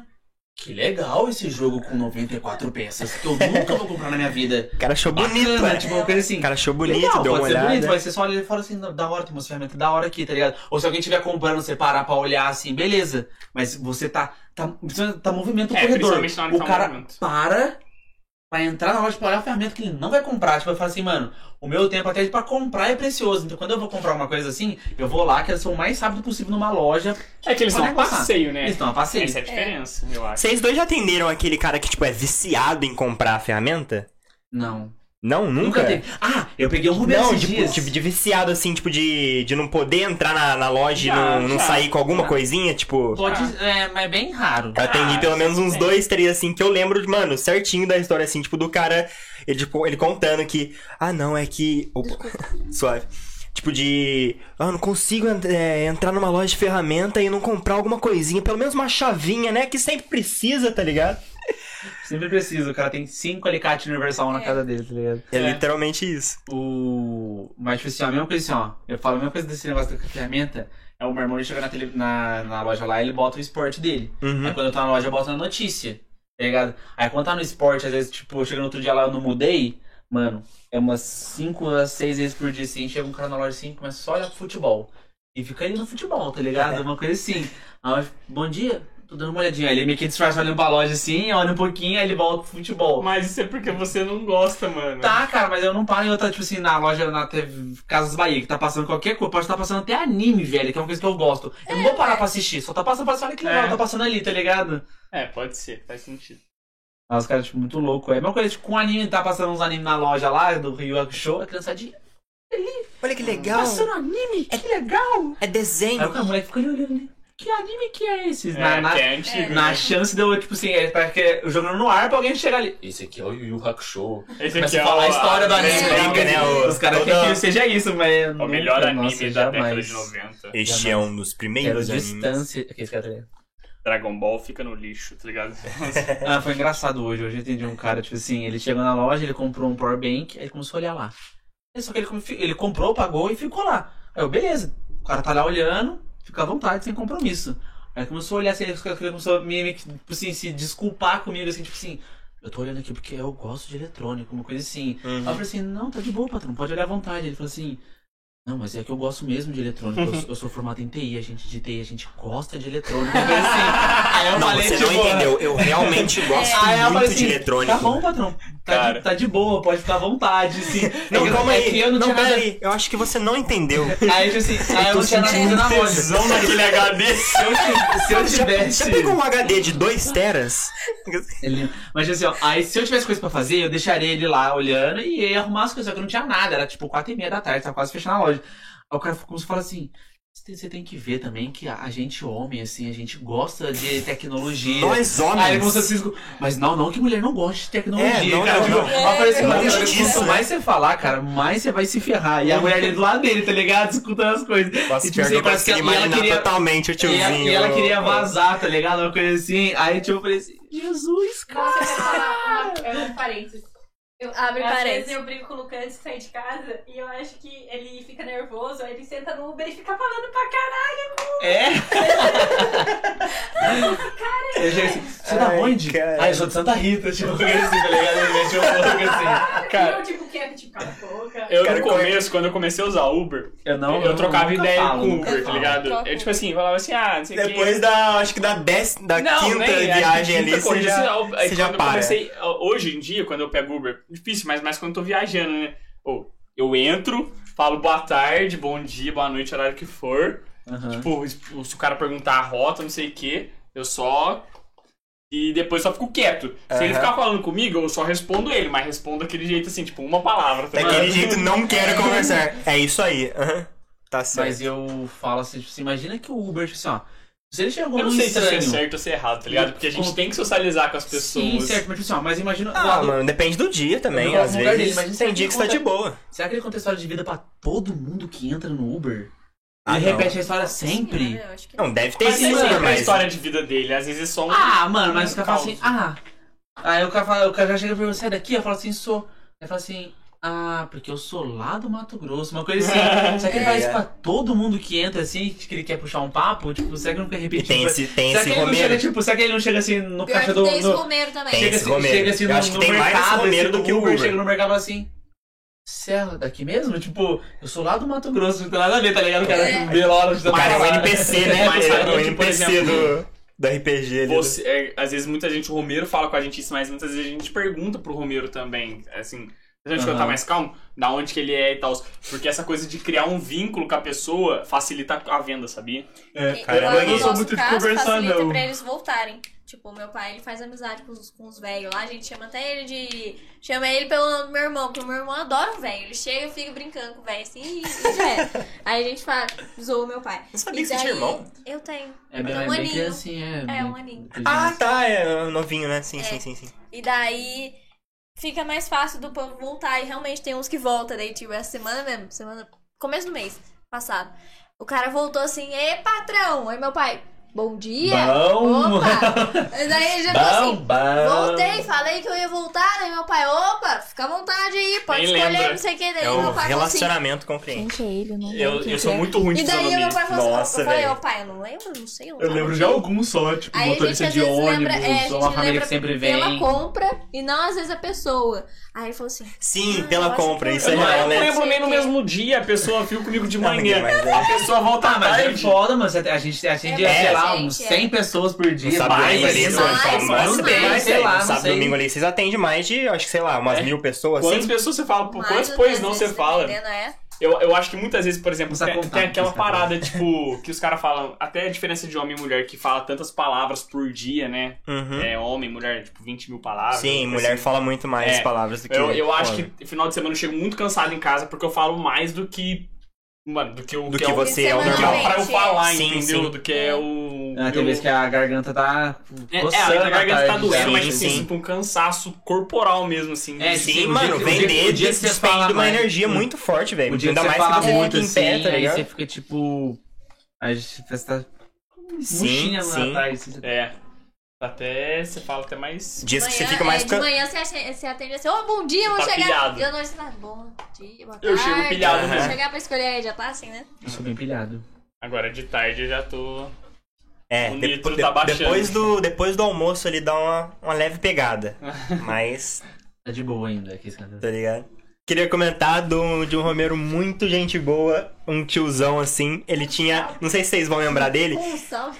S1: Que legal esse jogo com 94 peças que eu nunca vou comprar na minha vida.
S2: O cara achou bonito,
S1: Bacana,
S2: né?
S1: tipo, uma coisa assim.
S2: O cara achou bonito,
S1: legal,
S2: deu uma
S1: pode ser bonito,
S2: olhada.
S1: mas você só olha e fala assim, da hora, tem umas ferramentas da hora aqui, tá ligado? Ou se alguém estiver comprando, você parar pra olhar assim, beleza. Mas você tá. Tá, tá movimento o
S3: É,
S1: corredor.
S3: principalmente na hora que
S1: O
S3: tá um
S1: cara
S3: movimento.
S1: para pra entrar na loja pra olhar a ferramenta que ele não vai comprar. Tipo, eu falo assim, mano, o meu tempo até pra comprar é precioso. Então quando eu vou comprar uma coisa assim, eu vou lá, quero ser o mais rápido possível numa loja.
S3: É que eles
S1: Pode
S3: são um
S1: passar.
S3: passeio, né?
S1: Eles "Ah, estão a passeio.
S3: Essa é a diferença, eu acho.
S2: Vocês dois já atenderam aquele cara que, tipo, é viciado em comprar a ferramenta?
S1: Não.
S2: Não, nunca?
S1: Nunca teve. Ah, eu peguei um Rubens
S2: Não,
S1: esses
S2: tipo,
S1: dias.
S2: tipo, de viciado, assim, tipo, de, de não poder entrar na, na loja
S3: Já,
S2: e não, não
S3: já,
S2: sair com alguma
S3: já.
S2: coisinha, tipo...
S1: Pode, é, mas é bem raro.
S2: Eu atendi
S3: Ah,
S2: pelo menos uns
S3: é.
S2: dois, três, assim, que eu lembro, mano, certinho da história, assim, tipo, do cara, ele, tipo, ele contando que, ah, não, é que. Opa, suave. Tipo, de. Ah, eu não consigo en- é, entrar numa loja de ferramenta e não comprar alguma coisinha, pelo menos uma chavinha, né? Que sempre precisa, tá ligado?
S1: Sempre preciso. O cara tem cinco alicates universal na
S4: É.
S1: casa dele, tá ligado?
S2: É,
S3: É.
S2: literalmente isso.
S1: O. Mas, tipo assim, ó, a mesma coisa assim, ó. Eu falo a mesma coisa desse negócio da ferramenta. É o meu irmão ele chega na, tele... na, na loja lá e ele bota o esporte dele. Aí
S2: Uhum.
S1: quando eu tô na loja, eu boto na notícia. Tá ligado? Aí quando tá no esporte, às vezes, tipo, chega no outro dia lá, eu não mudei. Mano, é umas 5 a 6 vezes por dia assim. Chega um cara na loja assim, começa só a olhar pro futebol. E fica ali no futebol, tá ligado? Uma coisa assim. Aí eu, bom dia, tô dando uma olhadinha. Aí ele meio que disfarça olhando pra loja assim, olha um pouquinho, aí ele volta pro futebol.
S3: Mas isso é porque você não gosta, mano.
S1: Tá, cara, mas eu não paro em outra, tipo assim, na loja, na TV Casas Bahia, que tá passando qualquer coisa. Pode estar passando até anime, velho, que é uma coisa que eu gosto. Eu não vou parar pra assistir, só tá passando pra olha que legal,
S3: É.
S1: tá passando ali, tá ligado?
S3: É, pode ser, faz sentido.
S1: Ah, os caras, tipo, muito louco. É a mesma coisa, tipo, com anime, tá passando uns animes na loja lá, do Rio Show, a criançadinha.
S2: Olha que legal.
S1: anime? Que legal!
S2: É
S1: Aí o
S2: desenho.
S1: cara, a mulher fica ali olhando, né? que anime que é esse?
S3: é,
S1: na, na,
S3: que é antigo. né?
S1: na chance de eu, tipo assim, é, parece que é jogando no ar pra alguém chegar ali. Esse aqui é o Yu Yu Hakusho.
S3: Esse
S1: Começa
S3: aqui é
S1: a falar
S3: o-
S1: a história do anime.
S2: Explica, né? O,
S1: Os caras
S2: toda-
S1: querem que seja isso, mas.
S3: é, O
S1: nunca,
S3: melhor anime
S1: nossa,
S3: da
S1: jamais.
S3: década de 90.
S2: Este é um dos
S1: Quero
S2: primeiros animes.
S1: distância. Aqui, esse cara
S3: Dragon Ball fica no lixo, tá ligado?
S1: tá- Ah, foi engraçado hoje. Hoje eu entendi um cara, tipo assim, ele chegou na loja, ele comprou um power bank, aí ele começou a olhar lá. Aí Só que ele, come- ele comprou, pagou e ficou lá. Aí eu, beleza. O cara tá lá olhando, fica à vontade, sem compromisso. Aí começou a olhar assim, ele começou a me, me- tipo assim, se desculpar comigo, assim, tipo assim, eu tô olhando aqui porque eu gosto de eletrônico, uma coisa assim. Aí eu
S2: Uhum.
S1: falei assim, não, tá de boa, patrão, pode olhar à vontade. Ele falou assim, Não, mas é que eu gosto mesmo de eletrônica. Eu, sou- eu sou formado em TI, a gente de TI, a gente gosta de eletrônica. Eu falei assim, aí eu
S2: Não,
S1: falei,
S2: você
S1: tipo,
S2: não entendeu. Eu realmente gosto
S1: Aí ela
S2: É, muito
S1: fala
S2: de
S1: assim,
S2: eletrônico.
S1: Tá bom, patrão. Tá,
S3: Cara.
S1: de, tá de boa, pode ficar à vontade, sim.
S2: Não,
S1: É que-
S2: calma
S1: é
S2: aí.
S1: que eu não,
S2: não,
S1: tinha
S2: pera
S1: nada-
S2: aí. Eu acho que você não entendeu.
S1: Aí eu assim, aí eu não tinha nada ainda na bolha. Se
S2: Tesão naquele HD.
S1: eu ti- se eu tivesse.
S2: Você pegou um HD de 2 teras?
S1: Ele- Mas assim, ó, aí se eu tivesse coisa pra fazer, eu deixaria ele lá olhando e ia arrumar as coisas, só que não tinha nada, era tipo 4 e meia da tarde, tava quase fechando a loja. Aí o cara começou a falar assim. "Você tem- Você tem que ver também que a a gente homem, assim, a gente gosta de tecnologia.
S2: Nós homens.
S1: Aí ele começou a se esgu- Mas não, não que mulher não goste de tecnologia,
S2: É, não,
S1: cara.
S2: não,
S1: tipo,
S2: não.
S1: Aí eu falei assim,
S4: É,
S1: mano,
S2: longe
S1: quanto
S2: disso, né?
S1: mais você falar, cara, mais você vai se ferrar. E
S3: É.
S1: a mulher dele do lado dele, tá ligado? Escutando as coisas.
S2: Nossa,
S1: E, tipo,
S2: pior que
S1: você
S2: eu
S1: parece
S2: consigo
S1: que- e ela
S2: imaginar
S1: queria-
S2: totalmente o
S1: E ela,
S2: tiozinho.
S1: e ela queria
S2: Ô,
S1: vazar, tá ligado? Uma coisa assim. Aí tipo, eu falei assim, Jesus, cara.
S5: Nossa, eu vou falar uma, eu vou parênteses. Eu,
S4: Abre
S5: às
S4: parênteses.
S5: vezes eu brinco com o Lucas antes de sair de casa e eu acho que ele fica nervoso, aí ele senta no Uber e fica falando pra caralho.
S1: É? Eu já assim, você tá
S2: Ai,
S1: onde?
S2: cara.
S1: Ah, eu sou de Santa Rita, tipo, uma coisa assim, tá ligado? Ele mete um pouco assim.
S3: Cara.
S5: E eu tipo, quieto, tipo, cala a boca.
S3: Eu
S2: Cara,
S3: no
S2: qual é?
S3: começo, quando eu comecei a usar Uber,
S1: Eu não.
S3: eu trocava
S1: nunca
S3: ideia
S1: falo,
S3: com o
S1: nunca
S3: Uber, tá
S1: falo.
S3: ligado?
S4: Troca.
S3: Eu tipo assim, falava assim, ah, não sei o que.
S2: Depois da, acho que da, dez, da quinta
S3: é tipo,
S2: viagem ali, você
S1: assim,
S2: já,
S3: aí
S2: você já
S3: quando eu
S2: para.
S3: comecei- hoje em dia, quando eu pego Uber, difícil, mas mais quando eu tô viajando, né? Ou eu entro, falo boa tarde, bom dia, boa noite, horário que for.
S1: Aham.
S3: Tipo, se o cara perguntar a rota, não sei o que, eu só. E depois só fico quieto. Se ele
S2: Aham.
S3: ficar falando comigo, eu só respondo ele, mas respondo daquele jeito assim, tipo, uma palavra.
S1: É
S3: tá
S2: daquele
S3: ligado?
S2: jeito, não quero conversar. É isso aí. Aham. Tá certo.
S1: Mas eu falo assim, tipo, você imagina que o Uber, tipo assim, ó. Se ele chegou
S3: Eu não
S1: num
S3: sei se
S1: estranho.
S3: isso é certo ou se é errado, tá ligado? Porque a gente
S1: Com-
S3: tem que socializar com as pessoas.
S1: Sim, certo, mas tipo assim, ó, mas imagina.
S2: Ah,
S1: ó,
S2: mano, depende do dia também.
S1: Eu
S2: Às
S1: gosto do lugar dele,
S2: vezes
S1: mas isso
S2: tem
S1: aqui
S2: dia que você tá
S1: conta-
S2: de boa.
S1: Será que ele conta a história de vida pra todo mundo que entra no Uber?
S2: Ah,
S1: ele
S2: não.
S1: repete a história sempre?
S4: Eu acho que não.
S2: Não, deve ter
S3: Mas
S2: sim,
S3: isso
S1: mano,
S3: é
S2: super
S3: uma
S2: mais.
S3: história de vida dele, às vezes é só um.
S1: Ah, mano, mas o cara fala
S3: Caos.
S1: assim, ah. Aí o cara, fala, o cara já chega e pergunta, sai daqui? Eu falo assim, sou. Ele fala assim, ah, porque eu sou lá do Mato Grosso, uma coisa assim. será que ele
S2: É.
S1: faz isso pra todo mundo que entra assim, que ele quer puxar um papo? Tipo, será que ele não quer repetir?
S2: Tem esse, tem
S1: será,
S2: esse
S1: que ele não chega,
S2: Romero.
S1: tipo, será que ele não chega assim no
S4: Pior
S1: caixa
S4: que
S1: do.
S4: tem esse
S1: No,
S4: Romero também.
S2: Tem.
S1: chega,
S2: esse
S1: assim,
S2: Romero.
S1: chega assim
S2: Eu
S1: no,
S2: acho que
S1: no
S2: tem mais
S1: mercado,
S2: esse Romero
S1: assim,
S2: do
S1: no
S2: que o
S1: Uber,
S2: Uber.
S1: chega no mercado e fala assim. Você é daqui mesmo? Tipo, eu sou lá do Mato Grosso, não tem nada a ver, tá ligado? O cara
S4: É.
S1: vê lá a hora de dar
S2: O cara é um
S1: uma-
S2: NPC, né?
S3: Mas
S2: Ele
S3: sabe,
S2: é um
S3: tipo, por
S2: NPC do, do RPG ali. né? do-
S3: Você- é, às vezes muita gente, o Romero fala com a gente isso, mas muitas vezes a gente pergunta pro Romero também, assim, a gente
S1: Aham.
S3: uhum. tá mais calmo, da onde que ele é e tal. Porque essa coisa de criar um vínculo com a pessoa facilita a venda, sabia?
S4: É,
S2: cara,
S4: eu,
S2: eu
S4: no
S2: sou
S4: nosso
S3: muito de
S4: caso,
S3: conversar,
S4: facilita
S3: não.
S4: pra eles voltarem. Tipo, meu pai, ele faz amizade com os, com os velhos lá. A gente chama até ele de... Chama ele pelo nome do meu irmão, porque o meu irmão adora o velho. Ele chega e fica brincando com o velho assim e, e já é. Aí a gente fala, zoa o meu pai.
S2: Não sabia
S4: E
S2: Tá que você tinha
S4: daí-
S2: irmão.
S4: Eu tenho.
S1: É bem,
S4: É um
S1: é bem
S4: aninho.
S1: criancinha.
S4: É,
S1: bem-
S4: um aninho.
S2: Ah, tá, é novinho, né? Sim,
S4: É.
S2: sim, sim, sim.
S4: E daí fica mais fácil do povo voltar. E realmente tem uns que voltam. Daí, tipo, essa semana mesmo, semana. Começo do mês passado. O cara voltou assim, ê patrão! Aí meu pai, bom dia!
S3: um.
S1: Bom,
S4: Opa! E daí ele já falou
S1: bom,
S4: assim.
S1: bom.
S4: Voltei, falei que eu ia voltar, daí meu pai, opa, fica à vontade aí, pode
S3: Nem
S4: escolher,
S3: lembra.
S4: não sei o que, daí
S2: É o
S4: meu pai falou assim.
S2: relacionamento com o cliente.
S4: é ele? Eu não
S3: Eu, eu sou
S4: é.
S3: muito ruim de
S4: E daí
S3: fisionomia.
S4: meu pai falou assim,
S2: Nossa,
S4: eu falei,
S2: velho.
S4: ô pai, eu não lembro, não sei, eu não
S1: Eu
S4: tava
S1: lembro
S4: aqui.
S1: de alguns só, tipo,
S4: Aí a gente
S1: motorista
S4: às
S1: de
S4: vezes
S1: ônibus,
S4: lembra, é, a
S1: ou uma
S4: gente
S1: família
S4: lembra
S1: que sempre vem.
S4: pela compra e não às vezes a pessoa. Aí ele falou assim,
S2: Sim,
S4: Ah, eu
S2: pela
S4: acho que
S2: compra,
S4: eu-
S2: isso é
S3: Eu não
S2: real,
S3: eu não
S2: né?
S3: lembro nem no mesmo dia, a pessoa viu comigo de
S2: Não,
S3: manhã.
S2: mas é-
S3: A pessoa volta
S1: Ah,
S3: à
S1: mas é
S3: tarde.
S1: foda, mano. A gente, a gente é,
S4: É,
S1: sei lá,
S4: gente,
S1: uns
S4: é.
S1: 100 pessoas por dia.
S2: Sabe
S1: mais,
S2: domingo ali,
S4: mais,
S2: não,
S1: mais,
S2: sabe,
S4: mais,
S1: não
S2: sabe,
S1: tem,
S4: mais,
S1: sei lá, não
S2: Sabe,
S1: sei.
S2: domingo ali, vocês atendem mais de, acho que, sei lá, umas
S3: É.
S2: mil pessoas,
S3: Quantas
S2: assim.
S3: pessoas você fala? Por
S4: mais
S3: quantos
S4: ou
S3: pois
S4: três
S3: não você
S4: vezes,
S3: fala?
S4: dependendo, é.
S3: Eu, eu acho que muitas vezes, por exemplo,
S1: Precisa
S3: tem,
S1: contar,
S3: tem aquela
S1: precisa contar.
S3: parada, tipo, que os caras falam, até a diferença de homem e mulher, que fala tantas palavras por dia, né?
S2: Uhum.
S3: É, homem, mulher, tipo, 20 mil palavras.
S2: Sim,
S3: assim.
S2: mulher fala muito mais
S3: É.
S2: palavras do que.
S3: Eu, eu acho
S2: homem.
S3: que final de semana eu chego muito cansado em casa porque eu falo mais do que. Mano, do que o
S2: Do
S3: é
S2: que
S3: o-
S2: você é o
S3: do que é o
S2: normal.
S3: pra eu falar,
S2: Sim,
S3: entendeu?
S2: sim.
S3: Do que é o.
S1: Ah, tem
S3: meu-
S1: vezes que a garganta tá
S3: É, é,
S1: coçando
S3: a garganta tá
S1: tarde, né?
S3: doendo,
S1: sabe?
S3: mas
S2: Sim,
S3: tipo,
S2: sim.
S3: tipo, um cansaço corporal mesmo, assim.
S1: É,
S3: de-
S1: sim,
S2: Sim,
S1: o dia
S2: mano,
S1: que- o dia-
S2: vender
S1: o dia que você fala
S2: despende de uma
S1: mais-
S2: energia
S1: o-
S2: muito forte, velho.
S1: O dia que
S2: É, Ainda
S1: você
S2: mais que
S1: fala
S2: você
S1: muito
S2: fica em
S1: assim,
S2: pé, tá
S1: aí você
S2: ligado?
S1: fica tipo... A gente tá
S2: Sim,
S1: murchinha lá
S2: sim.
S1: atrás. assim, você-
S3: É. Até você fala até mais.
S2: Dias que você
S4: Manhã-
S2: fica mais.
S4: é, de
S2: can-
S4: manhã você, acha- você atende assim, ô, bom dia, vou
S3: Tá
S4: chegar.
S3: pilhado.
S4: Eu não estou lá, bom dia, boa tarde.
S3: Eu chego pilhado
S4: vou
S2: mesmo.
S4: chegar pra escolher aí, já tá assim, né?
S1: Eu sou bem pilhado.
S3: Agora de tarde eu já tô.
S2: É,
S3: O
S2: depo-
S3: nitro
S2: de-
S3: tá baixando.
S2: depois, do, depois do almoço ele dá uma, uma leve pegada. Mas,
S1: Tá de boa ainda. aqui, sabe?
S2: tá ligado? Queria comentar do, de um Romero muito gente boa, um tiozão assim. Ele tinha. Não sei se vocês vão lembrar dele.
S4: Um salve.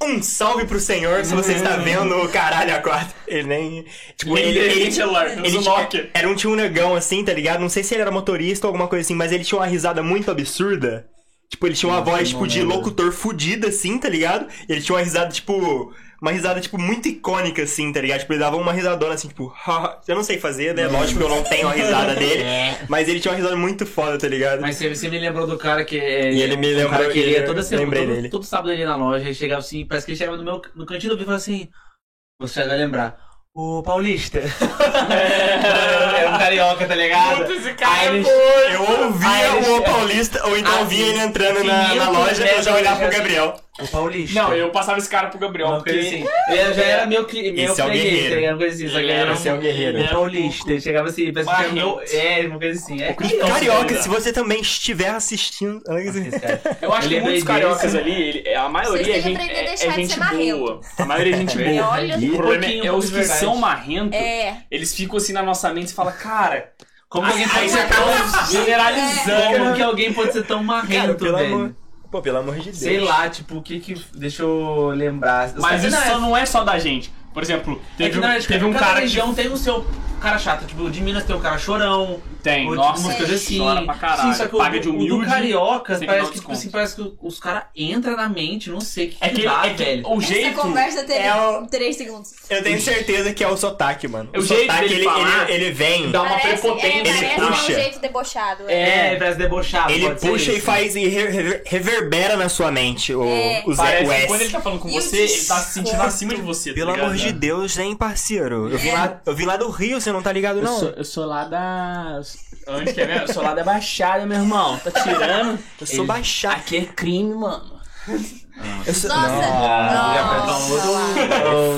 S2: Um salve pro senhor se você está vendo o caralho a quatro. Ele nem. Tipo, ele, ele,
S3: tinha lá,
S2: ele tinha- era um tio negão, assim, tá ligado? Não sei se ele era motorista ou alguma coisa assim, mas ele tinha uma risada muito absurda. Tipo, ele tinha uma
S1: Nossa,
S2: voz,
S1: não
S2: tipo, de
S1: lembro.
S2: locutor fudida, assim, tá ligado? E ele tinha uma risada, tipo... Uma risada, tipo, muito icônica, assim, tá ligado? Tipo, ele dava uma risadona, assim, tipo... "Ha, ha". Eu não sei fazer, né? Lógico que eu não tenho a risada dele.
S1: É.
S2: Mas ele tinha uma risada muito foda, tá ligado?
S1: Mas você, você me lembrou do cara que.
S2: E ele me
S1: O cara
S2: lembrou-
S1: que ele ia
S2: eu
S1: toda semana.
S2: lembrei
S1: todo,
S2: dele.
S1: todo sábado ele ia na loja, ele chegava assim, parece que ele chegava no meu no cantinho do vídeo e falava assim. Você vai lembrar. Ô Paulista. é um carioca, tá ligado?
S3: esse
S1: cara é
S2: Eu
S1: Ah, ele-
S2: ouvia o Paulista, ou então
S1: Ah,
S2: ouvia ele entrando na, na
S1: 500
S2: loja e eu já
S1: metros,
S2: olhava pro
S1: já-
S2: Gabriel.
S1: Ô Paulista.
S3: Não, eu passava esse cara pro Gabriel,
S1: Uma
S3: porque
S1: coisa assim. Ele já era meu, cli- meu
S2: Esse é o
S1: freguês,
S2: guerreiro.
S1: tá ligado? Uma coisa assim, só que
S3: Ele era um-
S1: ele
S2: Esse é o guerreiro.
S1: era um paulista. Ele chegava assim, parece que era meu.
S3: Barreto.
S1: É, uma coisa assim. É
S2: Carioca, se você também estiver assistindo...
S3: eu acho
S1: Eu
S3: que
S1: lembrei
S3: muitos cariocas
S1: desse.
S3: ali, ele- a maioria é
S4: Vocês têm
S3: gente,
S4: que aprender a
S3: é,
S4: deixar
S3: é
S4: de
S3: gente
S4: ser marrento.
S3: boa. A maioria é gente
S1: Verdade.
S3: boa.
S4: Olha
S3: O problema
S1: pouquinho,
S3: é os
S1: de
S3: que
S1: verdade.
S3: são marrentos,
S4: É.
S3: eles ficam assim na nossa mente e falam, cara,
S1: Como
S3: Aí-
S1: alguém
S3: aí
S1: pode
S3: você
S1: ser tão generalizando?
S3: É.
S1: Como que alguém pode ser tão
S2: Cara,
S1: marrento,
S2: pelo
S1: velho?
S2: amor. Pô, pelo amor de Deus.
S1: Sei lá, tipo, o que que. Deixa eu lembrar.
S3: mas
S1: Sabe,
S3: isso
S1: não, é-
S3: só não é só da gente. Por exemplo,
S1: É
S3: teve,
S1: que,
S3: um-
S1: na verdade,
S3: teve um
S1: cada
S3: cara que
S1: região tem o seu cara chato. Tipo, o de Minas tem o cara chorão.
S3: tem,
S1: ou de
S3: nossa,
S1: músicas assim.
S3: chora pra caralho,
S1: Sim, só que o,
S3: paga de
S1: o do
S3: humilde.
S1: carioca
S3: sempre dá
S1: parece
S3: um
S1: que, tipo,
S3: desconto.
S1: assim, parece que os caras entram na mente, não sei o que,
S3: é que,
S1: que dá,
S3: é que
S1: velho.
S3: o
S4: Essa
S3: jeito...
S4: conversa teve
S2: é o-
S4: 3 segundos.
S2: Eu tenho certeza que é o sotaque, mano.
S3: O jeito dele
S2: ele,
S3: falar-
S2: ele, ele vem,
S3: Dá uma
S4: parece, é,
S3: prepotência.
S2: Ele
S4: parece que é um
S2: puxa.
S4: jeito debochado. É.
S1: É, parece debochado.
S2: ele
S1: pode ser
S2: puxa e
S1: isso.
S2: faz e re- rever- reverbera na sua mente o,
S4: É.
S2: o Zé
S3: Parece que
S2: West.
S3: quando ele tá falando com
S4: E o
S3: você, ele tá se sentindo
S2: desconto,
S3: acima de você, tá
S2: Pelo
S3: ligado?
S2: amor de Deus, hein, parceiro?
S4: É.
S2: Eu vim, lá, eu vim lá do Rio, você não tá ligado, não?
S3: eu lá da. Onde que é mesmo? Eu sou lá da Baixada, meu irmão. Tá tirando?
S2: Eu sou baixado.
S3: Aqui é crime, mano.
S2: Eu sou...
S4: Nossa!
S1: Ah,
S4: Nossa!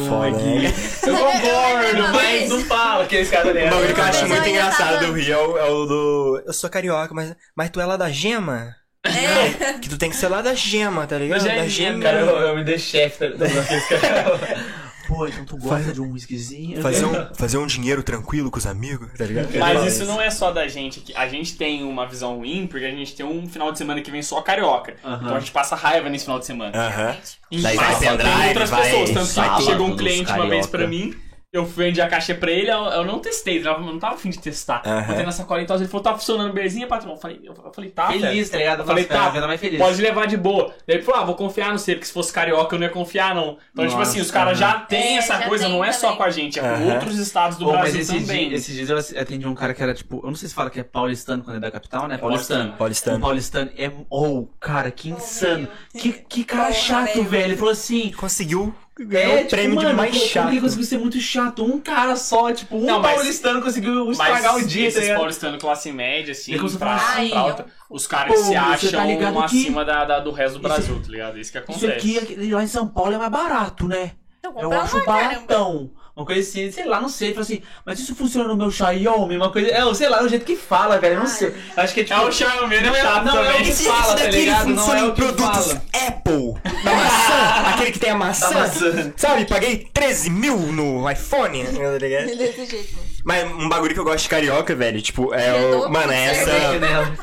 S2: Foda, né?
S1: Eu
S4: lembrei
S1: concordo,
S4: uma
S1: mas
S4: vez.
S1: não fala que esse cara é
S2: O
S3: É,
S2: bagulho que eu acho
S4: Mas eu
S2: muito
S4: ainda
S2: engraçado
S4: tava-
S2: do Rio é o, é o do... Eu sou carioca, mas, mas tu é lá da gema?
S4: É.
S2: Que tu tem que ser lá da gema, tá ligado?
S3: Da
S2: Da
S3: gema.
S2: gema.
S1: Cara, eu, eu me dei chefe da- da- daquele cara. Pô, então tu gosta de um whiskyzinho?
S2: Fazer um, fazer um dinheiro tranquilo com os amigos, tá ligado?
S3: Mas isso não é só da gente aqui. A gente tem uma visão ruim porque a gente tem um final de semana que vem só carioca.
S1: Aham. É.
S3: Então a gente passa raiva nesse final de semana.
S2: Aham.
S3: E
S2: Daí
S3: mas
S2: vai
S3: tem
S2: pendrive,
S3: outras
S2: vai
S3: pessoas. Tanto
S2: sábado,
S3: que chegou um
S2: os
S3: cliente uma vez
S2: carioca.
S3: pra mim. Eu vendi a caixa pra ele, eu, eu não testei, eu não tava afim de testar.
S2: Aham.
S3: Botei na sacola e tal, ele falou, tá funcionando belezinha, patrão? Eu falei, eu falei tá, velho.
S1: Feliz, tá ligado?
S3: Eu falei,
S1: Nossa,
S3: tá,
S1: cara, mais feliz.
S3: Pode levar de boa. Daí ele falou, ah, vou confiar no ser, porque se fosse carioca eu não ia confiar, não. Então, tipo
S1: Nossa,
S3: assim, os caras já têm
S4: É,
S3: essa
S4: já
S3: coisa,
S4: tem
S3: não é só
S4: também.
S3: com a gente, é com
S2: Aham.
S3: outros estados do
S1: Pô, mas
S3: Brasil
S1: esses
S3: também.
S1: dias, esses dias eu atendi um cara que era tipo, eu não sei se fala que é paulistano quando é da capital, né?
S3: Paulistano.
S1: Paulistano.
S2: Paulistano.
S1: O paulistano é. Oh, cara, que insano. Que, que cara
S4: Porra,
S1: chato,
S4: velho.
S1: velho. Ele falou assim.
S2: Conseguiu
S1: É,
S2: ganhar o
S1: tipo,
S2: prêmio
S1: mano,
S2: de mais
S1: como
S2: chato.
S1: Ele conseguiu ser muito chato. Um cara só, tipo, um
S3: Não, mas-
S1: paulistano conseguiu
S3: Mas
S1: estragar o dia, tá
S3: esses
S1: ligado?
S3: paulistanos classe média, assim,
S1: É como se
S3: pra,
S1: fosse-
S4: Ai,
S3: pra alta, os caras
S1: Pô,
S3: se
S1: você tá
S3: acham um
S1: ligado que-
S3: acima da, da- do resto do
S1: Isso-
S3: Brasil, tá ligado? Isso que
S1: Isso
S3: acontece.
S1: aqui, aqui lá em São Paulo é mais barato, né?
S4: Então,
S1: Eu
S4: comprar
S1: acho
S4: uma, caramba.
S1: baratão. Uma coisa assim, sei lá, não sei. Fala assim, mas isso funciona no meu Xiaomi? Uma coisa. É, eu sei lá, é o jeito que fala, velho. eu Não sei. Acho que é
S3: É
S1: tipo.
S3: o Xiaomi, não é chato
S1: não, é
S3: também.
S1: o que fala, tá ligado? Não é o que
S2: produtos
S1: fala.
S2: Apple. Da maçã. aquele que tem a maçã.
S1: Da Tá maçã.
S2: Sabe? Paguei 13 mil no iPhone. tá ligado?
S4: Desse jeito.
S2: Mas um bagulho que eu gosto de carioca, velho. Tipo, é o.
S4: Redondo,
S2: Mano, é essa.
S4: cerveja.
S1: né?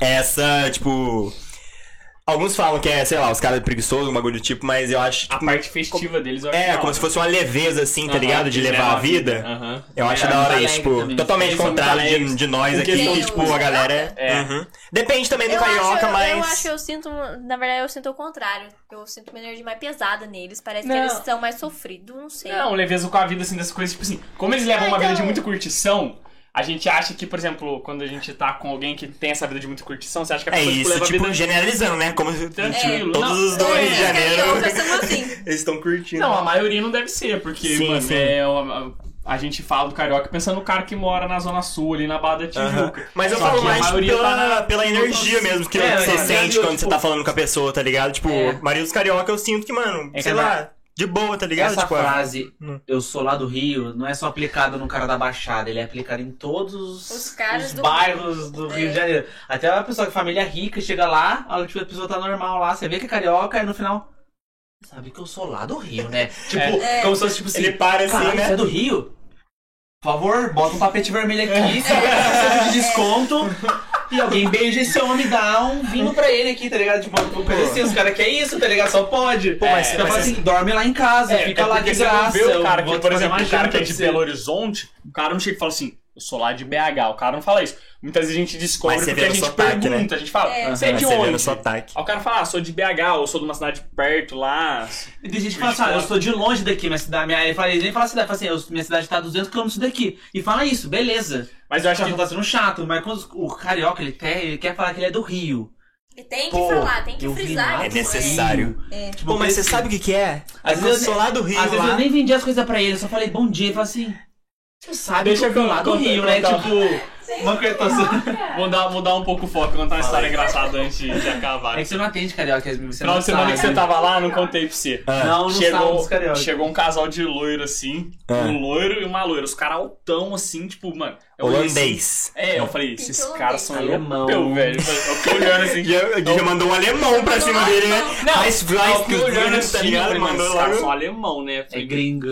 S2: é Essa, tipo. Alguns falam que é, sei lá, os caras preguiçosos, um bagulho do tipo, mas eu acho.
S3: A
S2: Tipo,
S3: parte festiva deles, eu acho
S2: é,
S3: da
S2: como
S3: hora.
S2: se fosse uma leveza, assim, tá
S3: Ah, Aham,
S2: ligado? De levar a vida.
S3: Aham.
S2: Eu acho
S1: É,
S2: da hora
S1: muito
S2: isso, tipo,
S1: alegre também.
S2: totalmente
S3: Eles são muito
S2: contrário
S3: alegres.
S2: de, de nós
S3: Porque
S2: aqui, que,
S4: eles-
S2: tipo, a galera
S3: É.
S2: é... Uhum. Depende também do
S4: Eu acho,
S2: carioca,
S4: eu-
S2: mas... é
S4: eu acho, eu sinto, na verdade, eu sinto o contrário. Eu sinto uma energia mais pesada neles. Parece
S3: Não.
S4: que eles são mais sofridos, não sei.
S3: Não, leveza com a vida, assim, dessas coisas, tipo assim, como eles levam
S4: Ah,
S3: uma vida
S4: então-
S3: de muita curtição, a gente acha que, por exemplo, quando a gente tá com alguém que tem essa vida de muita curtição, você acha que a
S2: É
S3: pessoa
S2: isso,
S3: leva a
S2: tipo,
S3: vida
S2: generalizando, né? Como se-
S3: tranquilo.
S2: todos
S3: não,
S2: os do Rio de
S4: Os cariocas
S2: Janeiro...
S4: são assim.
S2: Eles estão curtindo.
S3: Não, a maioria não deve ser, porque,
S2: Sim,
S3: mano,
S2: sim.
S3: é uma- a, a gente fala do carioca pensando no cara que mora na Zona Sul, ali na Barra da
S2: Aham.
S3: Tijuca.
S2: Mas eu
S3: Só
S2: falo
S3: que a
S2: mais
S3: maioria
S2: pela,
S3: tá na-
S2: pela energia mesmo que
S1: É,
S2: você
S1: é,
S2: sente
S1: é,
S2: quando você
S1: tipo-
S2: tá falando com a pessoa, tá ligado? Tipo,
S1: É.
S2: Maria dos Carioca, eu sinto que, mano,
S1: É que
S2: sei
S1: é
S2: lá, de boa, tá ligado?
S1: Essa
S2: tipo,
S1: frase,
S2: Hum.
S1: eu sou lá do Rio, não é só aplicada no cara da Baixada, ele é aplicado em todos os,
S4: Os caras
S1: os
S4: do-
S1: bairros do Rio de Janeiro. Até uma pessoa que é família rica chega lá, a tipo, a pessoa tá normal lá, você vê que é carioca, e no final, sabe que eu sou lá do Rio, né? Tipo,
S3: É.
S1: como se fosse tipo assim,
S3: né?
S2: Ele para assim,
S1: caralho, você é
S2: né?
S1: do Rio? Por favor, bota um tapete vermelho aqui, sabe? um de desconto. E alguém beija esse homem, dá um vinho pra ele aqui, tá ligado? Tipo, uma coisa assim, os caras querem isso, tá ligado? Só pode.
S2: Pô, mas-
S1: Você
S2: mas-
S1: fala assim, dorme lá em casa,
S3: É,
S1: fica
S3: é
S1: lá
S3: porque
S1: de
S3: você não
S1: graça.
S3: vê o cara que,
S1: eu vou
S3: por
S1: fazer
S3: exemplo,
S1: uma
S3: o cara que é
S1: janta
S3: de
S1: pra
S3: Belo
S1: você.
S3: Horizonte, o cara não chega e fala assim, eu sou lá de BH, o cara não fala isso. Muitas vezes a gente descobre
S2: Mas você
S3: porque
S2: vê
S3: a
S2: no
S3: gente
S2: sotaque,
S3: pergunta, a gente fala, você é
S5: É.
S3: de
S2: Mas você vê no
S3: onde?
S2: sotaque.
S3: Aí o cara fala, ah, sou de BH, ou sou de uma cidade perto lá.
S1: E tem gente que fala assim, ah, eu sou de longe daqui, minha cidade. Minha... Ele, fala, ele nem fala cidade, fala assim, eu- minha cidade tá a 200 km daqui. E fala isso, beleza.
S3: Mas eu acho
S1: Acho que
S3: que...
S1: tá sendo chato, mas quando o carioca, ele quer, ele quer falar que ele é do Rio.
S4: E tem que
S1: Pô,
S4: falar, tem que
S1: eu vim
S4: frisar.
S1: lá
S4: que
S2: É
S1: do
S4: isso
S2: necessário.
S1: Rio.
S4: É.
S1: Tipo,
S2: Pô, mas você
S1: esse-
S2: sabe o que que é?
S1: Às vezes
S2: É que eu
S1: eu-
S2: sou lá do Rio,
S1: Às vezes eu
S2: lá.
S1: nem vendi as coisas pra ele, eu só falei bom dia. Ele falou assim: Você sabe
S3: Deixa
S1: que eu
S3: eu
S1: vim lá do
S3: contar-
S1: Rio, né?
S3: contar.
S1: Tipo, uma coisa.
S5: Cara,
S3: Mudar, mudar um pouco o foco, contar uma história engraçada antes de acabar.
S1: É que você não atende carioca, Yasmin, você
S3: Final
S1: não
S3: de semana que
S1: sabe.
S3: você tava lá, não contei pra você.
S1: Não, não sabe
S3: chegou,
S1: dos carioca.
S3: chegou um casal de loiro assim,
S2: Ah.
S3: um loiro e uma loira. Os caras altão assim, tipo, mano. eu olhei
S2: Holandês.
S3: assim- É, eu falei, esses
S4: Pinto
S3: caras são
S1: alemão.
S3: europeu, velho. Eu falei, Eu fiquei olhando assim.
S2: Já, já mandou um alemão pra cima dele, né?
S3: Não,
S2: Mas
S3: eu
S2: Flies
S3: fiquei olhando
S2: tá
S3: assim, eu
S2: ligado?
S3: falei, mano,
S2: Mandou
S3: esses caras são
S2: logo.
S3: alemão, né? Eu
S1: É
S3: falei,
S1: gringo.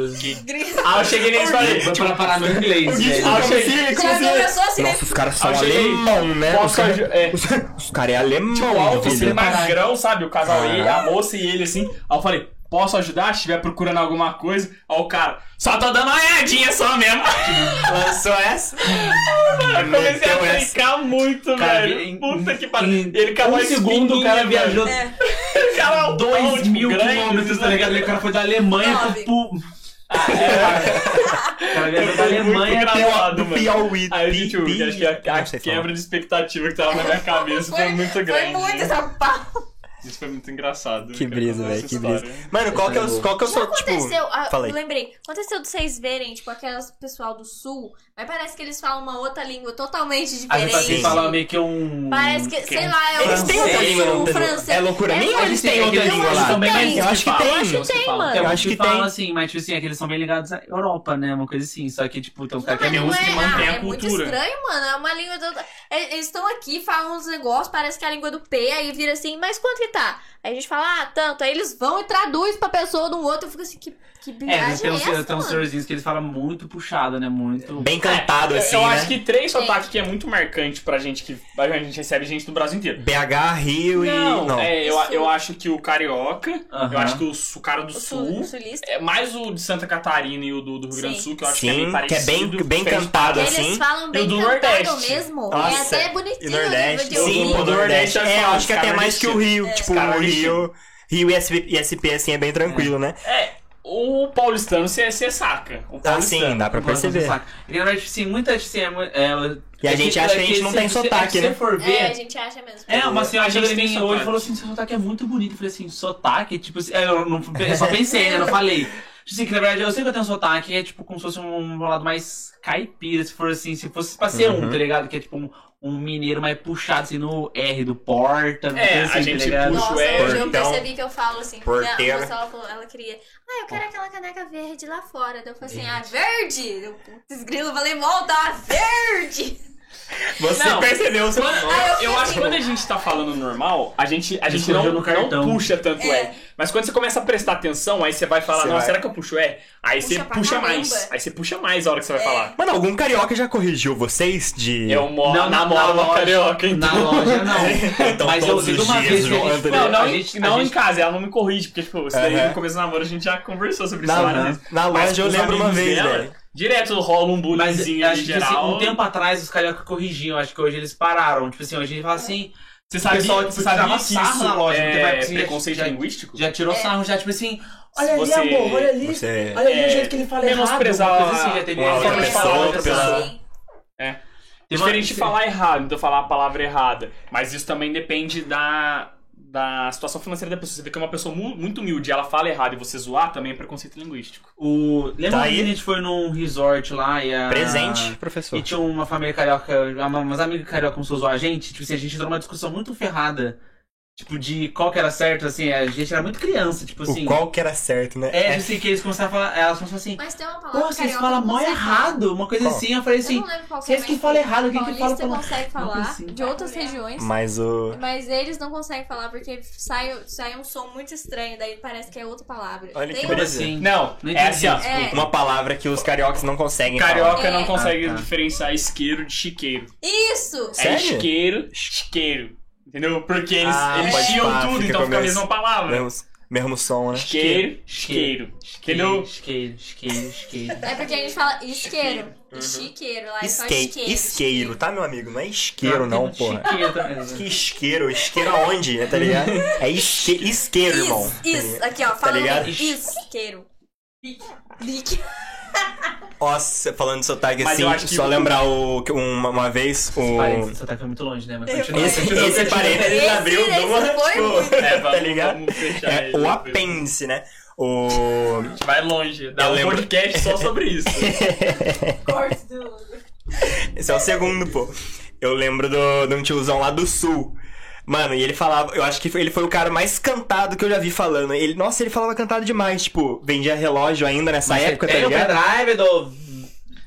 S3: Ah, eu cheguei neles e falei,
S1: Vai pra parar no inglês.
S2: O Gui
S1: velho.
S2: ficou como
S3: achei-
S2: se- como
S4: Já
S2: se-
S4: começou assim, né?
S2: Nossa, os caras são
S3: Achei-
S2: alemão, né?
S3: Posso
S2: Os caras
S3: aj- é.
S2: os cara é alemão,
S3: tipo, alto, assim,
S2: filho.
S3: magrão, sabe? O casal
S2: Ah.
S3: ele, a moça e ele assim. Aí eu falei, posso ajudar? Se estiver procurando alguma coisa, aí o cara, só tô dando uma olhadinha só mesmo.
S2: Lançou essa?
S3: Eu comecei
S2: Meteu
S3: a
S2: essa.
S3: brincar muito,
S1: Cara,
S3: velho.
S1: em- um
S3: Puta que pariu.
S1: em
S3: Ele acabou
S1: um
S3: esse
S1: segundo, o cara
S3: fininho, velho.
S1: viajou
S4: É.
S3: O cara é um pau,
S1: 2
S3: tipo,
S1: mil
S3: grande,
S1: quilômetros, tá ligado? E O cara foi da Alemanha
S4: Nove. Ah, é.
S1: pro. pro- O cara viajou da
S3: Foi muito
S1: Alemanha até o.
S3: engraçado,
S2: Do
S3: mano.
S2: Piauí.
S3: Aí, gente,
S2: Pi-
S3: acho que a, a
S2: Não sei falar.
S3: quebra de expectativa que tava na minha cabeça foi, muito grande.
S4: Foi muito essa pau.
S3: Isso foi muito engraçado.
S2: Que
S3: cara,
S2: brisa,
S3: essa
S2: velho, que
S3: história.
S2: brisa. Mano, qual que é o qual que eu
S4: Já
S2: sou, tipo...
S4: aconteceu, ah,
S2: falei.
S4: lembrei, aconteceu de vocês verem, tipo, aquelas pessoal do sul, mas parece que eles falam uma outra língua totalmente
S1: Às
S4: diferente.
S1: vezes assim,
S2: Sim.
S1: fala meio que um.
S4: Parece que, sei lá, é
S2: Eles
S4: um
S2: têm outra
S4: russo,
S2: língua, não
S4: um
S2: tem?
S4: francês.
S2: É loucura. Nem
S4: É,
S2: eles têm outra
S4: eu
S2: língua
S4: acho
S2: lá.
S4: que também, mas
S2: Eu acho que
S3: falam,
S2: tem.
S3: acho que
S4: tem,
S3: falam.
S4: mano.
S1: Tem
S2: Eu
S1: uns
S2: acho que
S1: falam
S2: tem.
S1: um assim, mas tipo assim, é que eles são bem ligados à Europa, né? Uma coisa assim. Só que, tipo, tem um cara
S4: Não,
S1: que é
S4: mas
S1: meio
S4: não
S1: russo
S4: é,
S1: que
S4: ah,
S1: mantém
S4: é
S1: a
S4: muito
S1: cultura.
S4: estranho, mano. É uma língua. Do... é- Eles estão aqui, falam uns negócios, parece que é a língua do P, aí vira assim, mas quanto que tá? Aí a gente fala, ah, tanto. Aí eles vão e traduzem pra pessoa de um outro. Eu fico assim, que, que
S1: É, às
S4: viagem
S1: vezes tem
S4: é
S1: uns,
S4: essa,
S1: tem uns
S4: mano?
S1: senhorzinhos que eles falam muito puxado, né? Muito.
S2: Bem cantado, assim,
S3: É, eu
S2: né?
S3: acho que três
S4: Sim.
S3: sotaque que é muito marcante pra gente que a gente recebe gente do Brasil inteiro.
S2: BH, Rio
S3: Não,
S2: e... Não.
S3: é, eu,
S4: Isso.
S3: eu acho que o carioca,
S1: Aham.
S3: eu acho que o, su- o cara do
S4: O
S3: sul,
S4: sul- sulista.
S3: é mais o de Santa Catarina e o do, do Rio Grande do
S4: Sim.
S3: Sul, que eu acho que é
S2: Sim,
S3: bem
S2: que é
S3: parecido. é,
S2: bem, bem
S3: diferente.
S2: cantado,
S4: Eles
S2: assim.
S4: falam bem
S3: E do
S4: cantado
S3: Nordeste.
S4: mesmo. é
S2: Nossa,
S4: até
S2: E
S4: bonitinho né,
S2: Nordeste.
S4: de ouvir.
S2: Sim, pô,
S3: né? O Nordeste
S2: Nordeste.
S3: é
S2: É, eu
S3: fácil,
S2: acho que até
S3: cara,
S2: mais que o Rio. Tipo,
S3: Cara,
S2: o Rio... Rio e SP, e SP, assim, é bem tranquilo, né?
S3: É, o paulistano você saca. O
S2: Ah,
S3: paulistano.
S2: sim, dá pra perceber.
S1: E na verdade, sim, muita assim, é, mu- é,
S2: E a gente
S1: é
S2: acha que a gente não
S1: se-
S2: tem
S1: se- é que
S2: sotaque,
S1: se você
S2: né?
S1: for ver,
S4: É, a gente acha mesmo.
S1: É, uma
S3: A
S1: senhora
S3: gente
S1: chegou em
S3: tem
S1: mim
S3: sotaque.
S1: hoje e falou assim, seu sotaque é muito bonito. Eu falei assim, sotaque? Tipo, assim, é, eu, não, eu só pensei, né? Eu não falei. Tipo Assim, que na verdade, eu sei que eu tenho sotaque, é tipo como se fosse um lado mais caipira, se for assim, se fosse pra ser um,
S2: Uhum.
S1: tá ligado? Que é tipo um, um mineiro mais puxado, assim, no R do porta, uma
S3: É,
S1: coisa
S3: a
S1: assim,
S3: gente
S1: tá ligado?
S3: puxa.
S4: Nossa,
S3: Puxo é,
S4: hoje eu
S2: então,
S4: percebi que eu falo assim. porque A
S2: porteira.
S4: moça, ela, falou- ela queria. Ah, eu quero aquela caneca verde lá fora. Daí eu falei assim, ah, verde! Eu, putz, grilo, falei, volta, ah, verde!
S2: Você
S3: Não.
S2: percebeu o seu...
S4: Ah, eu
S3: Eu acho
S4: fiz
S3: que quando a gente tá falando normal, a gente, a gente
S1: Escorreu
S3: não,
S1: no cartão.
S3: não puxa tanto
S4: É.
S3: R. Mas quando você começa a prestar atenção, aí você vai falar,
S2: Você
S3: não,
S2: vai.
S3: será que eu puxo R? Aí
S4: Puxa
S3: você
S4: pra
S3: puxa
S4: caramba. É.
S3: mais. Aí você puxa mais a hora que você vai falar. É
S2: Mano, algum carioca já corrigiu vocês de...
S3: Eu moro
S1: Não, na-
S3: namoro
S1: na
S3: uma
S1: loja.
S3: carioca, então.
S1: Na loja, não.
S2: Então,
S1: Mas eu
S2: todos
S1: vi de
S2: os
S1: uma
S2: dias,
S1: vez que a
S2: João
S1: gente...
S2: Antônio.
S3: Não, não,
S1: a
S3: em-
S1: gente,
S3: não
S1: a
S3: em
S1: gente...
S3: casa, ela não me corrige, porque, tipo, isso daí
S2: Aham.
S3: no começo do namoro a gente já conversou sobre isso
S2: Na,
S3: várias vezes.
S2: na, na
S3: Mas
S2: loja eu
S3: com os
S2: lembro uma
S3: amigos
S2: vez,
S3: dela,
S2: velho.
S3: Direto rola um
S1: Mas
S3: bullyingzinho
S1: acho
S3: em
S1: que assim,
S3: geral.
S1: um tempo atrás os carioca corrigiam, acho que hoje eles pararam. Tipo assim, hoje a gente fala assim...
S3: Você sabia,
S1: pessoal, tipo,
S3: você
S1: tirava
S3: sabia que
S1: sarro
S3: isso
S1: na loja, não tem
S3: é
S1: mais-
S3: preconceito
S1: já-
S3: linguístico?
S1: Já tirou sarro, já tipo assim. Olha
S3: É. Você-
S1: ali, amor, olha ali.
S2: você-
S1: olha ali
S3: é,
S1: o jeito que ele fala
S3: menosprezar
S1: errado. uma coisa assim, já teve
S2: a
S1: gente que falou,
S2: outra pessoa,
S1: olha
S2: outra
S1: só.
S2: pessoa.
S4: Sim.
S1: Teve uma-
S3: Diferente de falar errado, então falar a palavra errada. Mas isso também depende da, da situação financeira da pessoa. Você vê que é uma pessoa mu- muito humilde, ela fala errado e você zoar também é preconceito linguístico.
S1: O... Lembra
S2: Tá
S1: que a
S2: aí.
S1: gente foi num resort lá e
S2: Ah,
S1: a.
S2: Presente,
S1: E
S2: professor.
S1: tinha tipo uma família carioca, uma- umas amigas carioca começou a zoar a gente. Tipo assim, a gente entrou numa discussão muito ferrada. Tipo, de qual que era certo, assim, a gente era muito criança, tipo assim.
S2: O qual que era certo, né?
S1: É, tipo assim, que eles começaram a falar, elas começaram assim,
S4: Mas tem uma palavra.
S1: pô, vocês
S4: carioca
S1: falam
S4: que
S1: mó
S4: consegue
S1: errado, uma coisa
S2: Qual?
S1: assim, eu falei
S4: falar. Eu
S1: assim,
S4: não lembro qual que é,
S1: vocês que
S4: mas
S1: falam errado, quem que fala
S4: Paulista
S1: fala.
S4: consegue falar
S1: assim.
S4: de outras regiões,
S2: É, Mas o.
S4: mas eles não conseguem falar porque sai, sai um som muito estranho, daí parece que é outra palavra.
S2: Olha que
S4: Tem
S1: Como
S4: uma-
S2: beleza.
S1: assim?
S3: Não,
S1: Não
S3: é assim, ó.
S1: entendi.
S4: É,
S2: Uma palavra que os cariocas não conseguem falar.
S3: Carioca
S4: É.
S3: não consegue
S1: Ah, tá.
S3: diferenciar isqueiro de chiqueiro.
S4: isso!
S3: É
S2: Sério?
S3: isqueiro, chiqueiro. Entendeu? Porque eles,
S2: Ah,
S3: eles
S2: pode
S3: tiam
S2: pá,
S3: tudo,
S2: fica
S3: então
S2: com
S3: fica a
S2: mesmo-
S3: mesma palavra.
S2: Mesmo, mesmo som, né?
S3: Isqueiro, chiqueiro.
S1: Isqueiro,
S3: Entendeu?
S1: isqueiro, isqueiro, isqueiro.
S4: É porque a gente fala isqueiro.
S1: Uhum.
S4: Chiqueiro, lá é só
S2: Isque...
S4: isqueiro.
S2: Isqueiro, tá, meu amigo? Não é isqueiro,
S1: Tem
S2: não,
S1: um
S2: porra.
S1: chiqueiro também, né?
S2: Que isqueiro? Isqueiro aonde? né, Tá ligado? É isque... isqueiro,
S4: Is,
S2: irmão.
S4: is, aqui ó, fala
S2: Tá ligado?
S4: isqueiro. Lique.
S2: Nossa, falando de sotaque
S3: Mas eu
S2: assim,
S3: acho que-
S2: só lembrar o, que uma, uma vez o.
S1: Parece que você tá muito longe, né? Mas
S4: Eu
S1: continua.
S2: Esse,
S1: continua,
S2: esse
S1: continua.
S2: parênteses
S4: Esse-
S2: abriu numa.
S4: esse foi muito.
S2: Tipo,
S3: É, vamos,
S2: tá ligado?
S3: vamos fechar
S2: É,
S3: isso.
S2: o apêndice, né? O.
S3: A gente Vai longe. Dá
S2: Eu
S3: um
S2: lembro.
S3: podcast só sobre isso.
S5: Corte do.
S2: Esse é o segundo, pô. Eu lembro do, de um tiozão lá do sul. Mano, e ele falava, eu acho que foi- ele foi o cara mais cantado que eu já vi falando. Ele, nossa, ele falava cantado demais, tipo, vendia relógio ainda nessa época, tá
S1: tem o
S2: ligado?
S1: pendrive do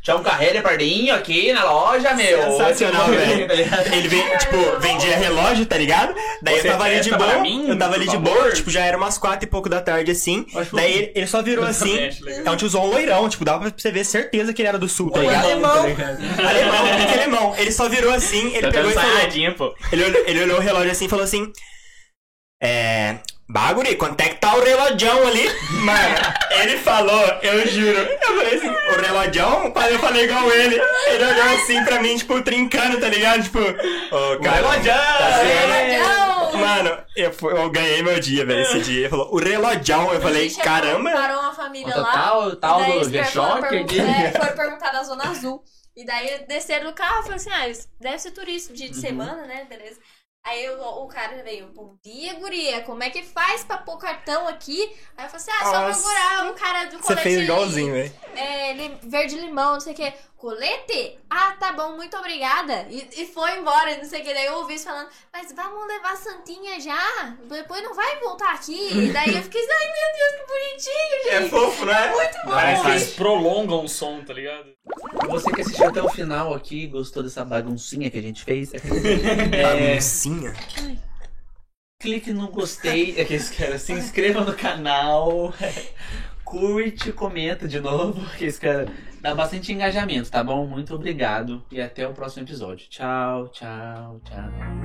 S1: Tião Carreira Pardinho aqui na loja, meu.
S2: Sensacional,
S1: Esse é o
S2: velho.
S1: tá ligado?
S2: Ele, ven- tipo, vendia relógio, tá ligado? Daí
S3: Você
S2: eu tava ali de
S3: presta pra
S2: boa,
S3: mim,
S2: eu tava ali
S3: por
S2: de
S3: favor?
S2: boa, tipo, já era umas quatro e pouco da tarde, assim.
S1: Acho
S2: Daí
S1: que-
S2: ele, ele só virou assim,
S3: acho legal.
S2: é um tiozão loirão, tipo, dava pra você ver certeza que ele era do sul, tá
S1: Tá
S2: ligado? Alemão,
S1: ligado?
S2: alemão, pique alemão. Ele só virou assim, ele
S3: Tá
S2: pegou
S3: dando
S2: e falou...
S3: saiadinha, pô.
S2: Ele olhou, ele olhou o relógio assim e falou assim: É. Baguri, quanto é que tá o relógio ali? Mano, ele falou, eu juro. Eu falei assim: O relógio? Quase eu falei igual ele. Ele olhou assim pra mim, tipo, trincando, tá ligado? Tipo, ô, cara.
S3: relógio!
S2: tá certo."
S4: Relógio!
S2: Mano, eu, fui- eu ganhei meu dia, velho, esse dia. Ele falou, o relógio. Eu
S4: A
S2: falei,
S4: gente é
S2: caramba.
S4: Parou uma família
S1: Conta
S4: lá.
S1: tal- tal
S4: e daí
S1: do
S4: eles perguntaram-
S1: G-Shock aqui.
S4: é, foram perguntar da Zona Azul. E daí desceram do carro e falaram assim: ah, eles- deve ser turista
S1: Uhum.
S4: dia de semana, né? Beleza. Aí o, o cara veio, bom dia, guria, como é que faz pra pôr cartão aqui? Aí eu falei assim, ah, só
S2: Nossa.
S4: procurar o cara do
S2: Você
S4: colete.
S2: fez igualzinho, velho.
S4: é, li- verde limão, não sei o que. Colete? Ah, tá bom, muito obrigada. E, e foi embora, não sei o que. Daí eu ouvi isso falando, mas vamos levar a Santinha já? Depois não vai voltar aqui. E daí eu fiquei, ai meu Deus, que bonitinho,
S1: É
S4: gente.
S2: fofo, né?
S4: Muito bom.
S3: Parece que eles prolongam o som, tá ligado?
S1: Você que assistiu até o final aqui e gostou dessa baguncinha que a gente fez, é,
S2: Baguncinha.
S1: clique no gostei, é que esse cara, se inscreva no canal, curte, comenta de novo, que esse cara dá bastante engajamento, tá bom? Muito obrigado e até o próximo episódio. Tchau, tchau, tchau.